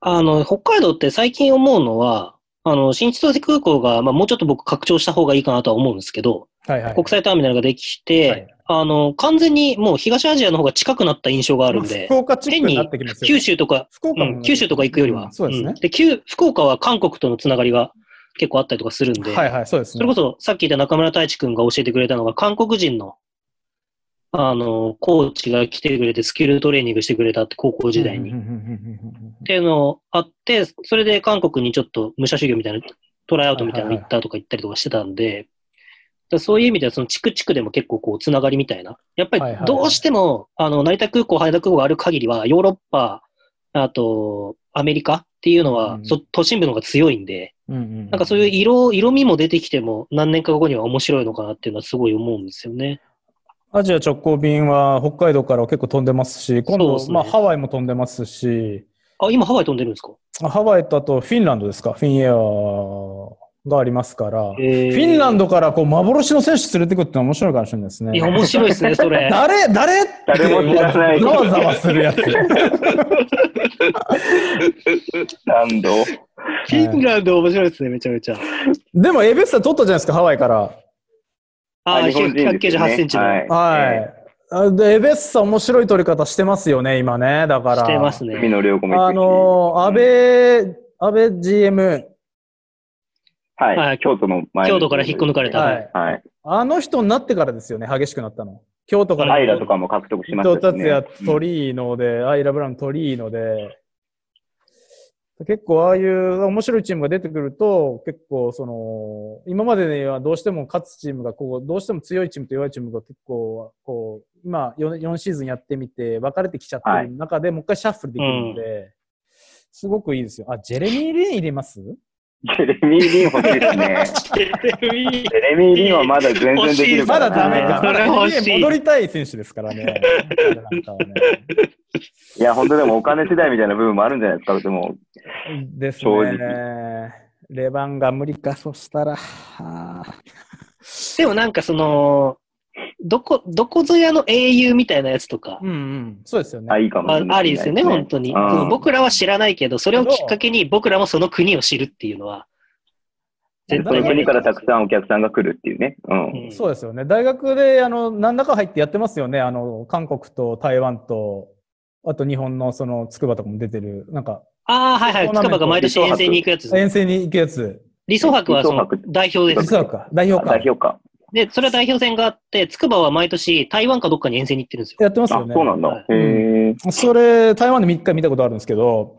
[SPEAKER 3] あの、北海道って最近思うのは、あの、新千歳空港が、まあ、もうちょっと僕拡張した方がいいかなとは思うんですけど、
[SPEAKER 4] はいはい。
[SPEAKER 3] 国際ターミナルができて、
[SPEAKER 4] はい
[SPEAKER 3] あの、完全にもう東アジアの方が近くなった印象があるんで、
[SPEAKER 4] 福岡チックになってきますよ。
[SPEAKER 3] 九州とか、
[SPEAKER 4] 福岡も
[SPEAKER 3] う
[SPEAKER 4] ね、
[SPEAKER 3] ん、九州とか行くよりは。
[SPEAKER 4] うんそうですね
[SPEAKER 3] ん。で九福岡は韓国とのつながりが結構あったりとかするんで、
[SPEAKER 4] はいはい、そうです
[SPEAKER 3] そ
[SPEAKER 4] ね。
[SPEAKER 3] れこそさっき言った中村太一君が教えてくれたのが、韓国人の、あの、コーチが来てくれて、スキルトレーニングしてくれたって、高校時代に。
[SPEAKER 4] うん
[SPEAKER 3] っ
[SPEAKER 4] うんうんうん
[SPEAKER 3] ていうのあって、それで韓国にちょっと武者修行みたいな、トライアウトみたいなの行ったとか行ったりとかしてたんで、だそういう意味では、その地区地区でも結構こう、つながりみたいな。やっぱりどうしても、あの、成田空港、羽田空港がある限りは、ヨーロッパ、あと、アメリカっていうのは、
[SPEAKER 4] うん
[SPEAKER 3] そ都心部の方が強いんで、
[SPEAKER 4] うんうん
[SPEAKER 3] なんかそういう色、色味も出てきても、何年か後には面白いのかなっていうのはすごい思うんですよね。
[SPEAKER 4] アジア直行便は北海道からは結構飛んでますし、今
[SPEAKER 3] そう
[SPEAKER 4] 度、
[SPEAKER 3] ですね
[SPEAKER 4] まあ、ハワイも飛んでますし、
[SPEAKER 3] あ、今ハワイ飛んでるんですか
[SPEAKER 4] あハワイとあとフィンランドですか、フィンエアがありますから、
[SPEAKER 3] フ
[SPEAKER 4] フィンラン
[SPEAKER 3] ド
[SPEAKER 4] ドからこう幻の選手連れてくってのは面白いかもしれないですね。
[SPEAKER 3] いや、面白いですね、それ。
[SPEAKER 4] 誰誰
[SPEAKER 2] 誰も知らない
[SPEAKER 4] ざわざわするやつ。
[SPEAKER 2] 何度
[SPEAKER 3] フィンランド面白いですね、めちゃめちゃ。
[SPEAKER 4] でも、エベッサ取ったじゃないですか、ハワイから。
[SPEAKER 3] あ、
[SPEAKER 2] 日本人ですね
[SPEAKER 3] 198センチの。
[SPEAKER 2] はい
[SPEAKER 4] はい。あで、エベッサ面白い取り方してますよね、今ね。だから。
[SPEAKER 3] してます
[SPEAKER 2] えー
[SPEAKER 3] ね。
[SPEAKER 2] 海の良子も行
[SPEAKER 4] あ
[SPEAKER 2] くし
[SPEAKER 4] のー、安倍、安倍 GM、
[SPEAKER 2] はい、
[SPEAKER 3] はい
[SPEAKER 2] 京都の前
[SPEAKER 3] 京都から引っこ抜かれた。
[SPEAKER 4] はい
[SPEAKER 2] はい。
[SPEAKER 4] あの人になってからですよね、激しくなったの。京都から。
[SPEAKER 2] アイラとかも獲得し
[SPEAKER 4] 伊
[SPEAKER 2] ました
[SPEAKER 4] 藤
[SPEAKER 2] し、ね。
[SPEAKER 4] 達也、トリーノで、アイラ・ブラウン、トリーノで、結構ああいう面白いチームが出てくると、結構その、今までにはどうしても勝つチームが、こう、どうしても強いチームと弱いチームが結構、こう、今4、4シーズンやってみて、分かれてきちゃってる中で、もう一回シャッフルできるので、すごくいいですよ。あ、ジェレミー・レイン入れます
[SPEAKER 2] ジェレミー・リン欲しいです ね。ジェレミー・リンはまだ全然できる
[SPEAKER 4] ま
[SPEAKER 2] か
[SPEAKER 4] だ
[SPEAKER 2] ら
[SPEAKER 4] ダメか。
[SPEAKER 3] それ欲しい
[SPEAKER 4] NBA 戻りたい選手ですか らね。なんかはね
[SPEAKER 2] いや、本当でもお金世代みたいな部分もあるんじゃないですか。でも、
[SPEAKER 4] です
[SPEAKER 2] 正
[SPEAKER 4] ね。レバンが無理か、そしたら。はあ
[SPEAKER 3] でもなんかその、どこ、どこぞやの英雄みたいなやつとか、
[SPEAKER 4] うんうん。そうですよね。
[SPEAKER 2] あ、いいかもし
[SPEAKER 3] あ
[SPEAKER 2] れない、
[SPEAKER 3] ありですよね、本当に。
[SPEAKER 2] うん
[SPEAKER 3] その僕らは知らないけど、それをきっかけに僕らもその国を知るっていうのは、
[SPEAKER 4] 絶
[SPEAKER 2] そ
[SPEAKER 4] 対
[SPEAKER 2] の国からたくさ
[SPEAKER 3] ん。
[SPEAKER 2] んお客さんが来るっていうね。うん。
[SPEAKER 3] うん
[SPEAKER 4] そうですよね。大学で、あの、何らか入ってやってますよね。あの、韓国と台湾と、あと日本のその、筑波とかも出てる、なんか、
[SPEAKER 3] ああ、はいはい。
[SPEAKER 4] トー
[SPEAKER 3] つ
[SPEAKER 4] ナ
[SPEAKER 3] か
[SPEAKER 4] メント
[SPEAKER 3] ばが毎年遠征に行くやつですね。
[SPEAKER 4] 遠征に行くやつ。
[SPEAKER 3] 理想博はそ
[SPEAKER 2] 理想
[SPEAKER 3] の
[SPEAKER 2] 博
[SPEAKER 3] 代表で
[SPEAKER 4] 実
[SPEAKER 3] す。
[SPEAKER 4] はか、代表か
[SPEAKER 2] 代。表か。
[SPEAKER 3] で、それは代表戦があって、つくばは毎年台湾かどっかに遠征に行ってるんですよ。
[SPEAKER 4] やってます
[SPEAKER 2] あ
[SPEAKER 4] よ、ね。
[SPEAKER 2] そうなんだ。
[SPEAKER 3] は
[SPEAKER 2] へえ。
[SPEAKER 4] それ、台湾で3日見たことあるんですけど、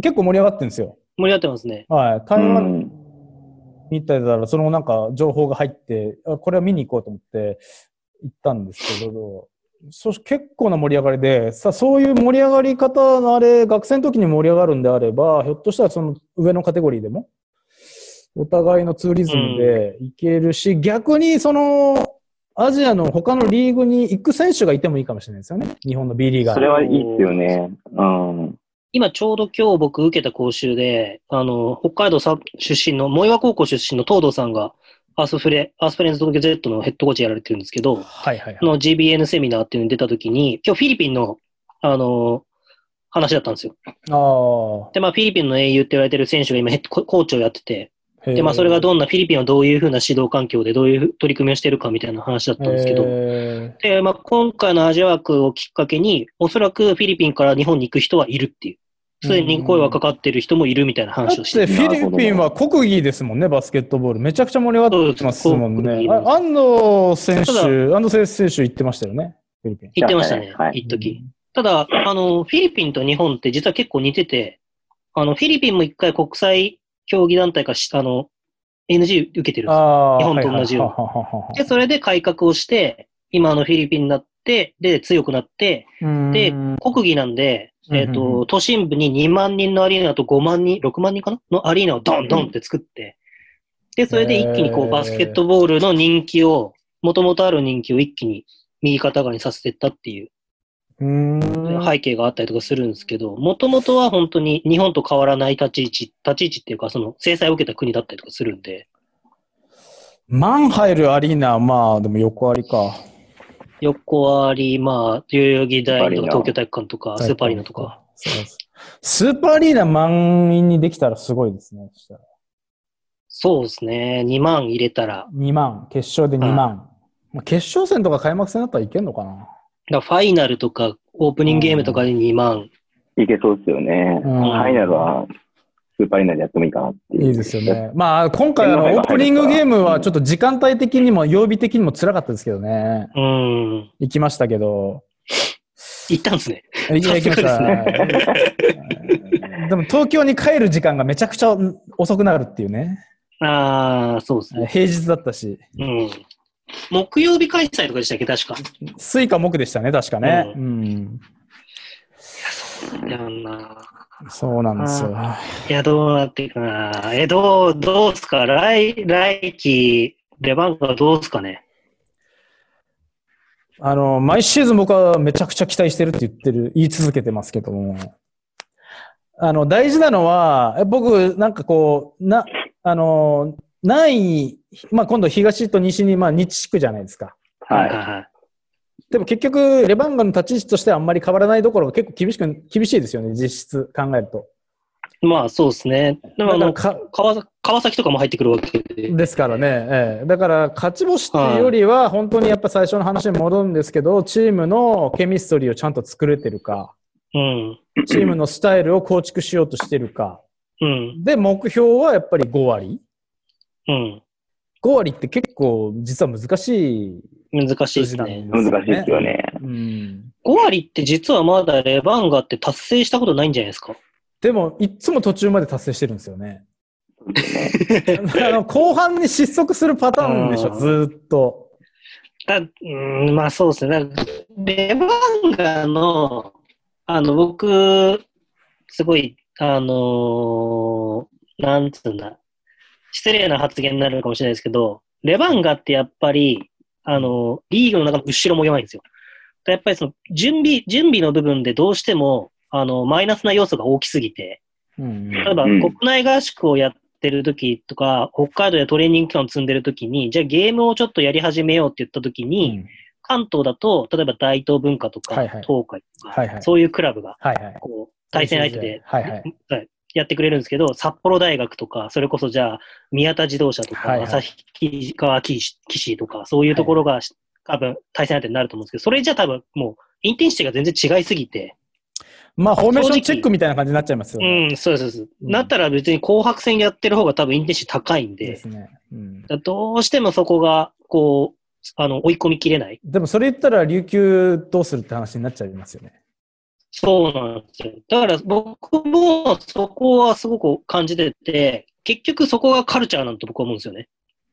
[SPEAKER 4] 結構盛り上がってるんですよ。
[SPEAKER 3] 盛り上がってますね。
[SPEAKER 4] はい。
[SPEAKER 2] う
[SPEAKER 4] 台湾
[SPEAKER 2] ん。
[SPEAKER 4] 見てたら、そのなんか情報が入って、あこれは見に行こうと思って行ったんですけど、そ結構な盛り上がりで、さそういう盛り上がり方のあれ、学生の時に盛り上がるんであれば、ひょっとしたらその上のカテゴリーでも、お互いのツーリズムで行けるし、逆にその、アジアの他のリーグに行く選手がいてもいいかもしれないですよね。日本の B リーガー。
[SPEAKER 2] それはいいっすよね。うん。
[SPEAKER 3] 今ちょうど今日僕受けた講習で、あの、北海道さ出身の、萌岩高校出身の東堂さんが、アースフレ、アースフレンズ東京 Z のヘッドコーチやられてるんですけど、
[SPEAKER 4] はいはいはい。
[SPEAKER 3] の GBN セミナーっていうのに出た時に、今日フィリピンの、あの、話だったんですよ。
[SPEAKER 4] あ
[SPEAKER 3] で、まあフィリピンの英雄って言われてる選手が今ヘッドココーチをやってて、
[SPEAKER 4] あ。
[SPEAKER 3] で、まあそれがどんな、フィリピンはどういうふうな指導環境でどういう取り組みをしてるかみたいな話だったんですけど、
[SPEAKER 4] え
[SPEAKER 3] で、まあ、今回のアジア枠をきっかけに、おそらくフィリピンから日本に行く人はいるっていう。すでに声はかかってる人もいるみたいな
[SPEAKER 4] だっ
[SPEAKER 3] 話
[SPEAKER 4] て
[SPEAKER 3] をして
[SPEAKER 4] フ
[SPEAKER 3] て。
[SPEAKER 4] ィリピンは国技ですもんね、バスケットボール。めちゃくちゃ盛り上がってますもん
[SPEAKER 3] そうで
[SPEAKER 4] ね。
[SPEAKER 3] す
[SPEAKER 4] あ安藤選
[SPEAKER 3] ただ
[SPEAKER 4] 手、安藤選手選手言ってましたよね、フィリピン。
[SPEAKER 3] 言ってましたね
[SPEAKER 2] は、い
[SPEAKER 3] 一時。ただ、あの、フィリピンと日本って実は結構似てて、あの、フィリピンも一回国際競技団体からし、あの、NG 受けてるんですよ
[SPEAKER 4] ああ
[SPEAKER 3] 日本と同じように
[SPEAKER 4] はいはいはいはい
[SPEAKER 3] で、それで改革をして、今のフィリピンになって、で、強くなって、
[SPEAKER 4] うん
[SPEAKER 3] で、国技なんで、えっ、
[SPEAKER 4] うんうん
[SPEAKER 3] と、
[SPEAKER 4] う
[SPEAKER 3] 都心部に2万人のアリーナと5万人、6万人かなのアリーナをドンドンって作って、で、それで一気にこ
[SPEAKER 4] へー
[SPEAKER 3] う、バスケットボールの人気を、もともとある人気を一気に右肩上がりにさせてったっていう
[SPEAKER 4] うん
[SPEAKER 3] 背景があったりとかするんですけど、もともとは本当に日本と変わらない立ち位置、立ち位置っていうか、その制裁を受けた国だったりとかするんで、
[SPEAKER 4] マンハイルアリーナ、まあ、でも横ありか。
[SPEAKER 3] 横あり、まあ、代々木大
[SPEAKER 2] スーパーアリー
[SPEAKER 3] とか
[SPEAKER 2] ナ
[SPEAKER 3] 東京体育館とか、スーパーアリーナとか。
[SPEAKER 4] そうです。スーパーアリーナ満員にできたらすごいですね。そしたら
[SPEAKER 3] そうですね、2万入れたら、
[SPEAKER 4] 2万、決勝で2万。まあ決勝戦とか開幕戦だったらいけんのかな。
[SPEAKER 3] だからファイナルとか、オープニングゲームとかで2万。
[SPEAKER 2] いけそうですよね。
[SPEAKER 4] う
[SPEAKER 2] フ
[SPEAKER 4] ん
[SPEAKER 2] ァイナルは、スーパーアリーナでやってもいいかなっていう。
[SPEAKER 4] いいですよね。まあ、今回あの、オープニングゲームはちょっと時間帯的にも曜日的にも辛かったですけどね。
[SPEAKER 3] うん。
[SPEAKER 4] 行きましたけど。
[SPEAKER 3] 行ったんですね。
[SPEAKER 4] 行き
[SPEAKER 3] さ
[SPEAKER 4] 行き
[SPEAKER 3] す
[SPEAKER 4] ま
[SPEAKER 3] が
[SPEAKER 4] し
[SPEAKER 3] です
[SPEAKER 4] た。
[SPEAKER 3] ね
[SPEAKER 4] でも東京に帰る時間がめちゃくちゃ遅くなるっていうね。
[SPEAKER 3] ああ、そうですね。
[SPEAKER 4] 平日だったし、
[SPEAKER 3] うん。木曜日開催とかでしたっけ、確か。
[SPEAKER 4] スイカ木でしたね、確かね。
[SPEAKER 3] う
[SPEAKER 4] うん。
[SPEAKER 3] やんな。
[SPEAKER 4] そうなんですよ。
[SPEAKER 3] いや、どうなっていくかな。え、どう、どうすか来、来期、レバンガどうすかね。
[SPEAKER 4] あの、毎シーズン僕はめちゃくちゃ期待してるって言ってる、言い続けてますけども。あの、大事なのは、え僕、なんかこう、な、あの、何位、まあ今度東と西に、まあ西地区じゃないですか。
[SPEAKER 2] はい。
[SPEAKER 3] は
[SPEAKER 4] でも結局、レバンガの立ち位置としてはあんまり変わらないどころが結構厳しく、厳しいですよね、実質考えると。
[SPEAKER 3] い。まあ、そうですね。でも、あ
[SPEAKER 4] だ
[SPEAKER 3] の、
[SPEAKER 4] からか
[SPEAKER 3] 川崎川崎とかも入ってくるわけで。
[SPEAKER 4] ですからね、ええ、だから勝ち星っていうよりは、本当にやっぱ最初の話に戻るんですけど、チームのケミストリーをちゃんと作れてるか、
[SPEAKER 3] うん。
[SPEAKER 4] チームのスタイルを構築しようとしてるか、
[SPEAKER 3] うん。
[SPEAKER 4] で、目標はやっぱり5割。
[SPEAKER 3] うん。
[SPEAKER 4] 5割って結構実は難しい
[SPEAKER 3] 難しい
[SPEAKER 4] 数
[SPEAKER 3] で
[SPEAKER 4] 字
[SPEAKER 3] す
[SPEAKER 4] なんです
[SPEAKER 3] ね。
[SPEAKER 4] よ
[SPEAKER 2] 難
[SPEAKER 4] ね。
[SPEAKER 2] しいですよね。
[SPEAKER 4] うん。
[SPEAKER 3] 5割って実はまだレバンガって達成したことないんじゃないですか。
[SPEAKER 4] でも、いっつも途中まで達成してるんです よね。あの後半に失速するパターンでしょ、
[SPEAKER 3] うん
[SPEAKER 4] ずーっと。
[SPEAKER 3] だうーんまあそうですね。だからレバンガの、あの、僕、すごい、あのーなんつうんだ、失礼な発言になるかもしれないですけど、レバンガってやっぱり、あのーリーグの中の後ろも弱いんですよ。だやっぱりその、準備、準備の部分でどうしても、あの、マイナスな要素が大きすぎて、
[SPEAKER 4] うん
[SPEAKER 3] 例えば
[SPEAKER 2] うん
[SPEAKER 3] 国内合宿をやってる時とか、北海道でトレーニング期間を積んでる時に、じゃあゲームをちょっとやり始めようって言った時
[SPEAKER 4] う
[SPEAKER 3] に、
[SPEAKER 4] ん
[SPEAKER 3] 関東だと、例えば大東文化とか、
[SPEAKER 4] はいはい
[SPEAKER 3] 東海とか、
[SPEAKER 4] はいはい
[SPEAKER 3] そういうクラブが、
[SPEAKER 4] はいはい。
[SPEAKER 3] こう、対戦相手で、
[SPEAKER 4] はいはい。
[SPEAKER 3] はいやってくれるんですけど、札幌大学とか、それこそじゃあ、宮田自動車とか、
[SPEAKER 4] はいはい
[SPEAKER 3] 旭川岸岸とか、そういうところが、多分、対戦相手になると思うんですけど、それじゃ多分、もう、インテンシティが全然違いすぎて、
[SPEAKER 4] まあ、フォーメーションチェックみたいな感じになっちゃいますよ
[SPEAKER 3] う
[SPEAKER 4] ね。
[SPEAKER 3] ん、そうですそうです。
[SPEAKER 4] うん
[SPEAKER 3] だったら別に紅白戦やってる方が多分インテンシティ高いん
[SPEAKER 4] で
[SPEAKER 3] で、
[SPEAKER 4] すね。うん
[SPEAKER 3] だどうしてもそこが、こう、あの、追い込みきれない。
[SPEAKER 4] でもそれ言ったら琉球どうするって話になっちゃいますよね。
[SPEAKER 3] そうなんですよ。だから僕もそこはすごく感じてて、結局そこがカルチャーなんて僕は思うんですよね。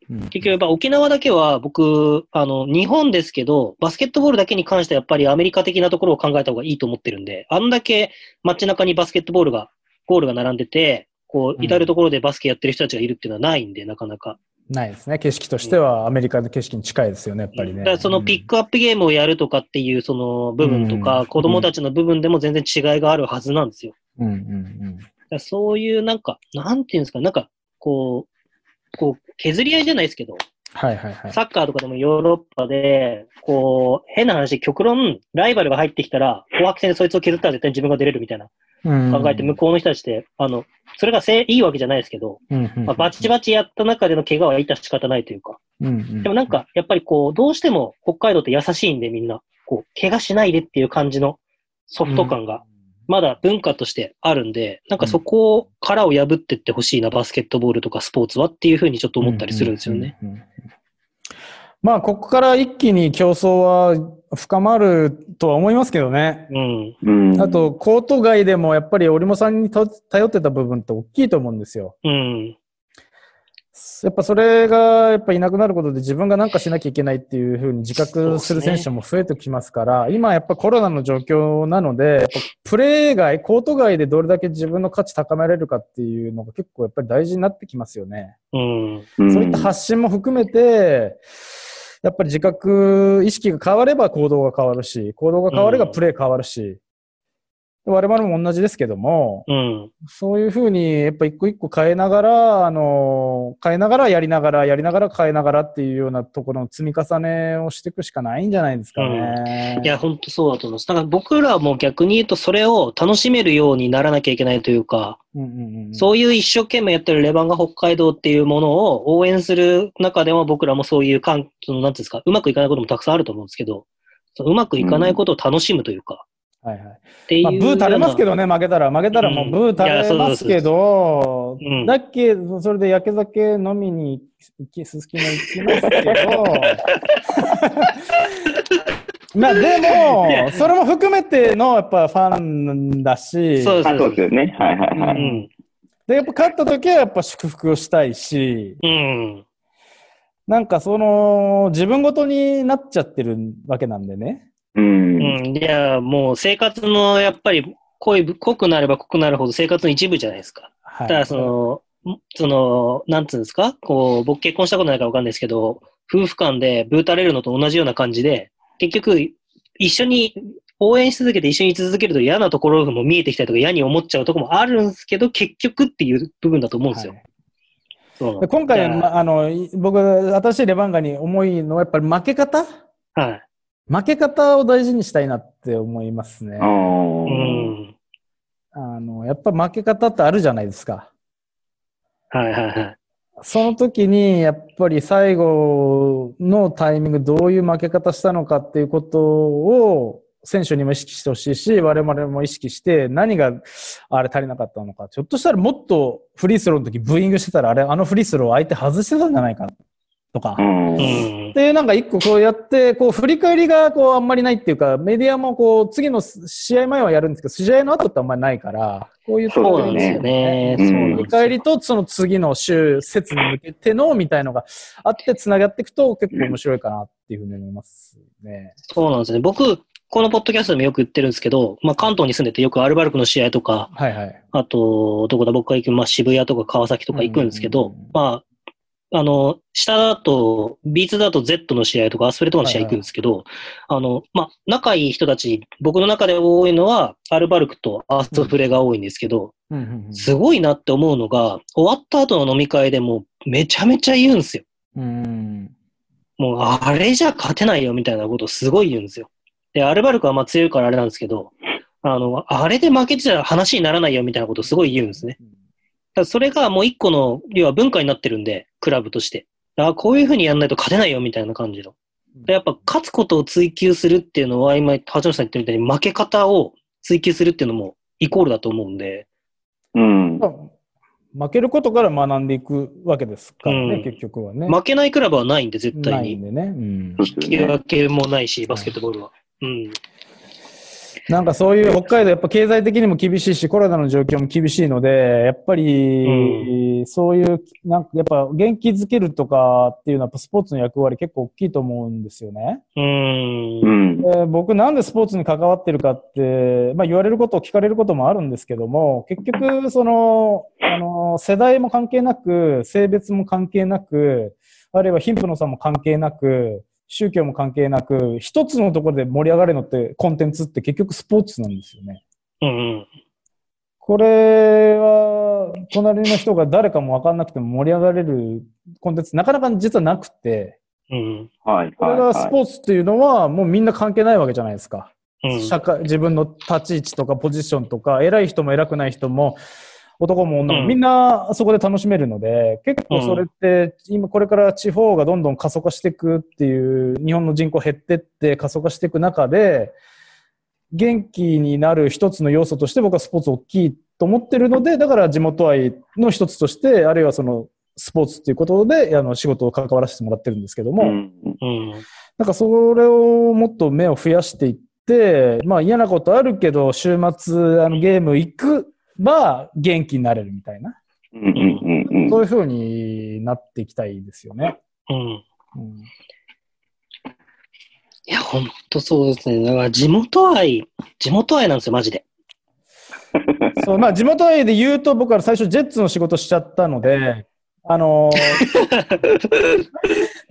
[SPEAKER 3] 結局やっぱ沖縄だけは僕、あの、日本ですけど、バスケットボールだけに関してはやっぱりアメリカ的なところを考えた方がいいと思ってるんで、あんだけ街中にバスケットボールが、ゴールが並んでて、こ
[SPEAKER 4] うん
[SPEAKER 3] う、至るところでバスケやってる人たちがいるっていうのはないんで、なかなか。
[SPEAKER 4] ないですね。景色としてはアメリカの景色に近いですよね、やっぱり
[SPEAKER 3] だ
[SPEAKER 4] ね。
[SPEAKER 3] からそのピックアップゲームをやるとかっていうその部分と
[SPEAKER 4] う
[SPEAKER 3] か
[SPEAKER 4] ん、
[SPEAKER 3] 子供たちの部分でも全然違いがあるはずなんですよ。
[SPEAKER 4] うんうん
[SPEAKER 3] だからそういうなんか、なんていうんですか、なんか、こう、こう、削り合いじゃないですけど、
[SPEAKER 4] はいはいはい。
[SPEAKER 3] サッカーとかでもヨーロッパで、こう、変な話、極論、ライバルが入ってきたら、紅白戦でそいつを削ったら絶対自分が出れるみたいな考えて、向こうの人たちって、あの、それがせいいわけじゃないですけど、
[SPEAKER 4] うんうんうん
[SPEAKER 3] まあ、バチバチやった中での怪我は致し方ないというか、で
[SPEAKER 4] で
[SPEAKER 3] もなん、か、やっぱりこう、どうしても北海道って優しいんでみんな、こう、怪我しないでっていう感じのソフト感がまだ文化としてあるんで、なんかそこを殻を破ってってほしいな、バスケットボールとかスポーツはっていうふうにちょっと思ったりするんですよね。
[SPEAKER 4] うんうんうんうん。まあ、ここから一気に競争は深まるとは思いますけどね。
[SPEAKER 3] うん。
[SPEAKER 2] うん。
[SPEAKER 4] あと、、コート外でもやっぱり折茂さんにと頼ってた部分って大きいと思うんですよ。
[SPEAKER 3] うん。
[SPEAKER 4] やっぱそれがやっぱいなくなることで自分が何かしなきゃいけないっていうふうに自覚する選手も増えてきますから、今やっぱコロナの状況なので、やっぱプレー外、コート外でどれだけ自分の価値高めれるかっていうのが結構やっぱり大事になってきますよね。
[SPEAKER 3] うん。
[SPEAKER 4] そういった発信も含めて、やっぱり自覚、意識が変われば行動が変わるし、行動が変わればプレー変わるし、我々も同じですけども、
[SPEAKER 3] うん。
[SPEAKER 4] そういうふうに、やっぱ一個一個変えながら、あの、変えながらやりながら、やりながら変えながらっていうようなところの積み重ねをしていくしかないんじゃないですかね。
[SPEAKER 3] いや、本当そうだと思います。だから僕らも逆に言うと、それを楽しめるようにならなきゃいけないというか、
[SPEAKER 4] うんうんうん、
[SPEAKER 3] そういう一生懸命やってるレバンガ北海道っていうものを応援する中でも僕らもそういうかん、その、なんていうんですか、うまくいかないこともたくさんあると思うんですけど、そのうまくいかないことを楽しむというか、
[SPEAKER 4] はいはい
[SPEAKER 3] っていう
[SPEAKER 4] まあ、
[SPEAKER 3] よう
[SPEAKER 4] ブ
[SPEAKER 3] な。
[SPEAKER 4] ー垂れますけどね、負けたら。負けたらもうブー垂れますけ
[SPEAKER 3] うんいやそう
[SPEAKER 4] ど、
[SPEAKER 3] ですうん
[SPEAKER 4] だっけ、それで焼け酒飲みに行き、すすきの行きます けど、まあでも、それも含めてのやっぱファンだし、
[SPEAKER 3] そうです
[SPEAKER 2] あそうですよね。はいはいは
[SPEAKER 3] う
[SPEAKER 2] い。
[SPEAKER 3] ん。
[SPEAKER 4] で、やっぱ勝った時はやっぱ祝福をしたいし、
[SPEAKER 3] うん。
[SPEAKER 4] なんかその、自分ごとになっちゃってるわけなんでね。
[SPEAKER 2] うん。
[SPEAKER 3] うん。いや、もう生活の、やっぱり、濃い、濃くなれば濃くなるほど生活の一部じゃないですか。
[SPEAKER 4] は
[SPEAKER 3] た
[SPEAKER 4] い。
[SPEAKER 3] だ、その、んその、なんつうんですかこう、僕結婚したことないからわかんないですけど、夫婦間でブータれるのと同じような感じで、結局、一緒に、応援し続けて一緒に居続けると嫌なところも見えてきたりとか嫌に思っちゃうところもあるんですけど、結局っていう部分だと思うんですよ
[SPEAKER 4] は。い
[SPEAKER 3] そう
[SPEAKER 4] で今回、
[SPEAKER 3] だ
[SPEAKER 4] ま、あの、い僕、新しいレバンガに思いのはやっぱり負け方
[SPEAKER 3] からはい。
[SPEAKER 4] 負け方を大事にしたいなって思いますね。
[SPEAKER 2] う。
[SPEAKER 3] うんん。
[SPEAKER 4] あの、やっぱ負け方ってあるじゃないですか。
[SPEAKER 3] はいはいはい。
[SPEAKER 4] その時に、やっぱり最後のタイミング、どういう負け方したのかっていうことを、選手にも意識してほしいし、我々も意識して、何があれ足りなかったのか。ひょっとしたらもっとフリースローの時ブーイングしてたら、あれ、あのフリースロー相手外してたんじゃないかとか。
[SPEAKER 2] うん。
[SPEAKER 3] うん。
[SPEAKER 4] で、なんか一個こうやって、こう振り返りがこうあんまりないっていうか、メディアもこう次の試合前はやるんですけど、試合の後ってあんまりないから、こういうと
[SPEAKER 3] そ
[SPEAKER 4] こ
[SPEAKER 3] うな
[SPEAKER 4] ろ
[SPEAKER 3] ん
[SPEAKER 4] に
[SPEAKER 3] ですよね。
[SPEAKER 2] うん
[SPEAKER 3] そうなんで
[SPEAKER 4] 振り
[SPEAKER 3] すよ
[SPEAKER 4] 返りとその次の週、節に向けてのみたいのがあって、繋がっていくと結構面白いかなっていうふうに思いますね。
[SPEAKER 3] そうなんですね。僕、このポッドキャストでもよく言ってるんですけど、まあ、関東に住んでてよくアルバルクの試合とか、
[SPEAKER 4] はいはい。
[SPEAKER 3] あと、どこだ、僕が行く、まあ、渋谷とか川崎とか行くんですけ
[SPEAKER 4] う
[SPEAKER 3] ど
[SPEAKER 4] んうんうん、
[SPEAKER 3] まあ、あの、下だと、B2 だと Z の試合とか、アスフレとかの試合行くんですけど、あの、まあ、仲いい人たち、僕の中で多いのは、アルバルクとアスフレが多いんですけど、
[SPEAKER 4] うんうんうん
[SPEAKER 3] すごいなって思うのが、終わった後の飲み会でもうめちゃめちゃ言うんですよ。
[SPEAKER 4] うん
[SPEAKER 3] もうあれじゃ勝てないよみたいなことをすごい言うんですよ。で、アルバルクはまあ強いからあれなんですけど、あの、あれで負けてたら話にならないよみたいなことをすごい言うんですね。だからそれがもう一個の、要は文化になってるんで、クラブとして。あこういうふうにやんないと勝てないよみたいな感じの。でやっぱ勝つことを追求するっていうのは、今、八野さん言ってるみたいに負け方を追求するっていうのもイコールだと思うんで、
[SPEAKER 2] うん。
[SPEAKER 4] まあ負けることから学んでいくわけですからね、
[SPEAKER 3] うん
[SPEAKER 4] 結局はね。
[SPEAKER 3] 負けないクラブはないんで、絶対
[SPEAKER 4] な
[SPEAKER 3] に
[SPEAKER 4] い。んでね。うん
[SPEAKER 2] そうです
[SPEAKER 3] 引き
[SPEAKER 2] よね。
[SPEAKER 3] 分けもないし、バスケットボールは。うん。
[SPEAKER 4] なんかそういう北海道、やっぱ経済的にも厳しいし、コロナの状況も厳しいので、やっぱり、そういう、なんかやっぱ元気づけるとかっていうのは、スポーツの役割結構大きいと思うんですよね。
[SPEAKER 3] うー。
[SPEAKER 2] うんん。
[SPEAKER 4] で僕なんでスポーツに関わってるかって、まあ言われること、聞かれることもあるんですけども、結局、その、あの、世代も関係なく、性別も関係なく、あるいは貧富の差も関係なく、宗教も関係なく、一つのところで盛り上がるのって、コンテンツって結局スポーツなんですよね。
[SPEAKER 3] うん。
[SPEAKER 4] これは、隣の人が誰かも分かんなくても盛り上がれるコンテンツ、なかなか実はなくて、
[SPEAKER 3] うん。
[SPEAKER 2] はい。
[SPEAKER 4] これ
[SPEAKER 2] はい。
[SPEAKER 4] がス
[SPEAKER 2] は
[SPEAKER 4] ポーツっていうのは、もうみんな関係ないわけじゃないですか。
[SPEAKER 3] うん。
[SPEAKER 4] 社会、自分の立ち位置とかポジションとか、偉い人も偉くない人も、男も女
[SPEAKER 3] う
[SPEAKER 4] も
[SPEAKER 3] ん
[SPEAKER 4] みんなそこで楽しめるので、結構それって、今これから地方がどんどん過疎化していくっていう、日本の人口減ってって過疎化していく中で、元気になる一つの要素として僕はスポーツ大きいと思ってるので、だから地元愛の一つとして、あるいはそのスポーツっていうことで、あの、仕事を関わらせてもらってるんですけども、
[SPEAKER 2] うん。
[SPEAKER 3] うん。
[SPEAKER 4] なんかそれをもっと目を増やしていって、まあ嫌なことあるけど、週末あのゲーム行くば元気になれるみたいな。
[SPEAKER 2] うん。うん。うん。
[SPEAKER 4] そういう風になっていきたいですよね。
[SPEAKER 3] うん。
[SPEAKER 4] うん
[SPEAKER 3] いや、ほんとそうですね。だから、地元愛、地元愛なんですよ、マジで。
[SPEAKER 4] そう、まあ地元愛で言うと僕は最初ジェッツの仕事しちゃったので、あの ー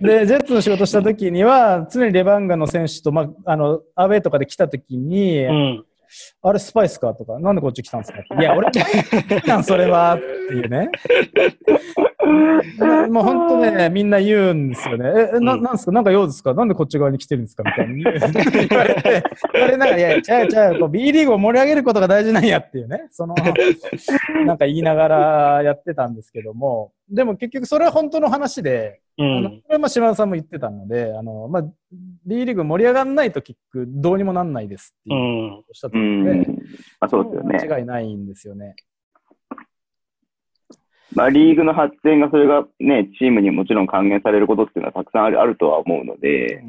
[SPEAKER 4] で、ジェッツの仕事した時には、常にレバンガの選手と、まあ、あの、アウェイとかで来た時に、
[SPEAKER 3] うん。
[SPEAKER 4] あれスパイスかとか、なんでこっち来たんですかいや、俺、なんそれはっていうね。もう本当ね、みんな言うんですよね。え、えな
[SPEAKER 3] うん
[SPEAKER 4] なんですかなんか用ですかなんでこっち側に来てるんですかみたいに言われて、言われながら、いや、ちゃうちゃう、こう B リーグを盛り上げることが大事なんやっていうね、その、なんか言いながらやってたんですけども、でも結局それは本当の話で、
[SPEAKER 3] う
[SPEAKER 4] あのこ
[SPEAKER 3] ん。
[SPEAKER 4] れはまあ島田さんも言ってたので、あの、まあ、B リーグ盛り上がんないと結局どうにもなんないですって
[SPEAKER 3] う
[SPEAKER 4] いう、
[SPEAKER 3] ん。
[SPEAKER 4] おっしゃって
[SPEAKER 2] う
[SPEAKER 4] たので、
[SPEAKER 2] ん。まあそうですよね。
[SPEAKER 4] 間違いないんですよね。
[SPEAKER 2] まあ、リーグの発展が、それがね、チームにもちろん還元されることっていうのはたくさんあるあるとは思うので、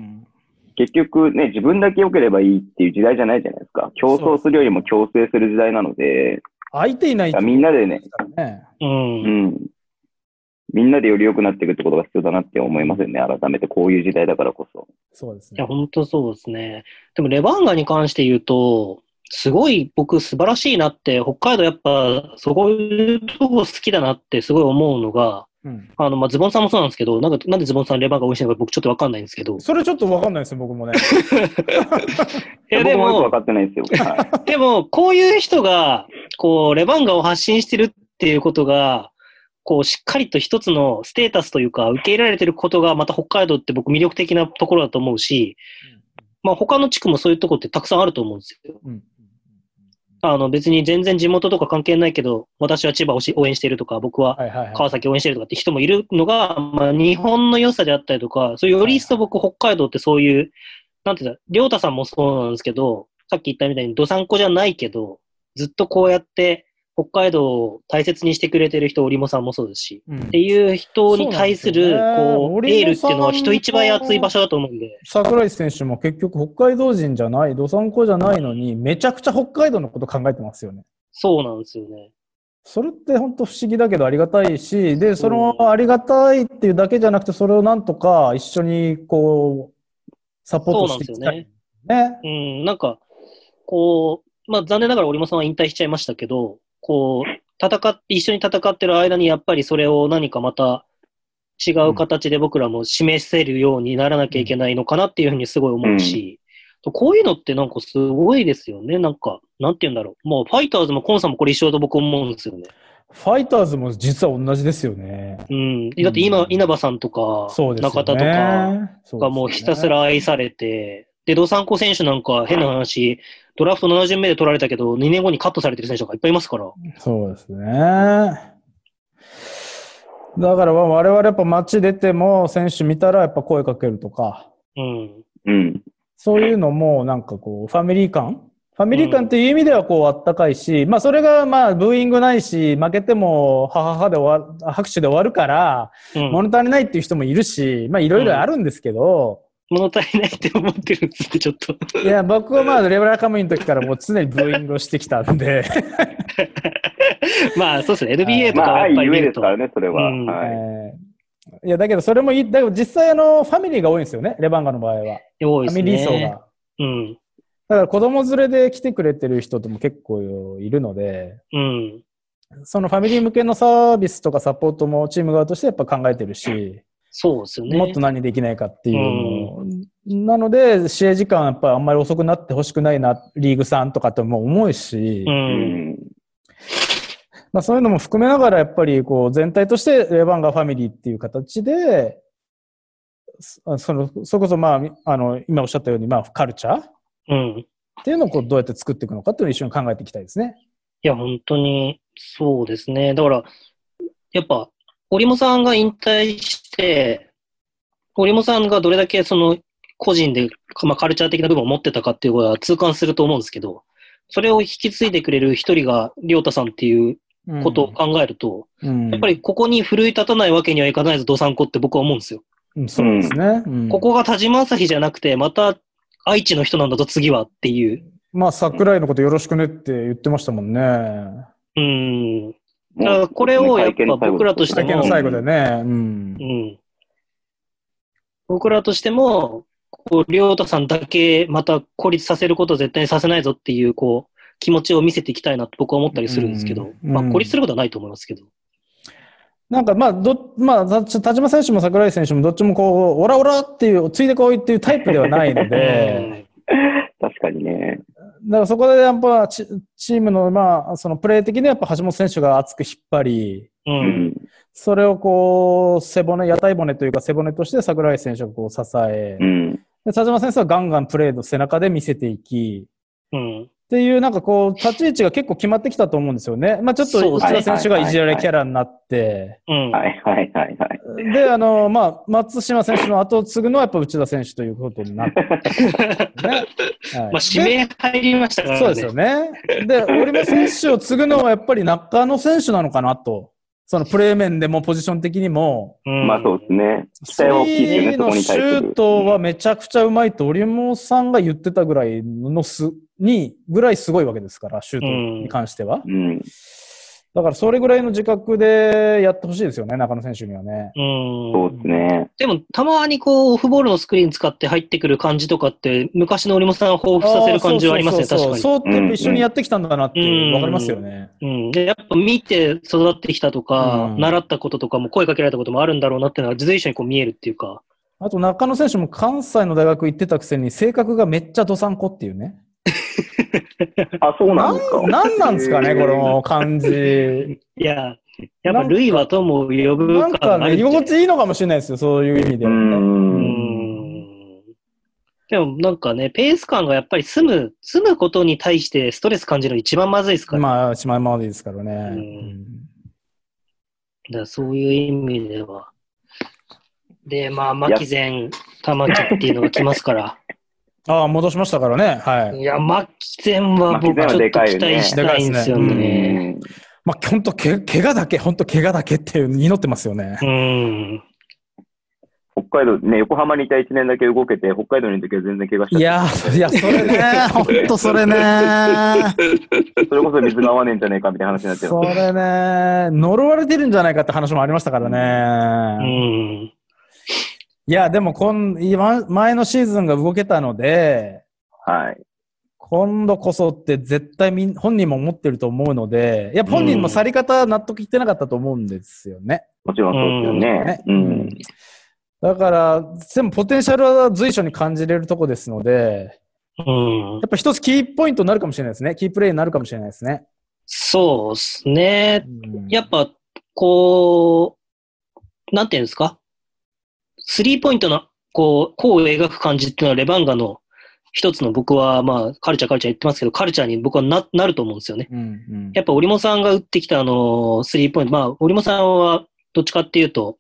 [SPEAKER 2] 結局ね、自分だけ良ければいいっていう時代じゃないじゃないですか。競争するよりも強制する時代なので、
[SPEAKER 4] 相手いないと、
[SPEAKER 2] みんなでね、
[SPEAKER 4] ね、
[SPEAKER 3] う。
[SPEAKER 2] うんん。みんなでより良くなっていくってことが必要だなって思いますよね。改めてこういう時代だからこそ。
[SPEAKER 4] そうです
[SPEAKER 3] い
[SPEAKER 4] ね
[SPEAKER 3] や、。本当そうですね。でも、レバンガに関して言うと、すごい僕素晴らしいなって、北海道やっぱ、そこいうとこ好きだなってすごい思うのが、
[SPEAKER 4] うん、
[SPEAKER 3] あの、まあ、ズボンさんもそうなんですけど、なんか、なんでズボンさんレバンガ応援してるのか僕ちょっとわかんないんですけど。い
[SPEAKER 4] それちょっとわかんないですよ、僕もね。
[SPEAKER 3] や、
[SPEAKER 2] 僕
[SPEAKER 3] で
[SPEAKER 2] もよく分
[SPEAKER 3] も、
[SPEAKER 2] かってないです よ。はい
[SPEAKER 3] でも、こういう人が、こう、レバンガを発信してるっていうことが、こう、しっかりと一つのステータスというか、受け入れられてることが、また北海道って僕魅力的なところだと思うし、まあ、他の地区もそういうとこってたくさんあると思うんですよ。
[SPEAKER 4] うん
[SPEAKER 3] あの、別に全然地元とか関係ないけど、私は千葉をし応援してるとか、僕は
[SPEAKER 4] はいはいはい。
[SPEAKER 3] 川崎応援してるとかって人もいるのが、まあ、日本の良さであったりとか、そういうより一層僕、北海道ってそういう、なんていうんだ、りょうたさんもそうなんですけど、さっき言ったみたいに、どさんこじゃないけど、ずっとこうやって、北海道を大切にしてくれてる人、織茂さんもそうですし、
[SPEAKER 4] うん
[SPEAKER 3] っていう人に対する、
[SPEAKER 4] そうなんですよね
[SPEAKER 3] こう、エ
[SPEAKER 4] 織
[SPEAKER 3] ールっ
[SPEAKER 4] 茂さ
[SPEAKER 3] て
[SPEAKER 4] ん
[SPEAKER 3] いうのは人一倍熱い場所だと思うんで、
[SPEAKER 4] 桜井選手も結局北海道人じゃない、どさんこじゃないのに、めちゃくちゃ北海道のこと考えてますよね。
[SPEAKER 3] そうなんですよね。
[SPEAKER 4] それって本当不思議だけどありがたいし、で、そのありがたいっていうだけじゃなくて、それをなんとか一緒にこう、サポートしていきたい。ね。
[SPEAKER 3] うん、なんか、こう、まあ残念ながら織茂さんは引退しちゃいましたけど、こう、戦っ、一緒に戦ってる間にやっぱりそれを何かまた違う形で僕らも示せるようにならなきゃいけないのかなっていうふうにすごい思うし、こういうのってなんかすごいですよね。なんか、なんて言うんだろう。もうファイターズもコンさんもこれ一緒だと僕思うんですよね。
[SPEAKER 4] ファイターズも実は同じですよね。
[SPEAKER 3] うん。だって今、
[SPEAKER 4] うん
[SPEAKER 3] 稲葉さんとか、
[SPEAKER 4] そうですよ
[SPEAKER 3] 中
[SPEAKER 4] ね。
[SPEAKER 3] 田とか、
[SPEAKER 4] そうですよね
[SPEAKER 3] がもうひたすら愛されて、で、ドサンコ選手なんか変な話、ドラフト7巡目で取られたけど、2年後にカットされてる選手がいっぱいいますから。
[SPEAKER 4] そうですね。だからまあ我々やっぱ街出ても選手見たらやっぱ声かけるとか、
[SPEAKER 3] うん。
[SPEAKER 2] うん。
[SPEAKER 4] そういうのもなんかこうファミリー感ファミリー感っていう意味ではこうあったかいし、まあそれがまあブーイングないし、負けてもはははで終わる、拍手で終わるから、
[SPEAKER 3] うん、物
[SPEAKER 4] 物足りないっていう人もいるし、まあいろいろあるんですけど、
[SPEAKER 3] 足りないって思ってるんですって、ちょっと。
[SPEAKER 4] いや僕はまあレブラカムイの時からもう常にブーイングをしてきたんで、
[SPEAKER 3] まあ、そうですね。
[SPEAKER 4] はい
[SPEAKER 3] NBA と
[SPEAKER 2] ま
[SPEAKER 3] か
[SPEAKER 2] あ、
[SPEAKER 3] はやっ
[SPEAKER 2] 愛
[SPEAKER 3] ぱり
[SPEAKER 2] ゆ
[SPEAKER 3] 見
[SPEAKER 2] え
[SPEAKER 3] る
[SPEAKER 2] です
[SPEAKER 3] と。
[SPEAKER 2] からね、それは。
[SPEAKER 3] うん
[SPEAKER 2] はい。
[SPEAKER 4] え ーいやだけどそれもいい、だけど実際あのファミリーが多いんですよね、レバンガの場合は。
[SPEAKER 3] 多い
[SPEAKER 4] フ
[SPEAKER 3] で
[SPEAKER 4] ァ
[SPEAKER 3] すね。
[SPEAKER 4] ミリー層が。
[SPEAKER 3] うん。
[SPEAKER 4] だから子供連れで来てくれてる人とも結構いるので、
[SPEAKER 3] うん。
[SPEAKER 4] そのファミリー向けのサービスとかサポートもチーム側としてやっぱ考えてるし、
[SPEAKER 3] そうですよね。
[SPEAKER 4] もっと何できないかっていうのをなので、試合時間やっぱあんまり遅くなってほしくないな、リーグさんとかっても思うし、
[SPEAKER 2] う
[SPEAKER 3] うん。
[SPEAKER 2] ん。
[SPEAKER 4] まあそういうのも含めながらやっぱりこう全体としてレバンガファミリーっていう形で、そそのそれこそまあ、あの、今おっしゃったように、まあカルチャーっ
[SPEAKER 3] うん。い
[SPEAKER 4] ていうのをこうどうやって作っていくのかっていうのを一緒に考えていきたいですね。
[SPEAKER 3] や、本当に、そうですね。だから、やっぱ、織茂さんが引退して、織茂さんがどれだけその個人で、まあ、カルチャー的な部分を持ってたかっていうことは痛感すると思うんですけど、それを引き継いでくれる一人が亮太さんっていうことを考えると、
[SPEAKER 4] うん
[SPEAKER 3] やっぱりここに奮い立たないわけにはいかないぞ、ドサンコって僕は思うんですよ。
[SPEAKER 4] うんそうですね。うん
[SPEAKER 3] ここが田島朝日じゃなくて、また愛知の人なんだぞ、次はっていう。
[SPEAKER 4] まあ、桜井のことよろしくねって言ってましたもんね。
[SPEAKER 3] うん。だか
[SPEAKER 2] も
[SPEAKER 3] ら
[SPEAKER 2] う
[SPEAKER 3] これをやっ
[SPEAKER 2] 会見の
[SPEAKER 3] ぱ
[SPEAKER 2] 最後
[SPEAKER 3] 僕らとして
[SPEAKER 4] 会
[SPEAKER 3] も
[SPEAKER 4] 見の最後でね。うん
[SPEAKER 3] う。ん。僕らとしても、こう、りょうたさんだけまた孤立させることを絶対にさせないぞっていう、こう、気持ちを見せていきたいなって僕は思ったりするんですけど、
[SPEAKER 4] うん
[SPEAKER 3] まあ、
[SPEAKER 4] うん
[SPEAKER 3] 孤立することはないと思いますけど。
[SPEAKER 4] なんか、まあ、ど、まあ、た田島選手も桜井選手もどっちもこう、オラオラっていう、ついでこいっていうタイプではないので、
[SPEAKER 2] 確かにね。
[SPEAKER 4] だからそこでやっぱチ、チームの、まあ、そのプレー的にはやっぱ橋本選手が熱く引っ張り、
[SPEAKER 3] う。
[SPEAKER 2] うんん。
[SPEAKER 4] それをこう、背骨、屋台骨というか背骨として桜井選手がこう支え
[SPEAKER 2] う、ん。
[SPEAKER 4] で田島選手はガンガンプレーの背中で見せていき、
[SPEAKER 3] うん。
[SPEAKER 4] っていう、なんかこう、立ち位置が結構決まってきたと思うんですよね。まあちょっ
[SPEAKER 3] そ
[SPEAKER 4] と、
[SPEAKER 3] う
[SPEAKER 4] 内
[SPEAKER 3] です
[SPEAKER 4] 田選手がいじられキャラになって、
[SPEAKER 3] うん。
[SPEAKER 2] はいはいはいはい。
[SPEAKER 4] で、あの、まあ松島選手の後を継ぐのはやっぱ内田選手ということになって、ね。
[SPEAKER 3] ま
[SPEAKER 4] はい
[SPEAKER 3] あ、指名入りましたか
[SPEAKER 4] で
[SPEAKER 3] らね。
[SPEAKER 4] そうですよね。で、折茂選手を継ぐのはやっぱり中野選手なのかなと。そのプレー面でもポジション的にも、
[SPEAKER 3] うん
[SPEAKER 2] まあそうですね。期待は大きいですよね、
[SPEAKER 4] 次
[SPEAKER 2] そ
[SPEAKER 4] の
[SPEAKER 2] こに
[SPEAKER 4] シ
[SPEAKER 2] 対する。
[SPEAKER 4] ュートはめちゃくちゃうまいと、折茂さんが言ってたぐらいのす、に、ぐらいすごいわけですから、シュートに関しては。
[SPEAKER 2] うん。
[SPEAKER 4] だからそれぐらいの自覚でやってほしいですよね、中野選手にはね。
[SPEAKER 3] うん
[SPEAKER 2] そうですね。
[SPEAKER 3] でも、たまにこう、オフボールのスクリーン使って入ってくる感じとかって、昔の折茂さんを彷彿させる感じはありますね、
[SPEAKER 4] そう
[SPEAKER 3] 確
[SPEAKER 4] そう
[SPEAKER 3] かに。
[SPEAKER 4] そうそうそうって一緒にやってきたんだなって
[SPEAKER 3] うん
[SPEAKER 4] わかりますよね。
[SPEAKER 3] うん、でやっぱ見て育ってきたとか、
[SPEAKER 4] うん
[SPEAKER 3] 習ったこととかも声かけられたこともあるんだろうなっていうのは随所にこう見えるっていうか。
[SPEAKER 4] あと中野選手も関西の大学行ってたくせに性格がめっちゃどさんこっていうね。
[SPEAKER 2] あ、そうなんですか。
[SPEAKER 4] なんなんですかね、この感じ。
[SPEAKER 3] いや、やっぱルイは友を呼ぶ
[SPEAKER 4] な
[SPEAKER 3] 感
[SPEAKER 4] んか
[SPEAKER 3] があ
[SPEAKER 4] ね、
[SPEAKER 3] る
[SPEAKER 4] 居
[SPEAKER 3] んじゃない
[SPEAKER 4] 心地いいのかもしれないですよ、そういう意味で
[SPEAKER 2] う。
[SPEAKER 4] はね。
[SPEAKER 3] うんん。でもなんかね、ペース感がやっぱり住む、住むことに対してストレス感じるの一番まずいですから、
[SPEAKER 4] まあ、しまいまでですからね。
[SPEAKER 3] ん
[SPEAKER 4] うん
[SPEAKER 3] だからそういう意味では。で、まあ、牧前、玉木っていうのが来ます から。
[SPEAKER 4] ああ、戻しましたからね。はい。
[SPEAKER 3] いや、牧前は僕ちょっと期待したいんですよ
[SPEAKER 4] 牧前はでかいよ
[SPEAKER 3] ね。
[SPEAKER 4] まあ、ほんと、け、怪我だけ、ほんと怪我だけっていう、祈ってますよね。
[SPEAKER 3] うん。
[SPEAKER 2] 北海道、ね、横浜にいた1年だけ動けて、北海道にいた時は全然怪我し
[SPEAKER 4] い
[SPEAKER 2] て
[SPEAKER 4] やー、いや、それね、ほんとそれね。
[SPEAKER 2] それこそ水が合わねえんじゃねえかみたいな話になっちゃう
[SPEAKER 4] そ。れね、呪われてるんじゃないかって話もありましたから
[SPEAKER 3] うん。
[SPEAKER 4] ね。いや、でもこん、今、前のシーズンが動けたので、
[SPEAKER 2] はい。
[SPEAKER 4] 今度こそって絶対みん本人も思ってると思うので、いや、本人も去り方納得いってなかったと思うんですよね。
[SPEAKER 2] もちろんそうですよね
[SPEAKER 4] ね。
[SPEAKER 2] うん。
[SPEAKER 4] だから、でもポテンシャルは随所に感じれるとこですので、
[SPEAKER 3] うん
[SPEAKER 4] やっぱ一つキーポイントになるかもしれないですね。キープレイになるかもしれないですね。
[SPEAKER 3] そうですね。
[SPEAKER 4] うん
[SPEAKER 3] やっぱ、こう、なんていうんですかスリーポイントの、こう、弧を描く感じっていうのは、レバンガの一つの僕は、まあ、カルチャーカルチャー言ってますけど、カルチャーに僕はな、なると思うんですよね。
[SPEAKER 4] うんうん
[SPEAKER 3] やっぱ、折茂さんが打ってきた、あの、スリーポイント、まあ、折茂さんは、どっちかっていうと、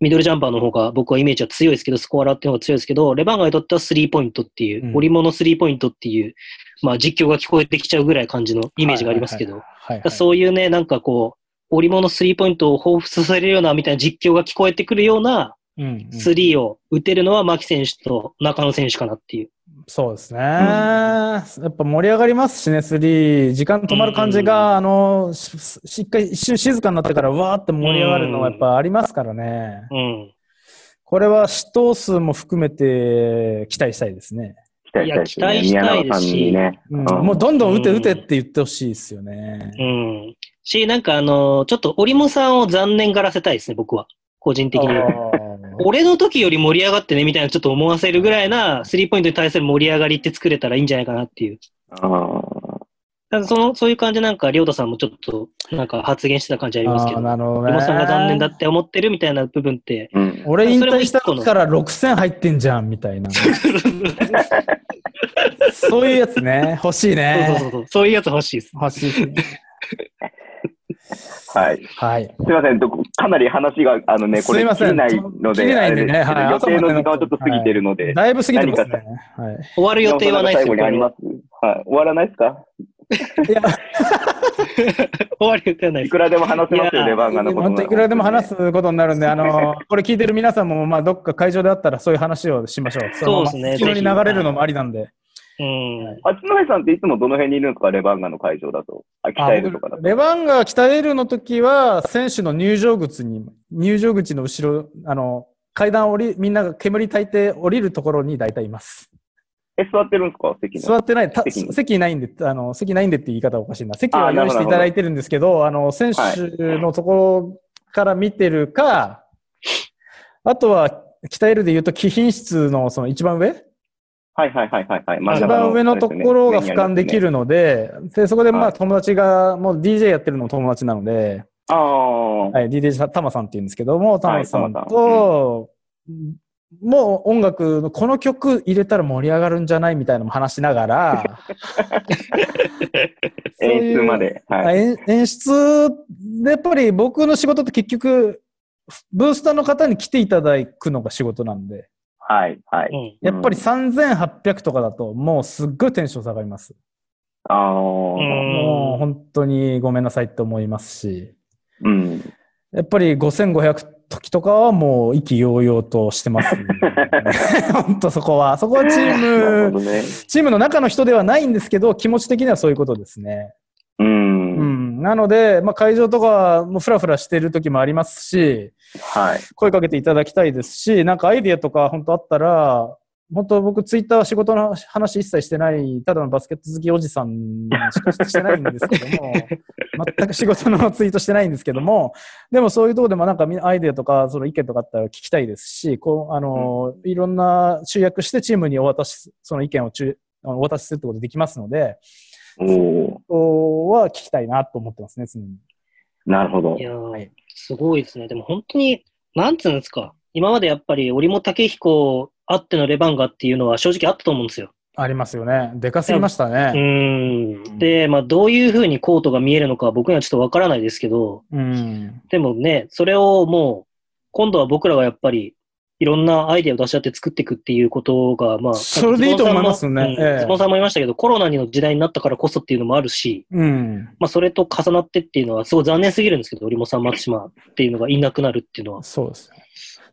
[SPEAKER 3] ミドルジャンパーの方が僕はイメージは強いですけど、スコアラーっていうのが強いですけど、レバンガにとってはスリーポイントっていうう、
[SPEAKER 4] ん
[SPEAKER 3] 折茂のスリーポイントっていう、まあ実況が聞こえてきちゃうぐらい感じのイメージがありますけど
[SPEAKER 4] は、いはいはいはい
[SPEAKER 3] だからそういうね、なんかこう、織物スリーポイントを彷彿させるような、みたいな実況が聞こえてくるような
[SPEAKER 4] うんうん
[SPEAKER 3] スリーを打てるのは、牧選手と中野選手かなっていう。
[SPEAKER 4] そうですね、やっぱ盛り上がりますしね、スリー。時間止まる感じ
[SPEAKER 3] うんうんう
[SPEAKER 4] が、あの、しし一回一瞬静かになってから、わーって盛り上がるのはやっぱありますからね。
[SPEAKER 3] うん。
[SPEAKER 4] これは死闘数も含めて期待したいですね。
[SPEAKER 2] 期待したいですね。
[SPEAKER 3] いや期待し
[SPEAKER 2] 宮
[SPEAKER 3] たい
[SPEAKER 2] 永
[SPEAKER 3] です
[SPEAKER 2] さん
[SPEAKER 3] し
[SPEAKER 2] にね。
[SPEAKER 4] うん、
[SPEAKER 2] うん
[SPEAKER 4] もうどんどん打て
[SPEAKER 3] うん
[SPEAKER 4] 打てって言ってほしいですよね。
[SPEAKER 3] うん。し、なんかあのちょっと織茂さんを残念がらせたいですね、僕は。個人的には。
[SPEAKER 4] あ
[SPEAKER 3] 俺の時より盛り上がってね、みたいなちょっと思わせるぐらいな、スリーポイントに対する盛り上がりって作れたらいいんじゃないかなっていう。
[SPEAKER 2] あ
[SPEAKER 3] ただその、そういう感じなんか、りょうたさんもちょっと、なんか発言してた感じありますけ
[SPEAKER 4] ー
[SPEAKER 3] ど、
[SPEAKER 4] なるほど
[SPEAKER 3] 織茂
[SPEAKER 4] ね。
[SPEAKER 3] さんが残念だって思ってるみたいな部分って、
[SPEAKER 2] ーうん。
[SPEAKER 4] 俺引
[SPEAKER 3] それも
[SPEAKER 4] 退
[SPEAKER 3] 一
[SPEAKER 4] した
[SPEAKER 3] 個の
[SPEAKER 4] 時から6000入ってんじゃん、みたいな。そういうやつね。欲し
[SPEAKER 3] そうそう
[SPEAKER 4] いね。
[SPEAKER 3] そう。そういうやつ欲しいです。
[SPEAKER 4] 欲しいですね。
[SPEAKER 2] はい。
[SPEAKER 4] はい。
[SPEAKER 2] すみません、どこかなり話が、あのね、これ、
[SPEAKER 4] すいません
[SPEAKER 2] 切れないので、
[SPEAKER 4] 切れないんでね
[SPEAKER 2] あれですけど予
[SPEAKER 4] はい
[SPEAKER 2] 定の時間はちょっと過ぎてるので、
[SPEAKER 4] だいぶ過ぎてますね。はい。
[SPEAKER 3] 終わる予定はないです
[SPEAKER 2] 最後に
[SPEAKER 3] よ。これ
[SPEAKER 2] ありますはい。終わらないですか
[SPEAKER 4] いや、
[SPEAKER 3] 終わる予定はない
[SPEAKER 2] い
[SPEAKER 3] で
[SPEAKER 2] くらでも話せます
[SPEAKER 3] い
[SPEAKER 2] よ、
[SPEAKER 3] や
[SPEAKER 2] レバンガのこと
[SPEAKER 4] 本当いくらでも話すことになるんで、あの、これ聞いてる皆さんも、まあ、どっか会場であったらそういう話をしましょう。
[SPEAKER 3] そうですね
[SPEAKER 4] そのまま後ろに流れるのもありなんで。
[SPEAKER 3] す。うん。
[SPEAKER 2] 八戸さんっていつもどの辺にいるんですか、レバンガの会場だと。あ、北エルとかだ
[SPEAKER 4] あ
[SPEAKER 2] と。
[SPEAKER 4] 僕レバンガ北エルの時は、選手の入場口に、入場口の後ろ、あの、階段降り、みんなが煙焚いて降りるところに大体います。
[SPEAKER 2] え、座ってるんですか、席
[SPEAKER 4] 座
[SPEAKER 2] の。
[SPEAKER 4] ってない、た
[SPEAKER 2] 席に
[SPEAKER 4] 席ないんで、あの、席ないんでって言い方はおかしいな。席
[SPEAKER 2] あ
[SPEAKER 4] は
[SPEAKER 2] ーなる
[SPEAKER 4] 用意
[SPEAKER 2] ほ
[SPEAKER 4] し
[SPEAKER 2] ど
[SPEAKER 4] ていただいてるんですけど、あの、選手のところから見てるか、あとは、北エルで言うと、貴賓室のその一番上
[SPEAKER 2] はいはいはいはいはい。真ん
[SPEAKER 4] 一
[SPEAKER 2] 中の
[SPEAKER 4] 番上のところが俯瞰でき。
[SPEAKER 2] そうすね
[SPEAKER 4] るので、で、そこでま
[SPEAKER 2] は
[SPEAKER 4] あ
[SPEAKER 2] い
[SPEAKER 4] 友達が、もう DJ やってるのも友達なので、
[SPEAKER 2] ああ、
[SPEAKER 4] はい、DJ さんタマさんって言うんですけども、タマさん
[SPEAKER 2] はいタマ
[SPEAKER 4] と、もう音楽のこの曲入れたら盛り上がるんじゃないみたいなのも話しな がら、そういう
[SPEAKER 2] 演出まで。
[SPEAKER 4] あ
[SPEAKER 2] はい。
[SPEAKER 4] 演演出でやっぱり僕の仕事って結局、ブースターの方に来ていただくのが仕事なんで、
[SPEAKER 2] はい。は
[SPEAKER 3] う
[SPEAKER 2] い。
[SPEAKER 3] ん。
[SPEAKER 4] やっぱり
[SPEAKER 2] うん
[SPEAKER 4] 3800とかだともうすっごいテンション下がります。
[SPEAKER 2] ああ、
[SPEAKER 3] ん
[SPEAKER 4] もう本当にごめんなさいって思いますし、
[SPEAKER 2] うん。
[SPEAKER 4] やっぱり5500時とかはもう意気揚々としてま す、ね。本当そこは。そこはチ
[SPEAKER 2] な
[SPEAKER 4] ー
[SPEAKER 2] る
[SPEAKER 4] ム
[SPEAKER 2] ほ、どね。
[SPEAKER 4] チームの中の人ではないんですけど、気持ち的にはそういうことですね。
[SPEAKER 2] う。
[SPEAKER 4] うんん。なので、まあ会場とかもフラフラしてる時もありますし、
[SPEAKER 2] はい。
[SPEAKER 4] 声かけていただきたいですし、なんかアイディアとか本当あったら、本当僕ツイッター仕事の話一切してない、ただのバスケット好きおじさんしかしてないんですけども、 全く仕事のツイートしてないんですけども、でもそういうとこでもなんかみアイディアとかその意見とかあったら聞きたいですし、こう、あの、いろんな集約してチームにお渡し、その意見を中お渡しするってことできますので、
[SPEAKER 2] おお
[SPEAKER 4] ここは聞きたいなと思ってますね、常に。
[SPEAKER 2] ーなるほど
[SPEAKER 3] い。やー
[SPEAKER 4] はい
[SPEAKER 3] すごいですね。でも本当に、なんつうんですか、今までやっぱり折茂武彦あってのレバンガっていうのは正直あったと思うんですよ。
[SPEAKER 4] ありますよね。でかすぎました
[SPEAKER 3] う
[SPEAKER 4] ね。
[SPEAKER 3] ん。で、まあどういうふうにコートが見えるのかは僕にはちょっとわからないですけど、
[SPEAKER 4] うん。
[SPEAKER 3] でもね、それをもう、今度は僕らがやっぱり、いろんなアイデアを出し合って作っていくっていうことが、まあ、
[SPEAKER 4] それでいいと思いますよね
[SPEAKER 3] うん
[SPEAKER 4] ええ
[SPEAKER 3] ズボンさんも言いましたけど、コロナの時代になったからこそっていうのもあるし、
[SPEAKER 4] うん。
[SPEAKER 3] まあ、それと重なってっていうのは、すごい残念すぎるんですけど、折茂さん、松島っていうのがいなくなるっていうのは。
[SPEAKER 4] そうですね。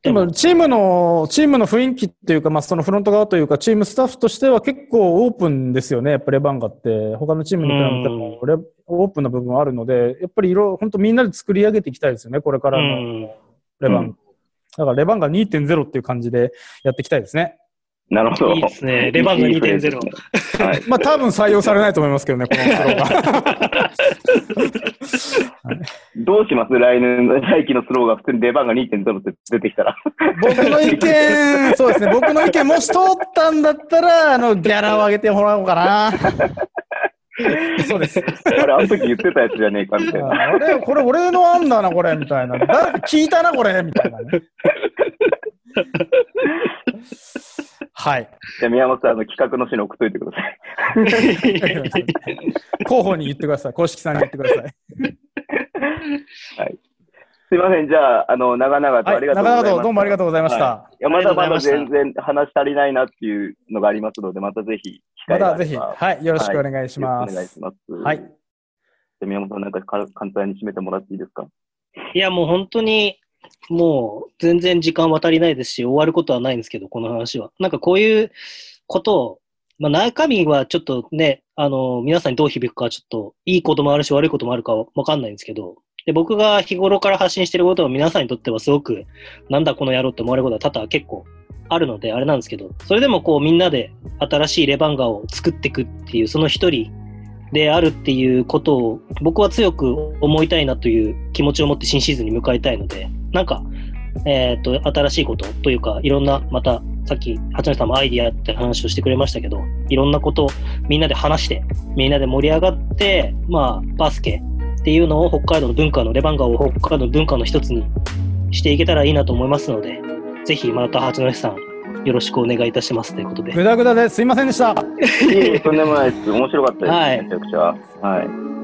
[SPEAKER 4] でも、チームの、チームの雰囲気っていうか、まあ、そのフロント側というか、チームスタッフとしては結構オープンですよね。やっぱレバンガって、他のチームに比べてもレ、オープンな部分はあるので、やっぱりいろ、本当みんなで作り上げていきたいですよね。これから
[SPEAKER 3] う
[SPEAKER 4] の
[SPEAKER 3] ん
[SPEAKER 4] レバンガ。
[SPEAKER 2] うん
[SPEAKER 4] だから、レバンガ2.0っていう感じでやっていきたいですね。
[SPEAKER 2] なるほど。
[SPEAKER 3] いいですねレバンガ
[SPEAKER 2] いいフレーズ
[SPEAKER 3] 2.0
[SPEAKER 2] ですねはい。
[SPEAKER 4] まあ、多分採用されないと思いますけどね、このスローが。
[SPEAKER 2] どうします来年、来期のスローが普通に出番が2.0って出てきたら。
[SPEAKER 4] 僕の意見、そうですね。僕の意見、もし通ったんだったら、あの、ギャラを上げてもらおうかな。そうです。
[SPEAKER 2] あれ、あの時言ってたやつじゃねえかみ たいな。
[SPEAKER 4] あれ、これ俺の案だな、これ、みたいな。だ聞いたな、これ、みたいなね。はい。
[SPEAKER 2] じゃあ宮本さん、あの企画の資料送っといてください。
[SPEAKER 4] 候補に言ってください。公式さんに言ってください。
[SPEAKER 2] すいません、じゃあ、あの、長々とあ
[SPEAKER 4] はい。
[SPEAKER 2] りがとう
[SPEAKER 4] 長
[SPEAKER 2] ございました。
[SPEAKER 4] 々とどうもありがとうございました。
[SPEAKER 2] は山田まだ全
[SPEAKER 3] あ
[SPEAKER 2] 然話足りないなっていうのがありますので、またぜひ、
[SPEAKER 4] またぜひ、
[SPEAKER 2] よ
[SPEAKER 4] はい。よろしくお願いしま
[SPEAKER 2] ろしく
[SPEAKER 4] す。
[SPEAKER 2] お願いします。
[SPEAKER 4] はい
[SPEAKER 2] じゃあ宮本さん、なんかか簡単に締めてもらっていいですか
[SPEAKER 3] いや、もう本当に、もう全然時間は足りないですし、終わることはないんですけど、この話は。なんかこういうことを、まあ、中身はちょっとね、あの、皆さんにどう響くかはちょっと、いいこともあるし、悪いこともあるかわかんないんですけど、で、僕が日頃から発信してることは皆さんにとってはすごく、なんだこの野郎って思われることは多々結構あるので、あれなんですけど、それでもこうみんなで新しいレバンガを作っていくっていう、その一人であるっていうことを僕は強く思いたいなという気持ちを持って新シーズンに向かいたいので、なんか、えっ、と、新しいことというか、いろんな、また、さっき、八野さんもアイディアって話をしてくれましたけど、いろんなことをみんなで話して、みんなで盛り上がって、まあ、バスケっていうのを北海道の文化の、レバンガを北海道の文化の一つにしていけたらいいなと思いますので、ぜひ、また八野さん、よろしくお願いいたしますということで
[SPEAKER 4] ぐ。だぐだですいませんでした。
[SPEAKER 2] いえいえ、とんでもないです。面白かったです、
[SPEAKER 3] はい
[SPEAKER 2] めちゃくちゃ。はい。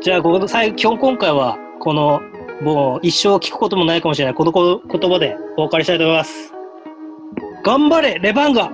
[SPEAKER 3] じゃあここ最後今日今回はこのもう一生聞くこともないかもしれないこのこ言葉でお別れしたいと思います。頑張れレバンガ